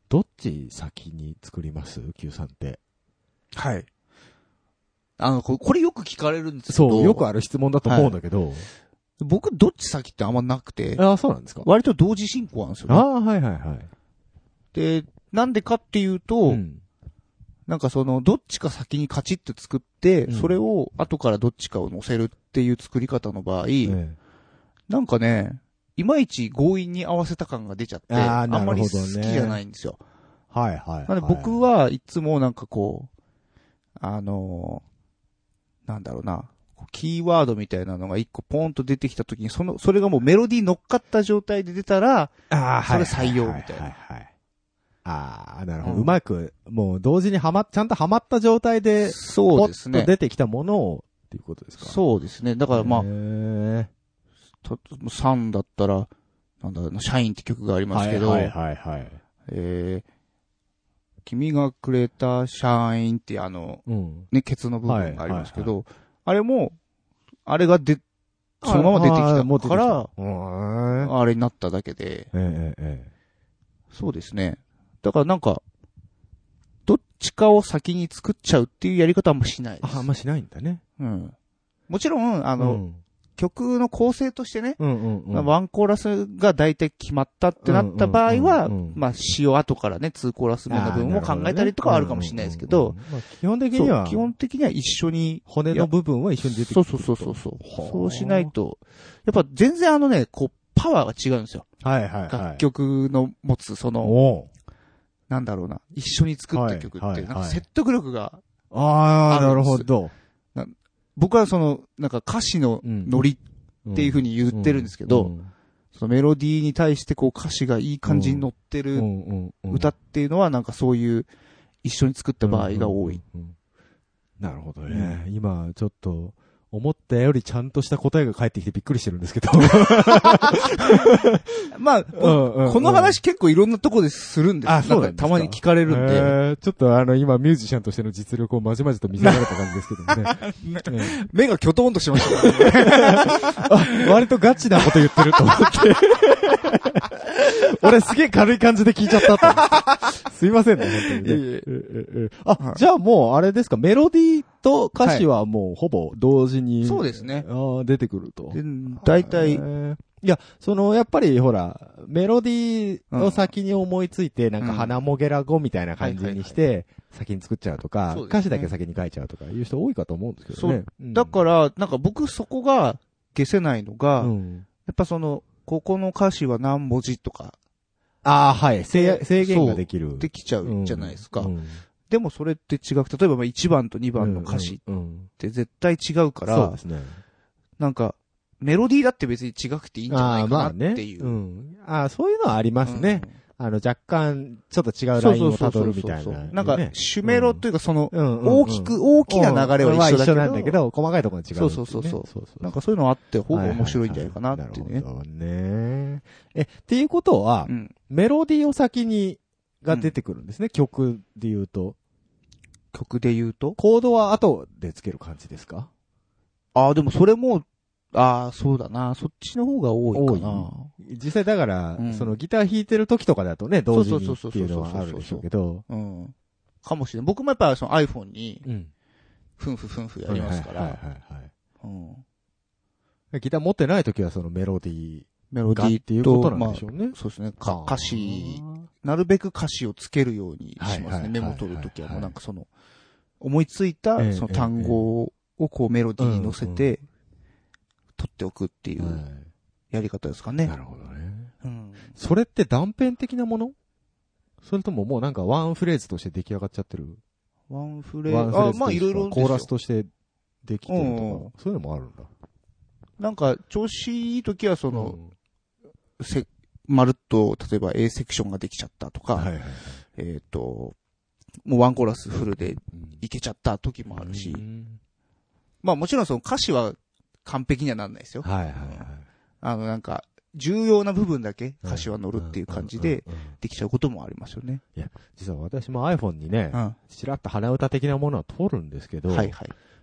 Speaker 1: どっち先に作ります ?Q さんって。
Speaker 2: はい。あの、ここれよく聞かれるんですけど。
Speaker 1: そう、よくある質問だと思うんだけど。
Speaker 2: 僕、どっち先ってあんまなくて、
Speaker 1: ああ、そうなんですか
Speaker 2: 割と同時進行なんですよ
Speaker 1: ああ、
Speaker 2: ね、
Speaker 1: はいはいはい。
Speaker 2: で、なんでかっていうと、
Speaker 1: うん
Speaker 2: なんかその、どっちか先にカチッと作って、
Speaker 1: うん
Speaker 2: それを後からどっちかを乗せるっていう作り方の場合、
Speaker 1: え
Speaker 2: なんかね、いまいち強引に合わせた感が出ちゃって、
Speaker 1: あー
Speaker 2: あんまり
Speaker 1: なる
Speaker 2: 好
Speaker 1: ほどね
Speaker 2: きじゃないんですよ。
Speaker 1: えはいはい。
Speaker 2: なんで僕
Speaker 1: は
Speaker 2: はいつもなんかこう、あのーなんだろうな、こうキーワードみたいなのが一個ポンと出てきた時に、その、それがもうメロディー乗っかった状態で出たら、
Speaker 1: い、ああ、はい。
Speaker 2: それ採用みたいな
Speaker 1: はははい。ああ、なるほど。
Speaker 2: うん
Speaker 1: うまく、もう同時にはま、ちゃんとはまった状態で、ポ
Speaker 2: そうです
Speaker 1: ッと
Speaker 2: ね。
Speaker 1: 出てきたものを、っていうことですか
Speaker 2: そうですね。だからまあ
Speaker 1: へ、え
Speaker 2: たサンだったら、なんだろうな、シャインって曲がありますけど、
Speaker 1: はいはいはいはい。
Speaker 2: えー、君がくれたシャインってあの、
Speaker 1: うん。
Speaker 2: ね、ケツの部分がありますけど、あれも、あれがで、そのまま出て
Speaker 1: あーもう
Speaker 2: き
Speaker 1: 出てき
Speaker 2: たか
Speaker 1: た
Speaker 2: ら、
Speaker 1: うーん。
Speaker 2: あれになっただけで、
Speaker 1: ええええ。
Speaker 2: そうですね。だからなんか、どっちかを先に作っちゃうっていうやり方はあんましないで
Speaker 1: あ、あ
Speaker 2: す
Speaker 1: ん。ましないんだね。
Speaker 2: うん。もちろん、あ
Speaker 1: あ
Speaker 2: の、、曲の構成としてね、
Speaker 1: うんうんうん。
Speaker 2: ワンコーラスが大体決まったってなった場合は、
Speaker 1: うんうんうんうん
Speaker 2: まあ、詞を後からね、2コーラス目の部分も考えたりとかはあるかもしれないですけど、
Speaker 1: うんうんうんうんまあ基本的に
Speaker 2: そ
Speaker 1: は
Speaker 2: う、基本的には一緒に、
Speaker 1: 骨の部分は一緒に出て
Speaker 2: そ
Speaker 1: く
Speaker 2: う
Speaker 1: る。
Speaker 2: そうそうそうそう。
Speaker 1: はあ
Speaker 2: そうしないと、やっぱ全然あのね、こう、パワーが違うんですよ。
Speaker 1: はいはいはい。
Speaker 2: 楽曲の持つ、その、
Speaker 1: おう
Speaker 2: なんだろうな、一緒に作った曲
Speaker 1: は
Speaker 2: っ
Speaker 1: いは
Speaker 2: て、
Speaker 1: い
Speaker 2: なんか説得力が、
Speaker 1: ああ、
Speaker 2: あ
Speaker 1: な
Speaker 2: る
Speaker 1: る
Speaker 2: んです
Speaker 1: ほど。
Speaker 2: 僕はその、なんか歌詞の
Speaker 1: うん
Speaker 2: ノリっていう風
Speaker 1: に
Speaker 2: に言ってるんですけど、そのメロディーに対してこう歌詞がいい感じに乗ってる
Speaker 1: 歌
Speaker 2: 歌
Speaker 1: っ
Speaker 2: っていうのはなんかそういう一緒に作った場合が多い。。
Speaker 1: うんうんうんなるほどね。今、ちょっと、思ったよりちゃんとした答えが返ってきてびっくりしてるんですけど。
Speaker 2: まあ、こ
Speaker 1: こ
Speaker 2: の話結構いろんなとこでするんですよ
Speaker 1: あそうなん
Speaker 2: か
Speaker 1: です
Speaker 2: た
Speaker 1: か
Speaker 2: まに聞かれるんで、
Speaker 1: えーちょっとあの、今、ミュージシャンとしての実力をまじまじと見せられた感じですけどもね。え
Speaker 2: 目がキョトンとしましたからね
Speaker 1: え割とガチなこと言ってると思って。俺すげえ軽い感じで聞いちゃったと思って。すいませんね、本当にね
Speaker 2: いえいえ
Speaker 1: ええええあ、じゃあもう、あれですか、メロディーと歌詞はもうほぼ同時に。
Speaker 2: そうですね
Speaker 1: あー出てくると。
Speaker 2: で大体
Speaker 1: え、ーいや、その、やっぱり、ほら、メロディーを先に思いついて、なんか、
Speaker 2: うん
Speaker 1: 花もげら語みたいな感じにして、先に作っちゃうとか、
Speaker 2: そうですね
Speaker 1: 歌詞だけ先に書いちゃうとか、いう人多いかと思うんですけどね。うん
Speaker 2: だから、なんか僕そこが消せないのが、
Speaker 1: う
Speaker 2: や
Speaker 1: ん
Speaker 2: っぱその、ここの歌詞は何文字とか
Speaker 1: ああ、はい。制制限ができる。
Speaker 2: できちゃうじゃないですか。
Speaker 1: うん
Speaker 2: でもそれって違く、例えばまあ1番と2番の歌詞っ
Speaker 1: うんうん
Speaker 2: て絶対違うから、
Speaker 1: そうですね。
Speaker 2: なんか、メロディーだって別に違くていいんじゃないかなってい
Speaker 1: あーまあね
Speaker 2: う。
Speaker 1: うんあーそういうのはありますね。あの、若干、ちょっと違
Speaker 2: うん。
Speaker 1: う
Speaker 2: そ
Speaker 1: ラ
Speaker 2: う
Speaker 1: イ
Speaker 2: そ
Speaker 1: ン
Speaker 2: う
Speaker 1: を
Speaker 2: そう
Speaker 1: た
Speaker 2: そ
Speaker 1: ど
Speaker 2: う
Speaker 1: るみたいな。
Speaker 2: なんか、
Speaker 1: ね
Speaker 2: シュメロというかその、
Speaker 1: うんうんうん
Speaker 2: 大きく、大きな流れは一緒だけど。
Speaker 1: なんだけど、細かいところが違うっていね。
Speaker 2: そうそうそうそう
Speaker 1: そうそう
Speaker 2: なんかそういうのあって方が面白いんじゃないかなって
Speaker 1: はい。は
Speaker 2: ね
Speaker 1: いはいなるほどね。え、っていうことは
Speaker 2: う、ん。
Speaker 1: メロディーを先に、が出てくるんですね、曲で言うと。
Speaker 2: 曲で言うと
Speaker 1: コードは後でつける感じですか
Speaker 2: ああ、でもそれも、ああ、そうだな。そっちの方が多いかな。
Speaker 1: 実際だから、
Speaker 2: うん
Speaker 1: そのギター弾いてる時とかだとね、同時に
Speaker 2: そうそ
Speaker 1: っ
Speaker 2: う
Speaker 1: てい
Speaker 2: そ
Speaker 1: う
Speaker 2: そう
Speaker 1: うの
Speaker 2: そうそう
Speaker 1: はあるでしょうけど。
Speaker 2: うん。かもしれない。僕もやっぱその iPhone に、
Speaker 1: うん。
Speaker 2: ふんふんふんふんやりますか
Speaker 1: はいは
Speaker 2: ら
Speaker 1: い、はいはい
Speaker 2: うん
Speaker 1: はい。ギター持ってない時はそのメロディ
Speaker 2: メロ
Speaker 1: ー
Speaker 2: デ
Speaker 1: がっ
Speaker 2: ィ
Speaker 1: てい
Speaker 2: ー
Speaker 1: うこと
Speaker 2: と、
Speaker 1: なん
Speaker 2: まあ
Speaker 1: でし、ょうね。
Speaker 2: そうですね。か歌詞
Speaker 1: あー、
Speaker 2: なるべく歌詞をつけるようにしますね。
Speaker 1: はいはいはい
Speaker 2: メモ取るときは、
Speaker 1: はい
Speaker 2: もうなんかその、思いついた
Speaker 1: ええ
Speaker 2: その単語をこうメロディーに乗せ
Speaker 1: うん
Speaker 2: て、取っておくってい
Speaker 1: は
Speaker 2: うやり方ですかね
Speaker 1: いな。るほどね。
Speaker 2: うん
Speaker 1: それって断片的なものそれとももうなんかワンフレーズとして出来上がっちゃってる
Speaker 2: ワンフレ
Speaker 1: ワン
Speaker 2: ー
Speaker 1: フ
Speaker 2: ズ、
Speaker 1: レー
Speaker 2: あ
Speaker 1: ズ、
Speaker 2: まあいろいろ
Speaker 1: コーラス
Speaker 2: と。
Speaker 1: としてできてるとか、
Speaker 2: うん
Speaker 1: そういうのもあるんだ。
Speaker 2: なんか、調子いいときは
Speaker 1: そ
Speaker 2: その、せ、まるっと、例えば A セクションができちゃったとか、
Speaker 1: はいはい。
Speaker 2: えっ、と、もうワンコーラスフルで
Speaker 1: うん
Speaker 2: いけちゃった時もあるし、
Speaker 1: うん
Speaker 2: まあもちろんその歌詞は完璧にはなんないですよ。
Speaker 1: はいはいはい。
Speaker 2: あのなんか、重要な部分だけ歌詞は乗るっていう感じで
Speaker 1: うん。うんうん
Speaker 2: できちゃうこともありますよね。
Speaker 1: 実は私も iPhone にね
Speaker 2: う、ん。は
Speaker 1: ちらっと鼻歌的なものは通るんですけど、
Speaker 2: いはい。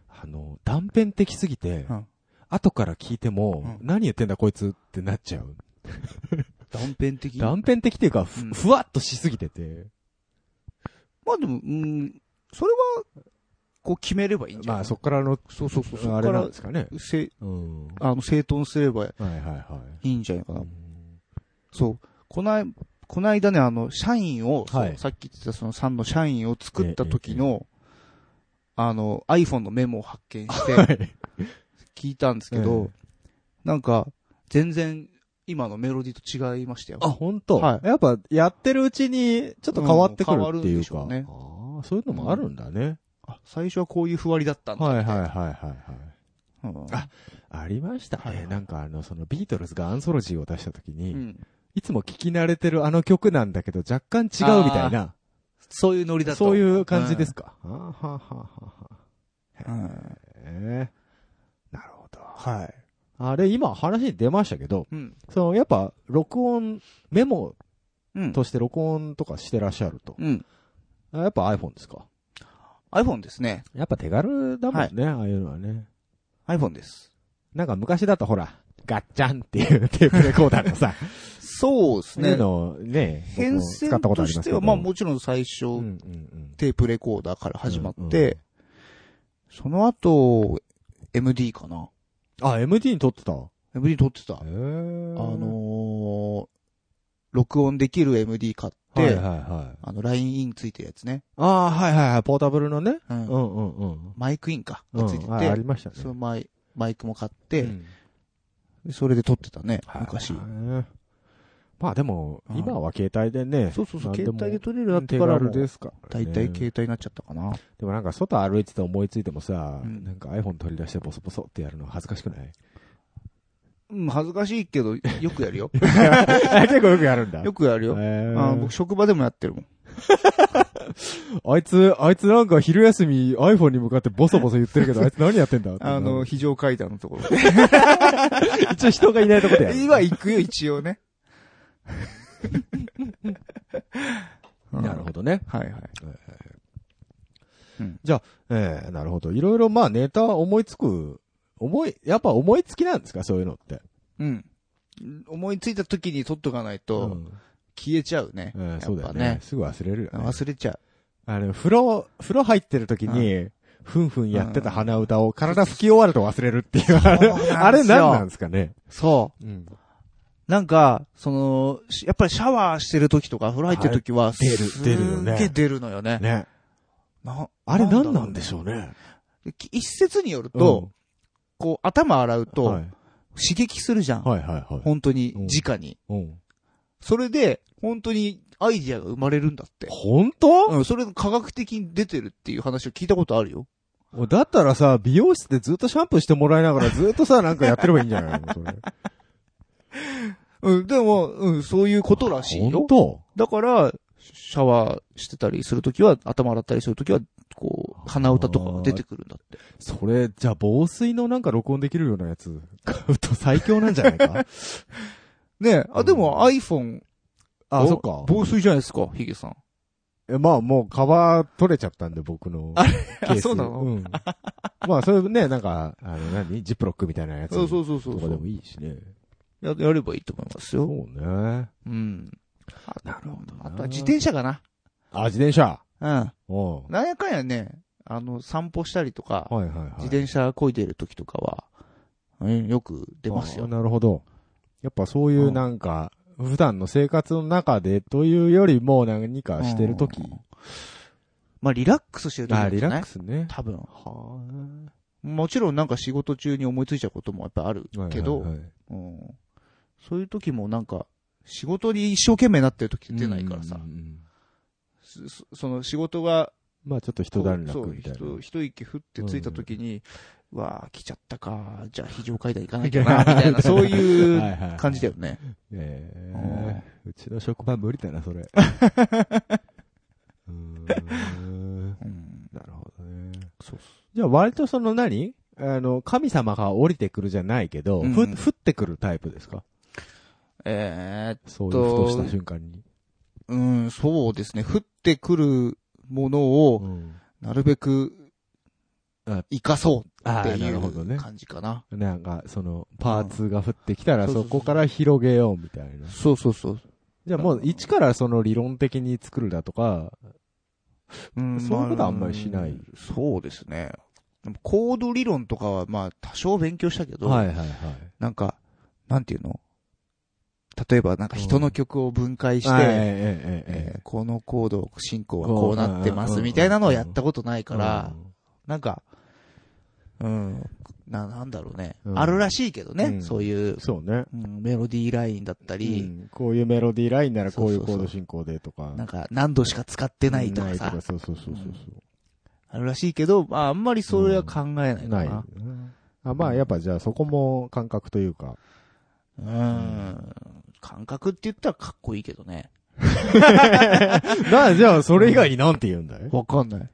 Speaker 1: あの、断片的すぎて、
Speaker 2: うん
Speaker 1: 後から聞いても、
Speaker 2: う
Speaker 1: 何言ってんだこいつってなっちゃう。
Speaker 2: 断片的。ま
Speaker 1: 断片的っていうか、ふ,、
Speaker 2: うん
Speaker 1: ふわっとしすぎてて。
Speaker 2: あでも、うん、それは、こう決めればいいんじゃな
Speaker 1: ま
Speaker 2: い
Speaker 1: あそっからの、
Speaker 2: そうそうそう。そ
Speaker 1: あ
Speaker 2: っか
Speaker 1: れなん
Speaker 2: ら
Speaker 1: で、すかね。
Speaker 2: せ、
Speaker 1: うん。は
Speaker 2: あの、整頓すれば
Speaker 1: いはいはい。
Speaker 2: いいんじゃないかな
Speaker 1: う。ん
Speaker 2: そう。こない、こないだね、あの、社員を、
Speaker 1: はい
Speaker 2: そうさっき言ってたその3の社員を作った時の、あの、iPhone のメモを発 見して、聞いたんですけど、なんか、全然、今のメロディーと違いましたよ。
Speaker 1: あ、本当、
Speaker 2: は
Speaker 1: やっぱ、やってるうちに、ちょっと変わってくる
Speaker 2: うん
Speaker 1: っていう
Speaker 2: 変
Speaker 1: か。
Speaker 2: わるんでし
Speaker 1: ああ、そういうのもあるんだね。
Speaker 2: あ最初はこういうふわりだったんだ。
Speaker 1: はいはいはいはいはい。
Speaker 2: うん
Speaker 1: あありましたね。
Speaker 2: はいはい
Speaker 1: なんかあの、そのビートルズがアンソロジーを出した時
Speaker 2: う
Speaker 1: に、
Speaker 2: ん
Speaker 1: いつも聴き慣れてるあの曲なんだけど若干違うみたいな、
Speaker 2: そういうノリだった。
Speaker 1: そういう感じですか。あーはあはあはあ
Speaker 2: うん。
Speaker 1: はあ。
Speaker 2: うん
Speaker 1: ええなるほど。
Speaker 2: はい。
Speaker 1: あれ、今話に出ましたけど、
Speaker 2: うん。
Speaker 1: その、やっぱ、録音、メモ
Speaker 2: うん。
Speaker 1: として録音とかしてらっしゃると。
Speaker 2: うん。
Speaker 1: やっぱ iPhone ですか
Speaker 2: iPhone ですね。
Speaker 1: やっぱ手軽だもんね、ああいうのはね。
Speaker 2: iPhone です。
Speaker 1: なんか昔だとほら、ガッチャンっていうテープレコーダーのさ、
Speaker 2: そうで す
Speaker 1: ね、
Speaker 2: ね。
Speaker 1: のをね、僕
Speaker 2: 変
Speaker 1: も使
Speaker 2: 遷
Speaker 1: ったことあ
Speaker 2: と
Speaker 1: り
Speaker 2: し
Speaker 1: ますけ
Speaker 2: て
Speaker 1: ど。
Speaker 2: は、まあもちろん最
Speaker 1: うん
Speaker 2: 初、
Speaker 1: うんうん
Speaker 2: テープレコーダーから始ま
Speaker 1: うん
Speaker 2: っ
Speaker 1: うん
Speaker 2: て、その後、MD かな。
Speaker 1: あ、MD に撮ってたへ
Speaker 2: MD 撮ってた。あ
Speaker 1: え。あ
Speaker 2: のー、録音できる MD 買っ
Speaker 1: はい
Speaker 2: て
Speaker 1: はい、はい。
Speaker 2: あの、LINE インついてるやつね。
Speaker 1: ああ、はいはいはい、ポータブルのね。
Speaker 2: う
Speaker 1: うん
Speaker 2: ん
Speaker 1: うんうん。
Speaker 2: マイクインか。がついて
Speaker 1: うんああり
Speaker 2: て、
Speaker 1: ましたね。
Speaker 2: そのマイマイクも買っ
Speaker 1: う
Speaker 2: て、
Speaker 1: ん
Speaker 2: それで撮ってたね、昔
Speaker 1: はい。はいまあでも、
Speaker 2: はい
Speaker 1: 今は携帯でね。
Speaker 2: そうそうそ
Speaker 1: なん
Speaker 2: う、
Speaker 1: で
Speaker 2: 携
Speaker 1: も
Speaker 2: 帯で撮れるようになってからも、
Speaker 1: 手軽
Speaker 2: だ
Speaker 1: ですから
Speaker 2: い
Speaker 1: ね
Speaker 2: たい携帯になっちゃったかな。
Speaker 1: でもなんか外歩いてて思いついてもさ、
Speaker 2: うん
Speaker 1: なんか iPhone 取り出してボソボソってやるの恥ずかしくない
Speaker 2: うん、恥ずかしいけど、よくやるよ。
Speaker 1: 結 構よくやるんだ。
Speaker 2: よくやる
Speaker 1: く
Speaker 2: よ。あ
Speaker 1: あ
Speaker 2: 僕、職場でもやってるもん。
Speaker 1: あいつ、あいつなんか昼休み iPhone に向かってボソボソ言ってる けど、あいつ何やってんだ
Speaker 2: あの、、非常階段のところで。
Speaker 1: 一応人がいないとこでや る。
Speaker 2: 今行くよ、一応 ね。
Speaker 1: なるほ。どね。
Speaker 2: はいはい。
Speaker 1: ええなるほど。いろいろまあネタ思いつく、思い、やっぱ思いつきなんですかそういうのって。
Speaker 2: うん。思いついた時に取っとかないと、
Speaker 1: ん
Speaker 2: 消えちゃうね。
Speaker 1: え
Speaker 2: や
Speaker 1: え
Speaker 2: っぱ
Speaker 1: そうだよね。。すぐ忘れるよね。
Speaker 2: 忘れちゃう。
Speaker 1: あの、風呂、風呂入ってる時に、ふんふんやってた鼻歌を体拭き終わると忘れるっていう。あれ
Speaker 2: そうなんですよ
Speaker 1: あれ何なんですかね
Speaker 2: そ
Speaker 1: うん。
Speaker 2: う。なんか、その、しやっぱりシャワーしてる時とか、風呂入ってる時は、
Speaker 1: 出る出るよね
Speaker 2: すげえ出るのよね。
Speaker 1: ね。
Speaker 2: な
Speaker 1: あれ何な
Speaker 2: だろ
Speaker 1: んでしょうね。
Speaker 2: うき一説によると、こう、頭洗う
Speaker 1: うん、は
Speaker 2: と、
Speaker 1: い
Speaker 2: 刺激するじゃん。
Speaker 1: はいはいはい。
Speaker 2: 本当に
Speaker 1: うん、
Speaker 2: 直に。
Speaker 1: うん
Speaker 2: それで、本当にアイディアが生まれるんだって。
Speaker 1: 本当、
Speaker 2: うん、それが科学的に出てるっていう話を聞いたことあるよ。
Speaker 1: だったらさ、美容室でずっとシャンプーしてもらいながらずっとさ、なんかやってればいいんじゃないのそれ
Speaker 2: うん、でも、うん、そういうことらしいよ
Speaker 1: 本。当
Speaker 2: だから、シャワーしてたりするときは、頭洗ったりするときは、こう、鼻歌とかが出てくるんだって。
Speaker 1: それ、じゃあ防水のなんか録音できるようなや つ買うと最強なんじゃないか
Speaker 2: ねえ、
Speaker 1: う
Speaker 2: あ、
Speaker 1: ん
Speaker 2: でも iPhone。
Speaker 1: あ、
Speaker 2: お
Speaker 1: そっか。
Speaker 2: 防水じゃないですか、ヒゲさん。
Speaker 1: えまあもうカバー取れちゃったんで僕のケース。
Speaker 2: あそうなの
Speaker 1: ん。まあそれね、なんか、あの何ジップロックみたいなやつ。
Speaker 2: そうそううそうそう
Speaker 1: とかでもいいしね。
Speaker 2: や。やればいいと思います
Speaker 1: そ
Speaker 2: よ。
Speaker 1: うね。
Speaker 2: うん。な
Speaker 1: るほどな
Speaker 2: あとは自転車かな。
Speaker 1: あ、自転車。
Speaker 2: うん。
Speaker 1: おう
Speaker 2: なんやかんやね、あの、散歩したりとか、
Speaker 1: はいはいはい。
Speaker 2: 自転車漕いでる時とかは、うん、よく出ます
Speaker 1: あ
Speaker 2: よ。
Speaker 1: なるほど。やっぱそういう
Speaker 2: うん
Speaker 1: なんか、普段の生活の中でというよりも何かしてるとき
Speaker 2: うん。まあ、リラックスしてる時
Speaker 1: あ、
Speaker 2: なん
Speaker 1: リ
Speaker 2: じゃ
Speaker 1: ラッ
Speaker 2: ない
Speaker 1: クスね。
Speaker 2: 多分。
Speaker 1: は
Speaker 2: もちろんなんか仕事中に思いついちゃうこともやっぱある
Speaker 1: あ
Speaker 2: けど、うんそういう時もなんか、仕事に一生懸命なってる時って出ないからさ
Speaker 1: うん、うんうん
Speaker 2: そその仕事が、
Speaker 1: まあちょっと一段
Speaker 2: そ
Speaker 1: 落
Speaker 2: う
Speaker 1: みたいな。
Speaker 2: 一一息ふってついた時に、うわあ来ちゃったか、じゃあ非常階段行かなきゃ な、みたいな、そうい
Speaker 1: はいうはいはい
Speaker 2: 感じだよね。
Speaker 1: え
Speaker 2: うん
Speaker 1: えうちの職場無理だな、それ。うーん
Speaker 2: うん
Speaker 1: なるほどね。
Speaker 2: そうっす
Speaker 1: じゃあ割とその何あの、神様が降りてくるじゃないけど、
Speaker 2: うん
Speaker 1: ふ、降ってくるタイプですか
Speaker 2: えー、
Speaker 1: そういうふとした瞬間に。
Speaker 2: うん、そうですね。降ってくるものを、
Speaker 1: ん、
Speaker 2: なるべく
Speaker 1: あ、
Speaker 2: 生かそう
Speaker 1: あ
Speaker 2: って
Speaker 1: あ、ないるほどね
Speaker 2: う。感じかな。
Speaker 1: なんか、その、パーツが降ってきたら、
Speaker 2: うん
Speaker 1: そこから広げようみたいな。
Speaker 2: そうそうそう。
Speaker 1: じゃあもう、一からその理論的に作るだとか、
Speaker 2: うん
Speaker 1: そういうことはあんまりしない
Speaker 2: まあそうですね。でもコード理論とかは、まあ、多少勉強したけど、
Speaker 1: はいはいはい。
Speaker 2: なんか、なんていうの例えば、なんか人の曲を分解して、
Speaker 1: はいえええええ
Speaker 2: え
Speaker 1: え
Speaker 2: ーこのコード進行はこうなってますみたいなのをやったことないから、なんか、うん、な、なんだろうね。
Speaker 1: うん
Speaker 2: あるらしいけどね、
Speaker 1: うん
Speaker 2: そういう
Speaker 1: うん、そうね。
Speaker 2: うんメロディーラインだった
Speaker 1: う
Speaker 2: り、
Speaker 1: んこういうメロディーラインならこういう
Speaker 2: そうそ
Speaker 1: コ
Speaker 2: う
Speaker 1: ー
Speaker 2: そう
Speaker 1: ド進行でとか。
Speaker 2: なんか何度しか使ってないとかさ、
Speaker 1: そうそうそうそうそう
Speaker 2: あるらしいけど、まあ、あんまりそれは考えないか
Speaker 1: ない。
Speaker 2: な。
Speaker 1: あまあ、やっぱじゃあそこも感覚というか。
Speaker 2: うん。感覚って言ったらかっこいいけどね。
Speaker 1: な、じゃあそれ以外になんて言うんだい
Speaker 2: わかんない。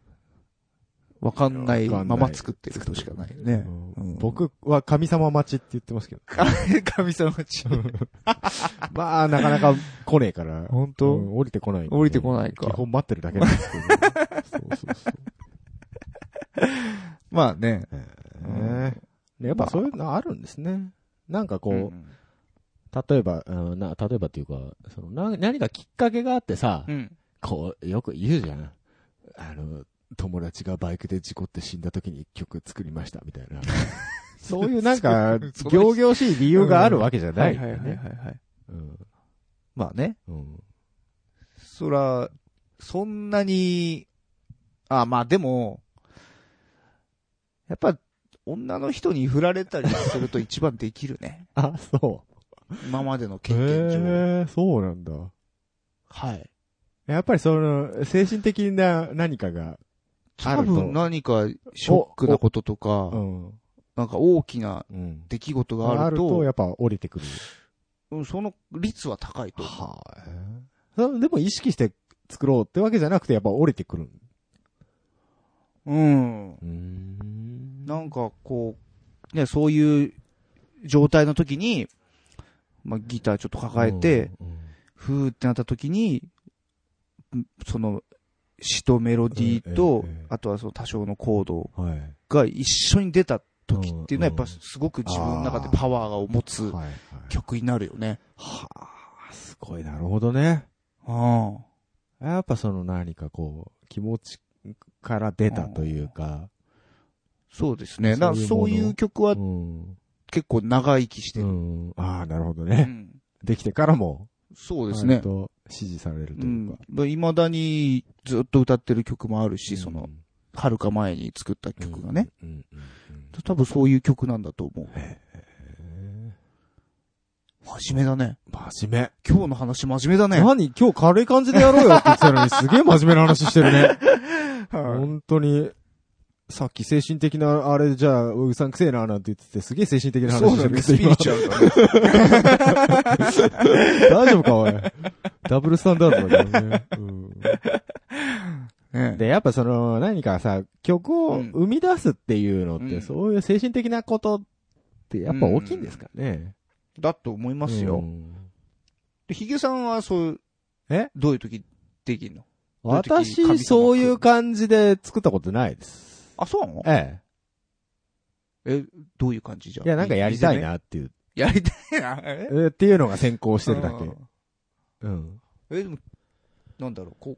Speaker 2: わかんないまま作ってることしかないね。
Speaker 1: うん僕は神様待ちって言ってますけ ど。
Speaker 2: 神様ち。
Speaker 1: まあ、なかなか来ねえから。
Speaker 2: 本
Speaker 1: うん降りてこないんで。
Speaker 2: 降りてこないか
Speaker 1: 基本待ってるだけなんですけど。そうそうそう。
Speaker 2: まあね。
Speaker 1: ねえやっぱそういうのあるんですね。なんかこう、例えば、うんな、例えばっていうか、そのな、何かきっかけがあってさ、
Speaker 2: うん。
Speaker 1: こう、よく言うじゃん。あの、友達がバイクで事故って死んだ時に一曲作りました、みたいな。 そういうなんか、
Speaker 2: そう
Speaker 1: 行々しい理由があるわけじゃな
Speaker 2: はいい
Speaker 1: よ
Speaker 2: は
Speaker 1: ね。
Speaker 2: いはいはいはい。
Speaker 1: うん
Speaker 2: まあね。
Speaker 1: うん
Speaker 2: そら、そんなに、あまあでも、やっぱ、女の人に振られたりすると一番できるね。
Speaker 1: あ、そう。
Speaker 2: 今までの経
Speaker 1: へえ
Speaker 2: 験上。
Speaker 1: そうなんだ。
Speaker 2: はい。
Speaker 1: やっぱりその、精神的な何かが、あ
Speaker 2: 多
Speaker 1: ると
Speaker 2: 分何かショックなことと
Speaker 1: う
Speaker 2: か、
Speaker 1: ん。
Speaker 2: なんか大きな
Speaker 1: うん。
Speaker 2: 出来事が
Speaker 1: あ
Speaker 2: あ
Speaker 1: る
Speaker 2: ると
Speaker 1: と、、やっぱ降りてくる。
Speaker 2: うんその率は高いと思う。
Speaker 1: はあ。でも意識して作ろうってわけじゃなくて、やっぱ降りてくる。
Speaker 2: うん。
Speaker 1: うん
Speaker 2: なんかこう、ね、そういう状態の時に、まあ、ギターちょっと抱えて、、ふーってなった時に、んその、詩とメロディーと
Speaker 1: ええええ、
Speaker 2: あとはその多少のコード
Speaker 1: はい。
Speaker 2: が一緒に出た時っていうのはやっぱすごく自分の中でパワーを持つ
Speaker 1: はい。
Speaker 2: 曲になるよね。
Speaker 1: はあ、すごい、なるほどね。
Speaker 2: ああ。
Speaker 1: やっぱその何かこう、気持ちから出たというか、
Speaker 2: そうです
Speaker 1: そうい
Speaker 2: ね。
Speaker 1: うも
Speaker 2: な
Speaker 1: の
Speaker 2: そういう曲は
Speaker 1: うん。
Speaker 2: 結構長生きして
Speaker 1: う
Speaker 2: る。
Speaker 1: ん。ああ、なるほど
Speaker 2: う
Speaker 1: ね。
Speaker 2: ん
Speaker 1: できてからも、
Speaker 2: そうです
Speaker 1: 割
Speaker 2: ね。
Speaker 1: と支持されると
Speaker 2: う
Speaker 1: いうか
Speaker 2: ん。。未だにずっと歌ってる曲もあるし、
Speaker 1: うん
Speaker 2: その、、はるか前に作った曲がね。
Speaker 1: うん。うん。うん
Speaker 2: 多分そういう曲なんだと思う。
Speaker 1: うんへ
Speaker 2: 真面目だね。
Speaker 1: え真面目。
Speaker 2: 今日の話真面目だね。
Speaker 1: 何今日軽い感じでやろうよって言ってたの に、すげえ真面目な話してるね。本当に、さっき精神的な、あれじゃあ、うさんくせえな、なんて言ってて、すげえ精神的な話してるけど、今
Speaker 2: チュアルだね。
Speaker 1: 大丈夫か、おい。ダブルスタンダードだけどね。うん、で、やっぱその、何かさ、曲を生み出すっていうのって、
Speaker 2: うん
Speaker 1: そういう精神的なことって、やっぱ大きいんですかね。
Speaker 2: だと思いま
Speaker 1: ます
Speaker 2: よ。。でヒゲさんはそう、
Speaker 1: え
Speaker 2: どういう時できんのどういう時
Speaker 1: 私、そういう感じで作ったことないです。
Speaker 2: あ、そうなの
Speaker 1: え
Speaker 2: え、どういう感じじゃ
Speaker 1: え。いや、なんかやりたい。なっていう、
Speaker 2: いやりたいな。え
Speaker 1: えっていうのが先行してるだ
Speaker 2: うん
Speaker 1: け。うん。
Speaker 2: え、でも、なんだろう、こう、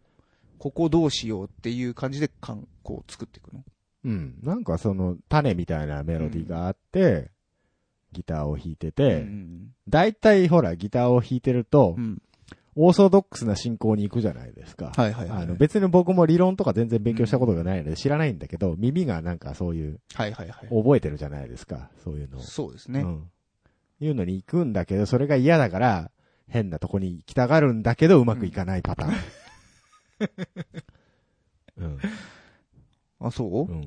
Speaker 2: ここどうしようっていう感じで、かん、こう作っていくの
Speaker 1: うん。なんかその、種みたいなメロディーがあって、ギターを弾いて
Speaker 2: う
Speaker 1: て、
Speaker 2: ん
Speaker 1: 大体ほら、ギターを弾いてると、
Speaker 2: うん。
Speaker 1: オーソドックスな進行に行くじゃないですか。
Speaker 2: はいはいはい。
Speaker 1: あの、別に僕も理論とか全然勉強したことがないので知らないんだけど、耳がなんかそういう、
Speaker 2: はいはいはい。
Speaker 1: 覚えてるじゃないですか、そういうのを。
Speaker 2: そうです
Speaker 1: う
Speaker 2: ね。
Speaker 1: ん。いうのに行くんだけど、それが嫌だから、変なとこに行きたがるんだけど、うまくいかないパターン。うん。
Speaker 2: あ、そう
Speaker 1: うん。っ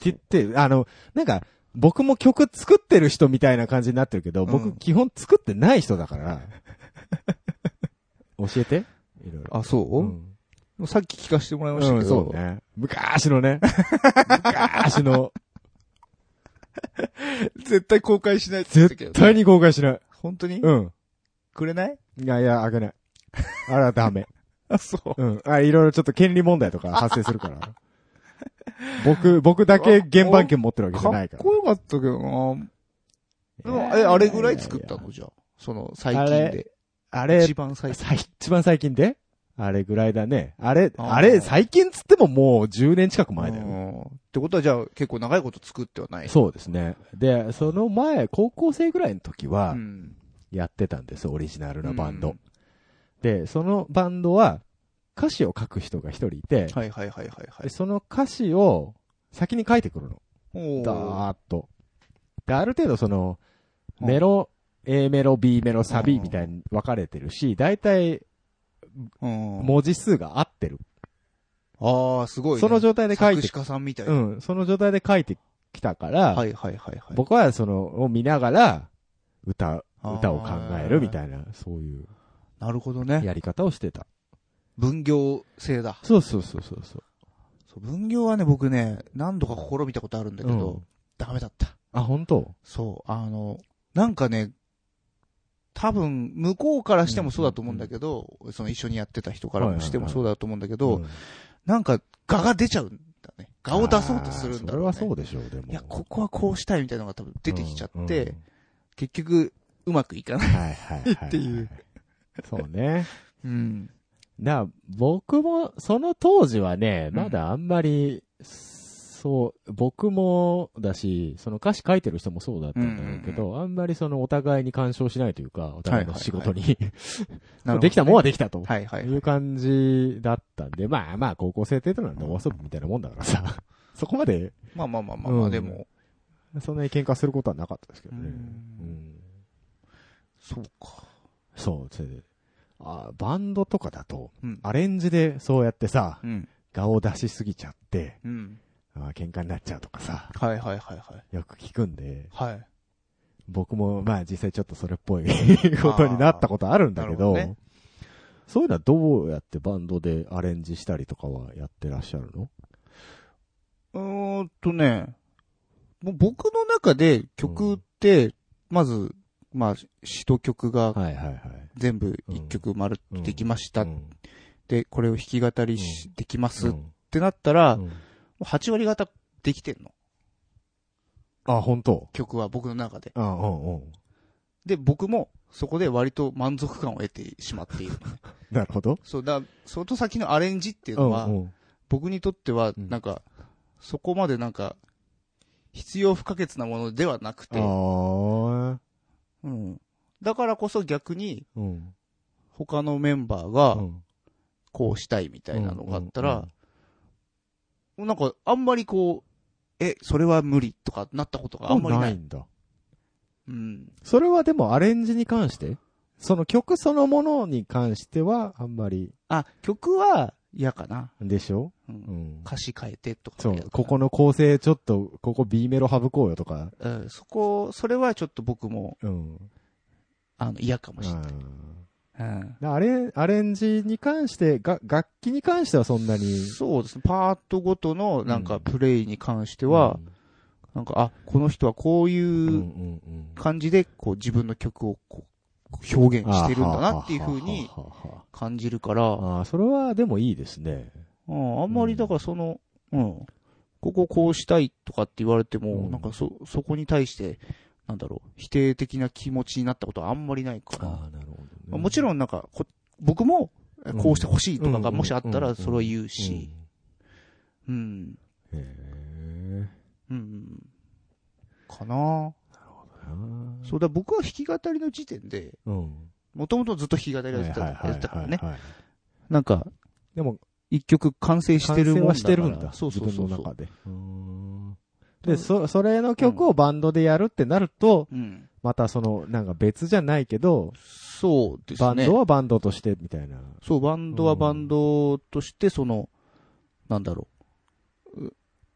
Speaker 1: て言って、あの、なんか、僕も曲作ってる人みたいな感じになってるけど、
Speaker 2: う
Speaker 1: 僕
Speaker 2: ん
Speaker 1: 基本作ってない人だから、教えていろいろ。
Speaker 2: あ、そう
Speaker 1: うん
Speaker 2: さっき聞かせてもらいました
Speaker 1: う
Speaker 2: け
Speaker 1: ん
Speaker 2: ど、
Speaker 1: そうね。昔のね。昔の。
Speaker 2: 絶対公開しないって言ってたけ
Speaker 1: 絶
Speaker 2: ど、
Speaker 1: 対に公開しない。
Speaker 2: 本当に
Speaker 1: うん。
Speaker 2: くれない
Speaker 1: いやいや、あげない。あれはダメ。
Speaker 2: あ、そう。
Speaker 1: うん。あ、いろいろちょっと権利問題とか発生する から。僕、僕だけ原版権持ってるわけじ
Speaker 2: か
Speaker 1: ゃない
Speaker 2: っ
Speaker 1: から。
Speaker 2: こよかったけどなでも
Speaker 1: いやいやい
Speaker 2: え、
Speaker 1: や
Speaker 2: あれぐらい作ったのじゃあ。その、最近で。
Speaker 1: あれ
Speaker 2: 一、番最近。
Speaker 1: 最一番最近であれぐらいだね。あれ、
Speaker 2: あー
Speaker 1: あれ、最近つってももう10年近く前だよ。
Speaker 2: うんってことはじゃあ結構長いこと作ってはない。
Speaker 1: そうですね。で、その前、高校生ぐらいの時は
Speaker 2: う、ん。
Speaker 1: やってたんです、オリジナルのバンド。
Speaker 2: うん
Speaker 1: で、そのバンドは、歌詞を書く人が一人いて、
Speaker 2: はいはいはいはいは
Speaker 1: で
Speaker 2: い。
Speaker 1: その歌詞を先に書いてくるの。
Speaker 2: おー
Speaker 1: だーっと。で、ある程度その、メロ、A メロ、B メロ、サビみたいに分かれてるし、大体
Speaker 2: うん
Speaker 1: 文字数が合ってる。
Speaker 2: ああ、すごいね。
Speaker 1: その状態で書い
Speaker 2: 作
Speaker 1: て
Speaker 2: 詞、家さんみたいうな。
Speaker 1: ん、その状態で書いてきたから、
Speaker 2: はいはいはいはい。
Speaker 1: 僕はその、を見ながら、歌、
Speaker 2: あー
Speaker 1: 歌を考えるみたいな、そういう
Speaker 2: なるほどね。
Speaker 1: やり方をしてた。
Speaker 2: 分業制だ。
Speaker 1: そうそうそうそうそう。
Speaker 2: そう分業はね、僕ね、何度か試みたことあるんだけど、
Speaker 1: うん
Speaker 2: ダメだった。
Speaker 1: あ、本当
Speaker 2: そう、あの、なんかね、多分、向こうからしてもそうだと思うんだけど、その一緒にやってた人からもしてもそうだと思うんだけど、
Speaker 1: ん
Speaker 2: なんか、画が出ちゃうんだね。画を出そうとするんだろう、ね。
Speaker 1: あーそれはそうでしょう、でも。
Speaker 2: いや、ここはこうしたいみたいなのが多分出てきちゃって、
Speaker 1: うんうん
Speaker 2: 結局、うまくいかない。
Speaker 1: はいはいは。
Speaker 2: っていう。
Speaker 1: そうね。
Speaker 2: うん。
Speaker 1: な、僕も、その当時はね、まだあんまり、そう、僕もだし、その歌詞書いてる人もそうだったんだろうけど、あんまりそのお互いに干渉しないというか、お互いの仕事に、
Speaker 2: なるほどね
Speaker 1: できたもんはできたと。
Speaker 2: はいはい
Speaker 1: い。う感じだったんで、まあまあ、高校生程度なんでお遊びみたいなもんだから さ、そこまで、
Speaker 2: まあまあまあまあまあ、
Speaker 1: うん
Speaker 2: でも、
Speaker 1: そんなに喧嘩することはなかったですけどね。
Speaker 2: う
Speaker 1: うんん
Speaker 2: そうか。
Speaker 1: そう、それであバンドとかだと、
Speaker 2: うん
Speaker 1: アレンジでそうやってさ、
Speaker 2: うん。
Speaker 1: 顔を出しすぎちゃって、
Speaker 2: うん。
Speaker 1: あ喧嘩になっちゃうとかさ、
Speaker 2: はいはいはいはい。
Speaker 1: よく聞くんで、
Speaker 2: はい。
Speaker 1: 僕もまあ実際ちょっとそれっぽい ことになったことあるんだけど、
Speaker 2: なるほどね
Speaker 1: そういうのはどうやってバンドでアレンジしたりとかはやってらっしゃるの
Speaker 2: うーんとね、もう僕の中で曲って、まず、まあ、詩と曲が
Speaker 1: はいはいはい。
Speaker 2: 全部一曲まるっとできました。
Speaker 1: うん
Speaker 2: で、これを弾き語りし、できます
Speaker 1: う
Speaker 2: っ
Speaker 1: ん
Speaker 2: てなったら、
Speaker 1: う
Speaker 2: も
Speaker 1: ん
Speaker 2: う8割方できてんの。
Speaker 1: あ、本当
Speaker 2: 曲は僕の中で。
Speaker 1: あ、うんうん。
Speaker 2: で、僕もそこで割と満足感を得てしまって いる。
Speaker 1: なるほど。
Speaker 2: そうだ、その先のアレンジっていう
Speaker 1: う
Speaker 2: の
Speaker 1: ん
Speaker 2: は、
Speaker 1: うん
Speaker 2: 僕にとっては、
Speaker 1: うん
Speaker 2: なんか、そこまでなんか、必要不可欠なものではなくて、
Speaker 1: ああ。
Speaker 2: うん。だからこそ逆に、
Speaker 1: うん。
Speaker 2: 他のメンバー
Speaker 1: う
Speaker 2: が、
Speaker 1: ん
Speaker 2: こうしたいみたいなのがあった
Speaker 1: うんうん
Speaker 2: ら、なんか、あんまりこう、え、それは無理とかなったことがあんまりない。
Speaker 1: いんだ。
Speaker 2: うん。
Speaker 1: それはでもアレンジに関してその曲そのものに関してはあんまり
Speaker 2: あ、曲は嫌かな。
Speaker 1: でしょ
Speaker 2: うん
Speaker 1: うん。
Speaker 2: 歌詞変えてとか。
Speaker 1: そう、ここ。の構成ちょっと、ここ B メロ省こうよとか。
Speaker 2: うん、そこ、それはちょっと僕も、
Speaker 1: うん。
Speaker 2: あの、嫌かもしれ
Speaker 1: あ
Speaker 2: ない。うん。
Speaker 1: あれ、アレンジに関して、が、楽器に関してはそんなに。
Speaker 2: そうですね。パートごとの、なん
Speaker 1: う
Speaker 2: か、
Speaker 1: ん
Speaker 2: プレイに関しては、なんか、あ、この人はこう
Speaker 1: うん、うん
Speaker 2: いう
Speaker 1: うんうん。
Speaker 2: 感じで、こう、自分の曲を、こう、表現してるんだなっていう風に
Speaker 1: あははははは
Speaker 2: 感じるから、
Speaker 1: あー、それはでもいいですね。
Speaker 2: うん、あんまりだからその、うん、こここうしたいとかって言われても、
Speaker 1: うん
Speaker 2: なんかそ、そこに対して、なんだろう、否定的な気持ちになったことはあんまりないから、
Speaker 1: ああ、なるほど、ね
Speaker 2: まあもち
Speaker 1: ん、
Speaker 2: ろんなんかこ、僕も、え
Speaker 1: うん
Speaker 2: こうしてほしいとかが
Speaker 1: うん
Speaker 2: もしあった
Speaker 1: う
Speaker 2: ら、
Speaker 1: ん
Speaker 2: それは言うし、うん、
Speaker 1: うん。へ
Speaker 2: うん、かな
Speaker 1: え。
Speaker 2: そうだ、僕は弾き語りの時点で、
Speaker 1: うん。
Speaker 2: もともとずっと弾き語り
Speaker 1: は
Speaker 2: を
Speaker 1: い
Speaker 2: やってたやってたからね。
Speaker 1: はいはいはい
Speaker 2: なんか、
Speaker 1: でも、
Speaker 2: 一曲完成してるもんだか
Speaker 1: 完
Speaker 2: ら。
Speaker 1: 成はしてるんだ。
Speaker 2: そうそうそ
Speaker 1: 自
Speaker 2: うそ
Speaker 1: 分の
Speaker 2: う。
Speaker 1: 中で。うーんで、そ、それの曲をバンドでやるってなると、
Speaker 2: うん。
Speaker 1: またその、なんか別じゃないけど、
Speaker 2: そうですね。
Speaker 1: バンドはバンドとしてみたいな。
Speaker 2: そう、バンドはバンドとして、その、なんだろう。う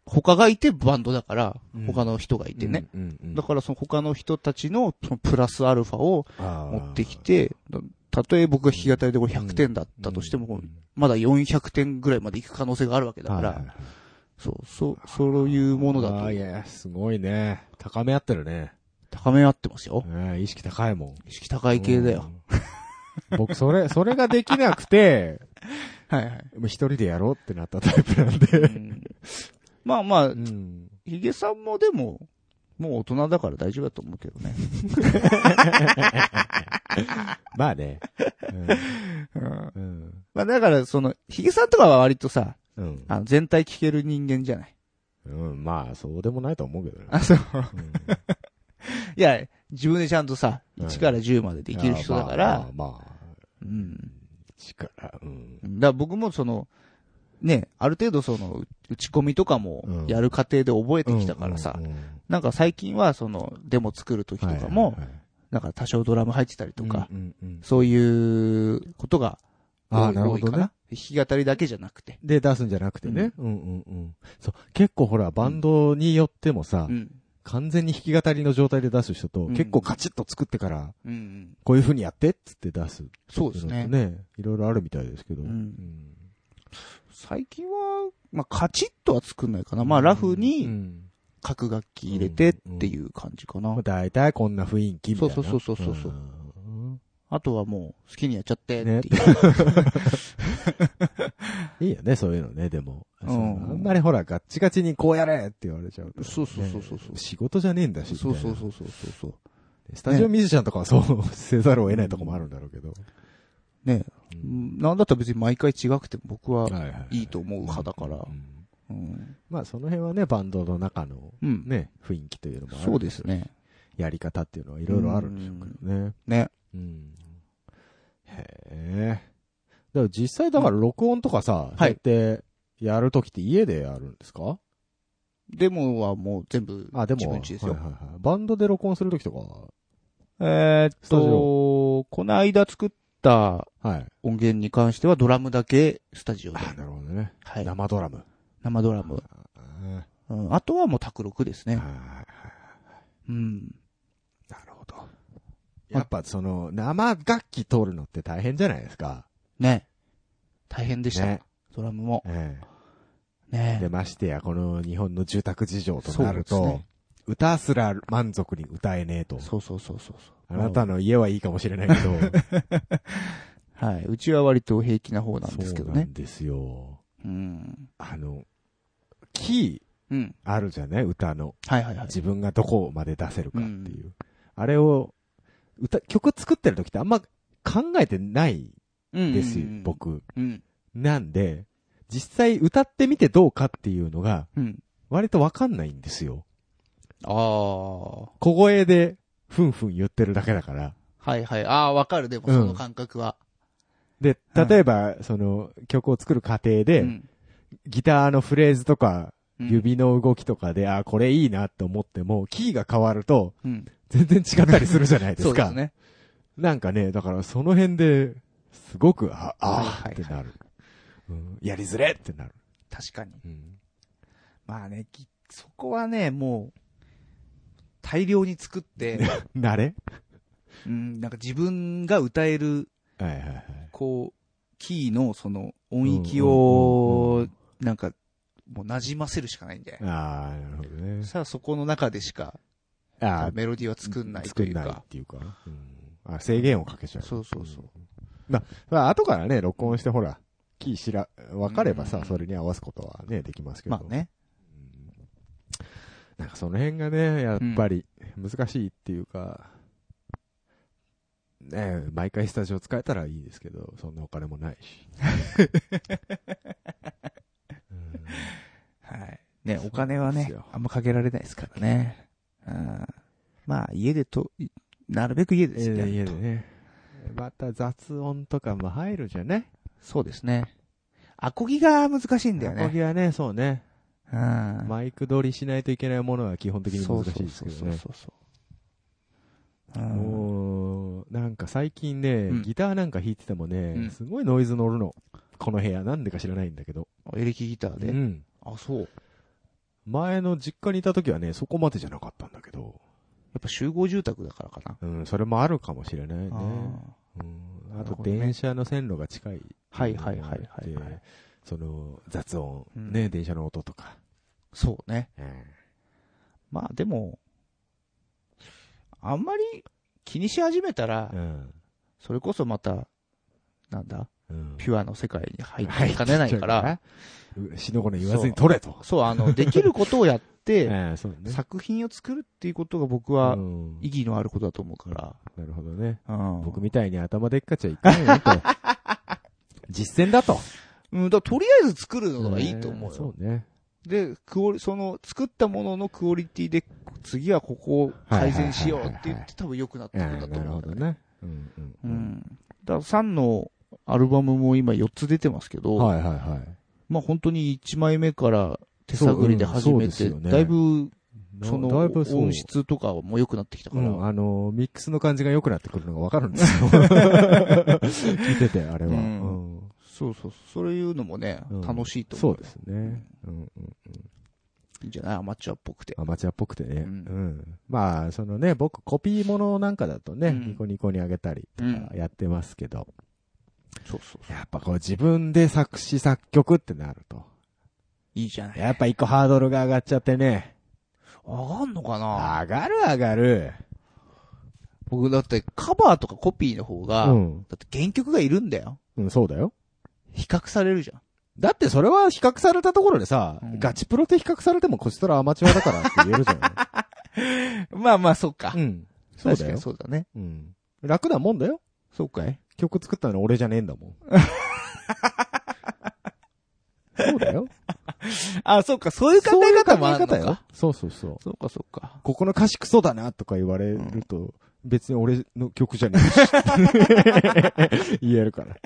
Speaker 2: 他がいてバンドだから
Speaker 1: うん、
Speaker 2: 他の人がいてね。
Speaker 1: うんうんうん
Speaker 2: だからその他の人たちのそのプラスアルファを
Speaker 1: あ
Speaker 2: 持
Speaker 1: ー
Speaker 2: ってきて、だたとえ僕が弾き語りでこれ100点だったとしても、
Speaker 1: うん
Speaker 2: まだ400点ぐらいまでいく可能性があるわけだか
Speaker 1: はいはい
Speaker 2: ら、
Speaker 1: はい
Speaker 2: そう、そう、そういうものだ
Speaker 1: あーい
Speaker 2: と
Speaker 1: やいや、すごいね。高め合ってるね。
Speaker 2: 高め合ってますよ。
Speaker 1: ねえ意識高いもん。
Speaker 2: 意識高い系だよ。
Speaker 1: うん。僕、それ、それができなくて、
Speaker 2: はいはい。
Speaker 1: もう一人でやろうってなったタイプなん で。
Speaker 2: まあまあ
Speaker 1: う、ん。
Speaker 2: ヒゲさんもでも、もう大人だから大丈夫だと思うけどね。
Speaker 1: まあね。
Speaker 2: うん。
Speaker 1: うん。うん
Speaker 2: まあだから、その、ヒゲさんとかは割とさ、
Speaker 1: うん。
Speaker 2: あの全体聞ける人間じゃない。
Speaker 1: うん、まあ、そうでもないと思うけどね。
Speaker 2: あ、そう。
Speaker 1: うん
Speaker 2: いや、自分でちゃんとさ、
Speaker 1: うん
Speaker 2: 1から10までできる人だから、
Speaker 1: まあまあ、まあ
Speaker 2: うん。
Speaker 1: 力、うん。
Speaker 2: だから僕もその、ね、ある程度その、打ち込みとかも
Speaker 1: うん、
Speaker 2: やる過程で覚えてきたからさ、
Speaker 1: うんうんうん
Speaker 2: なんか最近はその、デモ作る時とか
Speaker 1: は
Speaker 2: も
Speaker 1: い、はいはい
Speaker 2: なんか多少ドラム入ってたりとか、
Speaker 1: うんうんうん
Speaker 2: そういうことが多い、
Speaker 1: あーなるほどね
Speaker 2: 多いかな。弾き語りだけじゃなくて。
Speaker 1: で、出すんじゃなくてね。うんうんうん。そう。結構ほら、バンドによってもさ
Speaker 2: う、ん。
Speaker 1: 完全に弾き語りの状態で出す人と、
Speaker 2: うん
Speaker 1: 結構カチッと作ってから、
Speaker 2: うんうん。
Speaker 1: こういう風にやってっつって出す。
Speaker 2: そうですね。
Speaker 1: ね。いろいろあるみたいですけど。
Speaker 2: うん
Speaker 1: ん
Speaker 2: 最近は、まあ、カチッとは作んないかな。まあ、ラフ
Speaker 1: う
Speaker 2: に
Speaker 1: ん
Speaker 2: 各楽器入れてっていう感じかな。
Speaker 1: まあ大体こんな雰囲気みたいな。
Speaker 2: そうそうそうそうそうそうんあとはもう、好きにやっちゃってっていう
Speaker 1: ね。いいよね、そういうのね、でも。
Speaker 2: うん
Speaker 1: そうあんまりほら、ガッチガチにこうやれって言われちゃうと。
Speaker 2: そうそうそうそうそう
Speaker 1: ね仕事じゃねえんだし。
Speaker 2: そうそう
Speaker 1: みたい
Speaker 2: そうそうそう そう。
Speaker 1: なスタジオミュージシャンとかはそうせざるを得ないとこもあるんだろうけど。う
Speaker 2: ね、うんんなんだったら別に毎回違くても僕は
Speaker 1: はいはい
Speaker 2: いいと思う派だから
Speaker 1: う。ん
Speaker 2: うん。
Speaker 1: まあその辺はね、バンドの中の
Speaker 2: うん。
Speaker 1: ね、雰囲気というのもある。
Speaker 2: そうです。ね。
Speaker 1: やり方っていうのはいろいろあるんでしょうけどね。
Speaker 2: ね。
Speaker 1: うん。へえ。だから実際だから録音とかさ、
Speaker 2: は
Speaker 1: や
Speaker 2: い
Speaker 1: って、やるときって家でやるんですか
Speaker 2: デモはもう全部
Speaker 1: あ、でも。
Speaker 2: 自分家ですよ。
Speaker 1: はいはいはいバンドで録音するときとかは
Speaker 2: えーっ
Speaker 1: スタジ
Speaker 2: と、この間作った
Speaker 1: はい。
Speaker 2: 音源に関してはドラムだけスタジオで。
Speaker 1: あ、なるほどね。
Speaker 2: はい。
Speaker 1: 生ドラム。
Speaker 2: 生ドラム。
Speaker 1: あ
Speaker 2: うん。あとはもう卓録です
Speaker 1: ー
Speaker 2: ね
Speaker 1: は。いはいはい
Speaker 2: うん。
Speaker 1: なるほど。やっぱその、生楽器通るのって大変じゃないですか。
Speaker 2: ね。大変でした。
Speaker 1: ね
Speaker 2: ドラムも。
Speaker 1: ええ。で、
Speaker 2: ね。
Speaker 1: ましてや、この日本の住宅事情となる
Speaker 2: そ
Speaker 1: と、
Speaker 2: うですね
Speaker 1: 歌すら満足に歌えねえと。
Speaker 2: そうそうそうそうそ
Speaker 1: あ
Speaker 2: う。
Speaker 1: なたの家はいいかもしれ ないけど。
Speaker 2: はい。うちは割と平気な方なんですけど
Speaker 1: そうな
Speaker 2: ね。
Speaker 1: んですよ。
Speaker 2: うん。
Speaker 1: あの、キー
Speaker 2: うん。
Speaker 1: あるじゃない歌の。
Speaker 2: はいはいはい。
Speaker 1: 自分がどこまで出せるかっていう。あれを、歌、曲作ってる時ってあんま考えてない
Speaker 2: うん
Speaker 1: ですよ、
Speaker 2: うんうん
Speaker 1: 僕。
Speaker 2: うん。
Speaker 1: なんで、実際歌ってみてどうかっていうのが、
Speaker 2: うん。
Speaker 1: 割とわかんないんですよ。
Speaker 2: ああ。は
Speaker 1: 小声で、ふんふん言ってるだけだから。
Speaker 2: いはい。ああ、わかる、でも
Speaker 1: うん
Speaker 2: その感覚は。
Speaker 1: で、
Speaker 2: うん
Speaker 1: 例えば、その、曲を作る過程
Speaker 2: う
Speaker 1: で、
Speaker 2: ん。
Speaker 1: ギターのフレーズとか、
Speaker 2: うん。
Speaker 1: 指の動きとかで、あーこれいいなって思っても、キーが変わると、
Speaker 2: うん。
Speaker 1: 全然違ったりするじゃないです
Speaker 2: そ
Speaker 1: か。
Speaker 2: うですね。
Speaker 1: なんかね、だからその辺で、すごく、あ、あー
Speaker 2: はいはいはい
Speaker 1: ってなる。うんやりづれってなる。
Speaker 2: 確かに。
Speaker 1: うん
Speaker 2: まあね、きそこはね、もう、大量に作って、
Speaker 1: 慣れ
Speaker 2: うん、なんか自分が歌える、
Speaker 1: はいはいはい。
Speaker 2: こう、キーのその音域
Speaker 1: うんうんうんう
Speaker 2: を、なんか、もう馴染ませるしかないんで。
Speaker 1: ああ、なるほどね。
Speaker 2: さあそこの中でしか、
Speaker 1: あ
Speaker 2: メロディーは作ん
Speaker 1: あ、
Speaker 2: ないと
Speaker 1: 作
Speaker 2: い
Speaker 1: ん
Speaker 2: う
Speaker 1: ない
Speaker 2: か
Speaker 1: っ。ていうか。うんあ制限をかけちゃう。
Speaker 2: そうそうそう。
Speaker 1: まあ、後からね、録音してほら、キー知ら、わかれば
Speaker 2: うん
Speaker 1: さ、それに合わすことはね、できますけど。
Speaker 2: まあ。ね。
Speaker 1: なんかその辺がね、やっぱり、難しいっていうか、ねえ毎回スタジオ使えたらいいですけど、そんなお金もないし。うん
Speaker 2: はい。ね、お金は
Speaker 1: そうなんです
Speaker 2: ね
Speaker 1: よ、
Speaker 2: あんまかけられないですからね。うん。まあ、家でと、いなるべく家でです
Speaker 1: ええ
Speaker 2: ね。
Speaker 1: 家でね。また雑音とかも入るじゃね。
Speaker 2: そうですね。アコギが難しいんだよ
Speaker 1: アコ
Speaker 2: ね。
Speaker 1: ギはね、そうね。
Speaker 2: うん。
Speaker 1: マイク取りしないといけないものは基本的に難しいですけど
Speaker 2: そう
Speaker 1: ね。
Speaker 2: そうそうそう。うん。
Speaker 1: もう、なんか最近ね
Speaker 2: う、ん
Speaker 1: ギターなんか弾いてても
Speaker 2: う
Speaker 1: ね、
Speaker 2: ん
Speaker 1: すごいノイズ乗るの。この部屋、なんでか知らないんだけど。
Speaker 2: エレキギター
Speaker 1: う
Speaker 2: で。
Speaker 1: ん。
Speaker 2: あ、そう。やっ
Speaker 1: 前の実家にいた時はね、そこまでじゃなかったんだけど。
Speaker 2: ぱ集合住宅だからかな。
Speaker 1: うん、それもあるかもしれないね。
Speaker 2: あ
Speaker 1: うん。
Speaker 2: な
Speaker 1: あ
Speaker 2: る
Speaker 1: と
Speaker 2: ほどね
Speaker 1: 電車の線路が近いってうのもあって。
Speaker 2: はいはいはいはいはい
Speaker 1: その、雑音。
Speaker 2: うん
Speaker 1: ね、電車の音とか。
Speaker 2: ーそうね。
Speaker 1: うん
Speaker 2: まあ、でも、あんまり気にし始めたら、
Speaker 1: うん。
Speaker 2: それこそまた、なんだ、
Speaker 1: うん。
Speaker 2: ピュアの世界に入っていかねないから、
Speaker 1: うん、死の子の言わずに取れと。
Speaker 2: そう、あの、できることをやっ て、
Speaker 1: ええ、そうね。
Speaker 2: 作品を作るっていうことが僕
Speaker 1: う
Speaker 2: は
Speaker 1: ん
Speaker 2: 意義のあることだと思うから、
Speaker 1: なるほどね。
Speaker 2: うん。
Speaker 1: 僕みたいに頭でっかちはいかんよと。 実践だと。
Speaker 2: うん、だからとりあえず作るのがいいと思うよ。
Speaker 1: そうね。
Speaker 2: で、クオリ、その、作ったもののクオリティで、次はここを改善しようって言って多分良くなって
Speaker 1: ええ
Speaker 2: くるんだと
Speaker 1: なる
Speaker 2: 思う
Speaker 1: ほ
Speaker 2: んだ
Speaker 1: ど
Speaker 2: よね。
Speaker 1: ね。うんうん
Speaker 2: う
Speaker 1: うん。
Speaker 2: ん。だから3のアルバムも今4つ出てますけど、
Speaker 1: はいはいはい。
Speaker 2: まあ本当に1枚目から手探りで始め
Speaker 1: そう
Speaker 2: て、
Speaker 1: うんそうですよね
Speaker 2: だいぶ、
Speaker 1: な
Speaker 2: その、
Speaker 1: だいぶそう
Speaker 2: 音質とかも良くなってきたか
Speaker 1: う
Speaker 2: ら、
Speaker 1: ん、あのー、ミックスの感じが良くなってくるのがわかるんです よ。聞いてて、あれは。
Speaker 2: うん
Speaker 1: うん
Speaker 2: そうそう、そういうのもね、
Speaker 1: うん
Speaker 2: 楽しいと
Speaker 1: そ
Speaker 2: 思
Speaker 1: うですね。うんうん
Speaker 2: う。いいんじゃないアマチュアっぽくて。
Speaker 1: アマチュアっぽくてね。う
Speaker 2: う
Speaker 1: んん。まあ、そのね、僕、コピーものなんかだとね、
Speaker 2: うん
Speaker 1: ニコニコにあげたりとか
Speaker 2: うん
Speaker 1: やってますけど、
Speaker 2: そうそうそう。
Speaker 1: やっぱこう自分で作詞作曲ってなると、
Speaker 2: いいじゃない。
Speaker 1: やっぱ一個ハードルが上がっちゃってね、
Speaker 2: 上がんのかな
Speaker 1: 上がる上がる。
Speaker 2: 僕だってカバーとかコピーの方が、
Speaker 1: うん。
Speaker 2: だって原曲がいるんだよ。
Speaker 1: うん、そうだよ。
Speaker 2: 比較されるじゃん。
Speaker 1: だってそれは比較されたところでさ、
Speaker 2: うん
Speaker 1: ガチプロで比較されてもこちとらアマチュアだからって言えるじゃない
Speaker 2: まあまあ、 そうか。
Speaker 1: うん。そう
Speaker 2: 確
Speaker 1: だ
Speaker 2: か
Speaker 1: よ
Speaker 2: に。そうだね。
Speaker 1: うん。楽なもんだよ。
Speaker 2: そうかい
Speaker 1: 曲作ったの俺じゃねえんだ もん。そうだよ。
Speaker 2: あ、そうか、そういう考え方もあるの
Speaker 1: そういう考え
Speaker 2: か。
Speaker 1: そうそうそう。
Speaker 2: そうか、そうか。
Speaker 1: ここの歌詞クソだなとか言われると、別に俺の曲じゃねえ し。言えるから。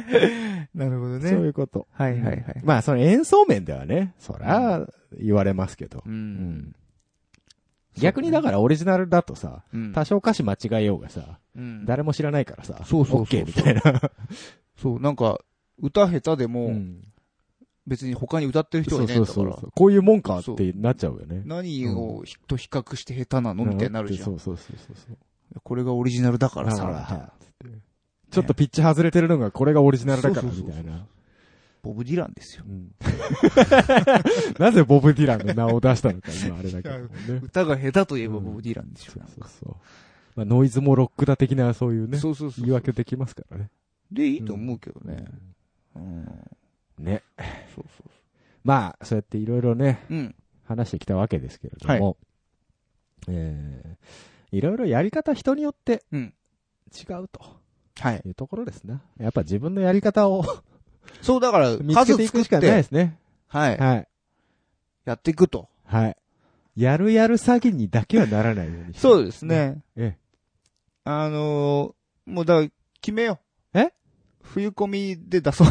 Speaker 2: なるほど
Speaker 1: そうい。うこと。
Speaker 2: はいはいはい。
Speaker 1: まあ、その演奏面ではね、そら、言われますけど
Speaker 2: う。。
Speaker 1: うん逆にだからオリジナルだとさ、
Speaker 2: うん
Speaker 1: 多少歌詞間違えようがさ、
Speaker 2: うん
Speaker 1: 誰も知らないからさ、
Speaker 2: そうそうそう
Speaker 1: オッケーみたいな。
Speaker 2: そう、なんか、歌下手で
Speaker 1: う
Speaker 2: も、
Speaker 1: ん
Speaker 2: 別に他に歌ってる人
Speaker 1: そ
Speaker 2: がいうない
Speaker 1: そ
Speaker 2: ん
Speaker 1: う
Speaker 2: だか
Speaker 1: そう
Speaker 2: ら
Speaker 1: そ、う。こういうもんかってなっちゃうよね。
Speaker 2: 何をひと比較して下手なのみたいになるじゃ
Speaker 1: そ
Speaker 2: ん。
Speaker 1: うそうそうそうそう。
Speaker 2: これがオリジナルだからさ、
Speaker 1: はい
Speaker 2: みたいな
Speaker 1: はいはいちょっとピッチ外れてるのがこれがオリジナルだから、
Speaker 2: そうそう
Speaker 1: み
Speaker 2: そうそう
Speaker 1: たいな。
Speaker 2: ボブ・ディランですよ。
Speaker 1: うん なぜボブ・ディランの名を出したのか、今あれだけどね。
Speaker 2: 歌が下手といえばボブ・ディランでしょ
Speaker 1: そう。そうそう。まあ、ノイズもロックだ的な、そういうね、
Speaker 2: そうそうそう。
Speaker 1: 言い訳できますからね。
Speaker 2: で、いいと思うけどね。うん。
Speaker 1: ね。
Speaker 2: そうそう
Speaker 1: まあ、そうやっていろいろね、
Speaker 2: そう。うん。
Speaker 1: 話してきたわけですけれども、えーいろいろやり方人によって
Speaker 2: う
Speaker 1: 違
Speaker 2: ん
Speaker 1: うと
Speaker 2: はい。
Speaker 1: いうところですね。やっぱ自分のやり方 を
Speaker 2: そう、だから、
Speaker 1: 見つけて
Speaker 2: 数
Speaker 1: いくし
Speaker 2: 作
Speaker 1: か
Speaker 2: っ
Speaker 1: ないで
Speaker 2: て、
Speaker 1: すね。
Speaker 2: はい。
Speaker 1: はい。
Speaker 2: やっていくと。
Speaker 1: はい。やるやる詐欺にだけはならないようにう。
Speaker 2: そうですね。
Speaker 1: え
Speaker 2: あのー、もうだから、決めよう。
Speaker 1: え
Speaker 2: 冬込みで出そう。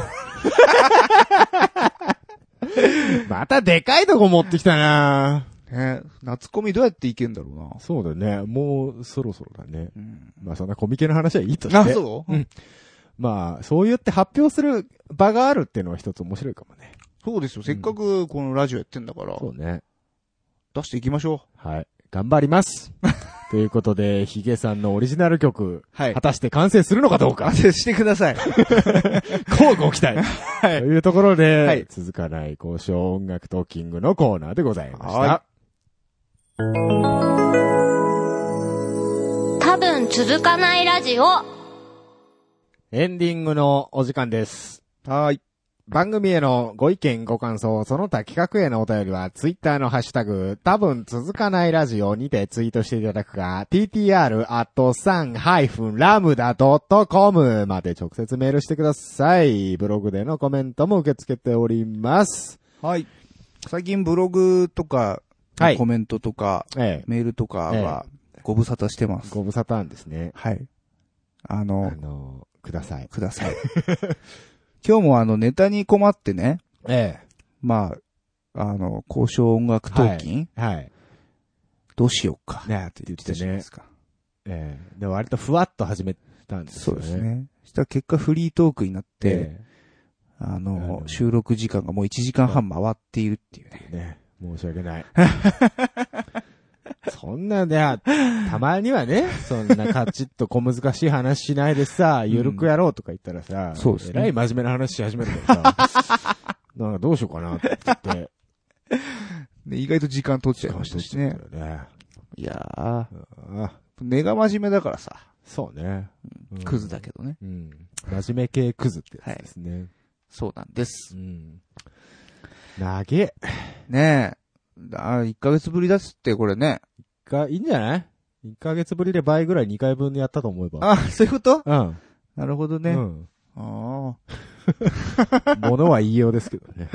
Speaker 1: え。またでかいとこ持ってきたな
Speaker 2: ね夏コミどうやっていけんだろうな。
Speaker 1: そうだね。もうそろそろだね。
Speaker 2: うん。
Speaker 1: まあそんなコミケの話はいいと
Speaker 2: あ、
Speaker 1: して。
Speaker 2: そう、
Speaker 1: うんまあ、そう言って発表する場があるっていうのは一つ面白いかもね。
Speaker 2: そうですよ。せっかくこのラジオやってんだから、
Speaker 1: うね。
Speaker 2: 出していきましょ
Speaker 1: はい。頑張り ます。ということで、ヒゲさんのオリジナル曲
Speaker 2: う。、はい
Speaker 1: 果。たして完成するのかどうか、
Speaker 2: してください。
Speaker 1: 乞うご期待。はい。というところで、
Speaker 2: はい
Speaker 1: 続かない交渉音楽トーキングのコーナーでございました。
Speaker 2: は
Speaker 4: 多分続かないラジオ
Speaker 1: エンディングのお時間です。
Speaker 2: はい。
Speaker 1: 番組へのご意見、ご感想、その他企画へのお便りは、ツイッターのハッシュタグ、多分続かないラジオにてツイートしていただくか、ttr.san-lambda.com まで直接メールしてください。ブログでのコメントも受け付けております。
Speaker 2: はい。最近ブログとか、
Speaker 1: はい
Speaker 2: コメントとか、
Speaker 1: ええ。
Speaker 2: メールとかは、ご無沙汰してます。
Speaker 1: ご無沙汰んですね。
Speaker 2: はい。あ
Speaker 1: あ
Speaker 2: の、
Speaker 1: の、ください。
Speaker 2: ください。 今日もあの、ネタに困ってね、
Speaker 1: え
Speaker 2: まあ、あの、交渉音楽トーキン、
Speaker 1: え。はい。
Speaker 2: どうしようか。
Speaker 1: ねえ、って言っ
Speaker 2: 来た
Speaker 1: て
Speaker 2: じゃないで
Speaker 1: ね
Speaker 2: す。か。
Speaker 1: ええ。で、割とふわっと始めたんです
Speaker 2: そ
Speaker 1: よ
Speaker 2: う
Speaker 1: ね。
Speaker 2: です。ね。したら結果フリートークになって、
Speaker 1: ええ。
Speaker 2: あ
Speaker 1: なるほ
Speaker 2: の、
Speaker 1: ど
Speaker 2: 収録時間がもう1時間半回っているっていうね。
Speaker 1: ね、申し訳 ない。そんなね、たまにはね、そんなカチッと小難しい話しないでさ、ゆるくやろうとか言ったらさ、
Speaker 2: そうですね
Speaker 1: えらい真面目な話し始めるからさ、 なんかどうしようかなって言って、
Speaker 2: で意外と時間取っちゃいましたしね。
Speaker 1: ね。
Speaker 2: いやー、
Speaker 1: ああ
Speaker 2: 根が真面目だからさ、
Speaker 1: そうね。うん
Speaker 2: クズだけどね。
Speaker 1: うん。真面目系クズってやつですね。
Speaker 2: そうなんです。
Speaker 1: うん。投げ
Speaker 2: ねえ。あ、1ヶ月ぶりだっつって、これね。
Speaker 1: がいいんじゃない ?1 ヶ月ぶりで倍ぐらい2回分やったと思えば。
Speaker 2: あ、そういうこと
Speaker 1: うん。
Speaker 2: なるほどね。
Speaker 1: うん。
Speaker 2: あ
Speaker 1: ものは言いようですけどね。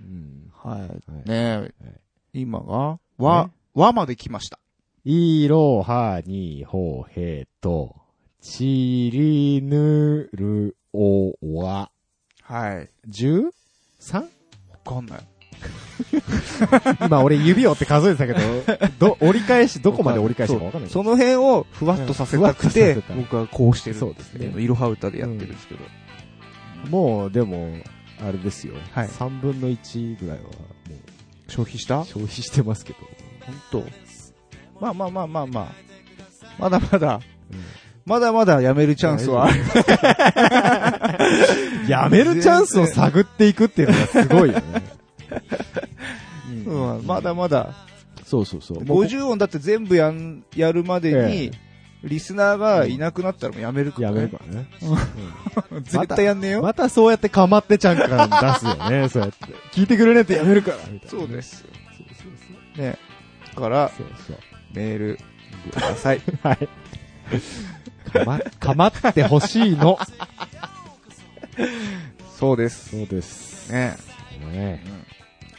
Speaker 1: うん。
Speaker 2: あ。はい。
Speaker 1: はい
Speaker 2: ねえ。今が、和、和まで来ました。
Speaker 1: いろはにほへと、ちりぬるおわ。
Speaker 2: はい。
Speaker 1: 十三
Speaker 2: わかんない。
Speaker 1: 今俺指折って数えてたけど、ど、折り返し、どこまで折り返したかわかんない。
Speaker 2: その辺をふわっとさせたくて
Speaker 1: うんふわっとさせた、い
Speaker 2: 僕はこうしてる。
Speaker 1: そうですね
Speaker 2: いろは歌でやってるんですけど。
Speaker 1: もう、でも、あれですよ。
Speaker 2: はい
Speaker 1: 3分の1ぐらいは、も
Speaker 2: 消費し
Speaker 1: う、
Speaker 2: た
Speaker 1: 消費してますけど。
Speaker 2: 本当。まあまあまあまあまあ。まだまだ、
Speaker 1: うん
Speaker 2: まだまだやめるチャンスはある。
Speaker 1: やめるチャンスを探っていくっていうのがすごい よね。
Speaker 2: うんまだまだ。
Speaker 1: そうそうそう。もう
Speaker 2: 50音だって全部やん、やるまで
Speaker 1: ええ
Speaker 2: に、リスナーがいなくなったらもうやめるから
Speaker 1: や
Speaker 2: ね。
Speaker 1: めるからね。
Speaker 2: 絶対やんねえよ。
Speaker 1: またそうやってかまってちゃん感出すよ ね、そうやって。聞いてくれねえってやめるから、みたいな。。
Speaker 2: そうですす。
Speaker 1: そうそう
Speaker 2: だから、
Speaker 1: そう。そう
Speaker 2: メール、く ださい。
Speaker 1: そう。はい。かま、かまってほしいの。
Speaker 2: そうです。
Speaker 1: そうです。
Speaker 2: ね
Speaker 1: ね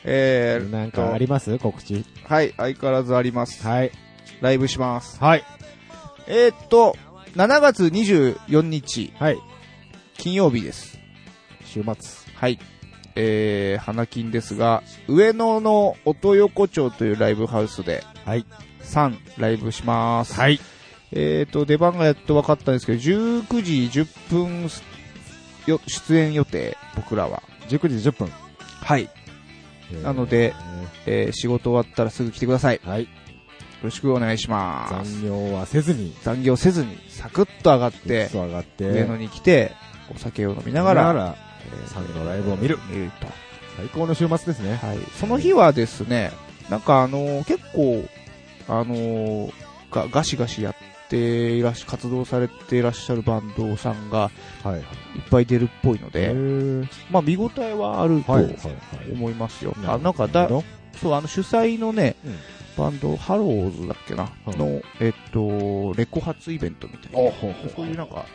Speaker 2: えー、
Speaker 1: なんかあります告知。
Speaker 2: はい、相変わらずあります。
Speaker 1: はい。
Speaker 2: ライブします。
Speaker 1: はい。
Speaker 2: えー、っと、7月24日、
Speaker 1: はい。
Speaker 2: 金曜日です。
Speaker 1: 週末。
Speaker 2: はい。えー、花金ですが、上野の音横丁というライブハウスで、
Speaker 1: はい。
Speaker 2: 3ライブします。
Speaker 1: い。
Speaker 2: えーと、出番がやっと分かったんですけど、19時10分すよ出演予定、僕らは。
Speaker 1: 19時10分。
Speaker 2: はい。なのでえー、仕事終わったらすぐ来てください。よ
Speaker 1: えー、はい。
Speaker 2: ろしくお願いします。
Speaker 1: 残業はせずに、
Speaker 2: 残業せずに、サクッと上がっ
Speaker 1: で、
Speaker 2: て、
Speaker 1: 上がって、
Speaker 2: 上野に来て、お酒を飲みながら、えー
Speaker 1: サンのライブを見る。
Speaker 2: 見ると。
Speaker 1: 最高の週末ですね。
Speaker 2: はい、その日はですね、なんかあのー結構、あのーがガシガシやっていらっし、活動されていらっしゃるバンドさんが
Speaker 1: はい。
Speaker 2: いっぱい出るっぽいの
Speaker 1: へ
Speaker 2: で、
Speaker 1: ー
Speaker 2: まあ見応えはある
Speaker 1: はい。はい。
Speaker 2: と
Speaker 1: はい
Speaker 2: 思いますよ。あなんかだ、そう、あの主催のね、
Speaker 1: うん
Speaker 2: バンド、ハローズだっけな、
Speaker 1: うん
Speaker 2: の、えっと、レコ発イベントみたい
Speaker 1: お
Speaker 2: な、
Speaker 1: ほほ
Speaker 2: そういうなんか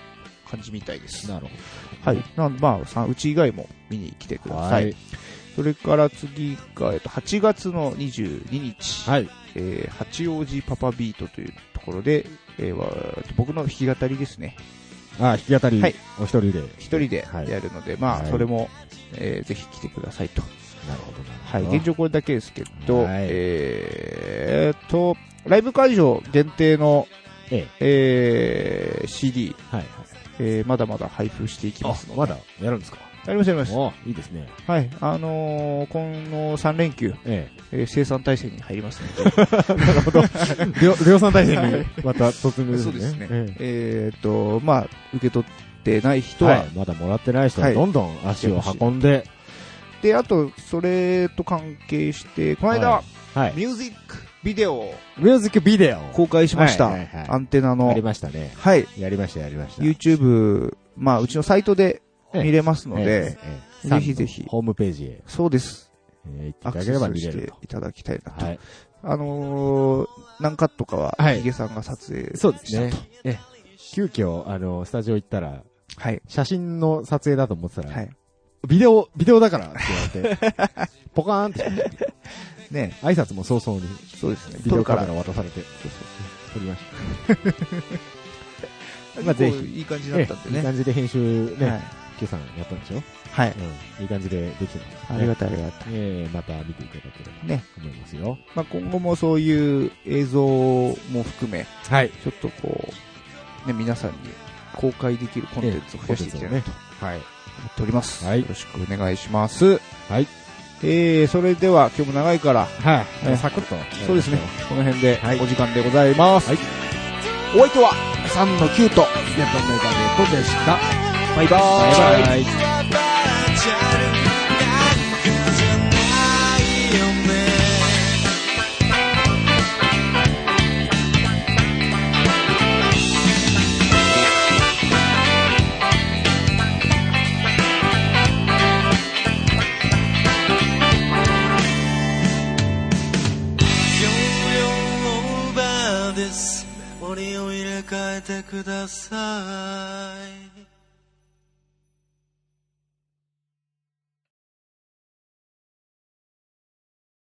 Speaker 2: 感じみたいです。
Speaker 1: なるほど。
Speaker 2: はい。。なんでまあ、さんうち以外も見に来てくださ。
Speaker 1: はいい。
Speaker 2: それから次が、えっと、8月の22日、
Speaker 1: はい。
Speaker 2: えー八王子パパビートというところで、えーわーっと僕の弾き語りですね。
Speaker 1: あ、弾き語り、
Speaker 2: はい
Speaker 1: お一人で。
Speaker 2: 一人で
Speaker 1: はい。
Speaker 2: やるので、まあ、
Speaker 1: はい
Speaker 2: それも、えーぜひ来てくださいと。
Speaker 1: なるほどな。
Speaker 2: はい。現状これだけですけど、
Speaker 1: はい
Speaker 2: えーっと、ライブ会場限定の、
Speaker 1: え
Speaker 2: えー CD、
Speaker 1: はい。はい。
Speaker 2: えーまだまだ配布していきますので。
Speaker 1: まだやるんですか
Speaker 2: ありますあります。
Speaker 1: おいいですね。
Speaker 2: はい。あのーこの3連休、
Speaker 1: え
Speaker 2: えー生産体制に入りますので、
Speaker 1: え。量量産体制にまた突入です
Speaker 2: そう
Speaker 1: ね。
Speaker 2: ですね。
Speaker 1: ええ
Speaker 2: えーっと、まあ、受け取ってない人は、
Speaker 1: はい。まだもらってない人は
Speaker 2: はい
Speaker 1: どんどん足を運んで、
Speaker 2: で、あと、それと関係して、この間、
Speaker 1: はい。
Speaker 2: ミュージックビデオを
Speaker 1: ミュージックビデオ。
Speaker 2: 公開しました。
Speaker 1: はいはいはい
Speaker 2: アンテナ
Speaker 1: あ
Speaker 2: の
Speaker 1: り。ましたね。
Speaker 2: はい。
Speaker 1: やりました、やりました。
Speaker 2: YouTube、まあ、うちのサイトで見れますの
Speaker 1: え
Speaker 2: で、
Speaker 1: え、
Speaker 2: ぜひぜひ
Speaker 1: ホームページへ、
Speaker 2: そうです。
Speaker 1: えー行ってい
Speaker 2: ア
Speaker 1: た
Speaker 2: ク
Speaker 1: だけ
Speaker 2: セ
Speaker 1: れば
Speaker 2: ス
Speaker 1: 見れ
Speaker 2: して
Speaker 1: る
Speaker 2: いただきたいな
Speaker 1: と。
Speaker 2: と。
Speaker 1: はい。
Speaker 2: あのー、何カットかは、
Speaker 1: はい
Speaker 2: ヒゲさんが撮影。
Speaker 1: そうですね。ええ急遽、あの、スタジオ行ったら、
Speaker 2: はい。
Speaker 1: 写真の撮影だと思ってたら、
Speaker 2: はい。
Speaker 1: ビデオ、ビデオだからって言われて、 ポカーンって、
Speaker 2: ね、
Speaker 1: 挨拶も早々に、
Speaker 2: そうですね。
Speaker 1: ビデオカメ
Speaker 2: 撮
Speaker 1: ラ
Speaker 2: る
Speaker 1: 渡されて、撮りまし
Speaker 2: から
Speaker 1: まあぜひ
Speaker 2: 結構いい感じ
Speaker 1: た。
Speaker 2: だったんで
Speaker 1: ええいい
Speaker 2: ね。
Speaker 1: 感じで編集
Speaker 2: は
Speaker 1: ね
Speaker 2: い、。
Speaker 1: Q さんやったんでしょ
Speaker 2: はい。
Speaker 1: うん。いい感じでできてます。
Speaker 2: ありが
Speaker 1: と
Speaker 2: たいありがたい。
Speaker 1: ええまた見ていただければ
Speaker 2: ね
Speaker 1: と思いますよ。
Speaker 2: まあ、今後もそういう映像も含め、
Speaker 1: はい。
Speaker 2: ちょっとこう、ね、皆さんに公開できるコンテンツを増やしていきたいなと
Speaker 1: はい。
Speaker 2: 思っております。
Speaker 1: はい
Speaker 2: よろしくお願いします。
Speaker 1: はい。
Speaker 2: えー、それでは今日も長いから、
Speaker 1: はい。
Speaker 2: え
Speaker 1: サクッと。
Speaker 2: そうですね。この辺で
Speaker 1: はい
Speaker 2: お時間でございます。
Speaker 1: はい
Speaker 2: お相手は、3の9と、
Speaker 1: ネットメガネコでした。
Speaker 2: バイバ
Speaker 1: バイ
Speaker 2: ーイ
Speaker 1: バ。
Speaker 6: 「君の声が聞こえて
Speaker 1: イ。
Speaker 6: くる」
Speaker 7: 緑を入れ替えてください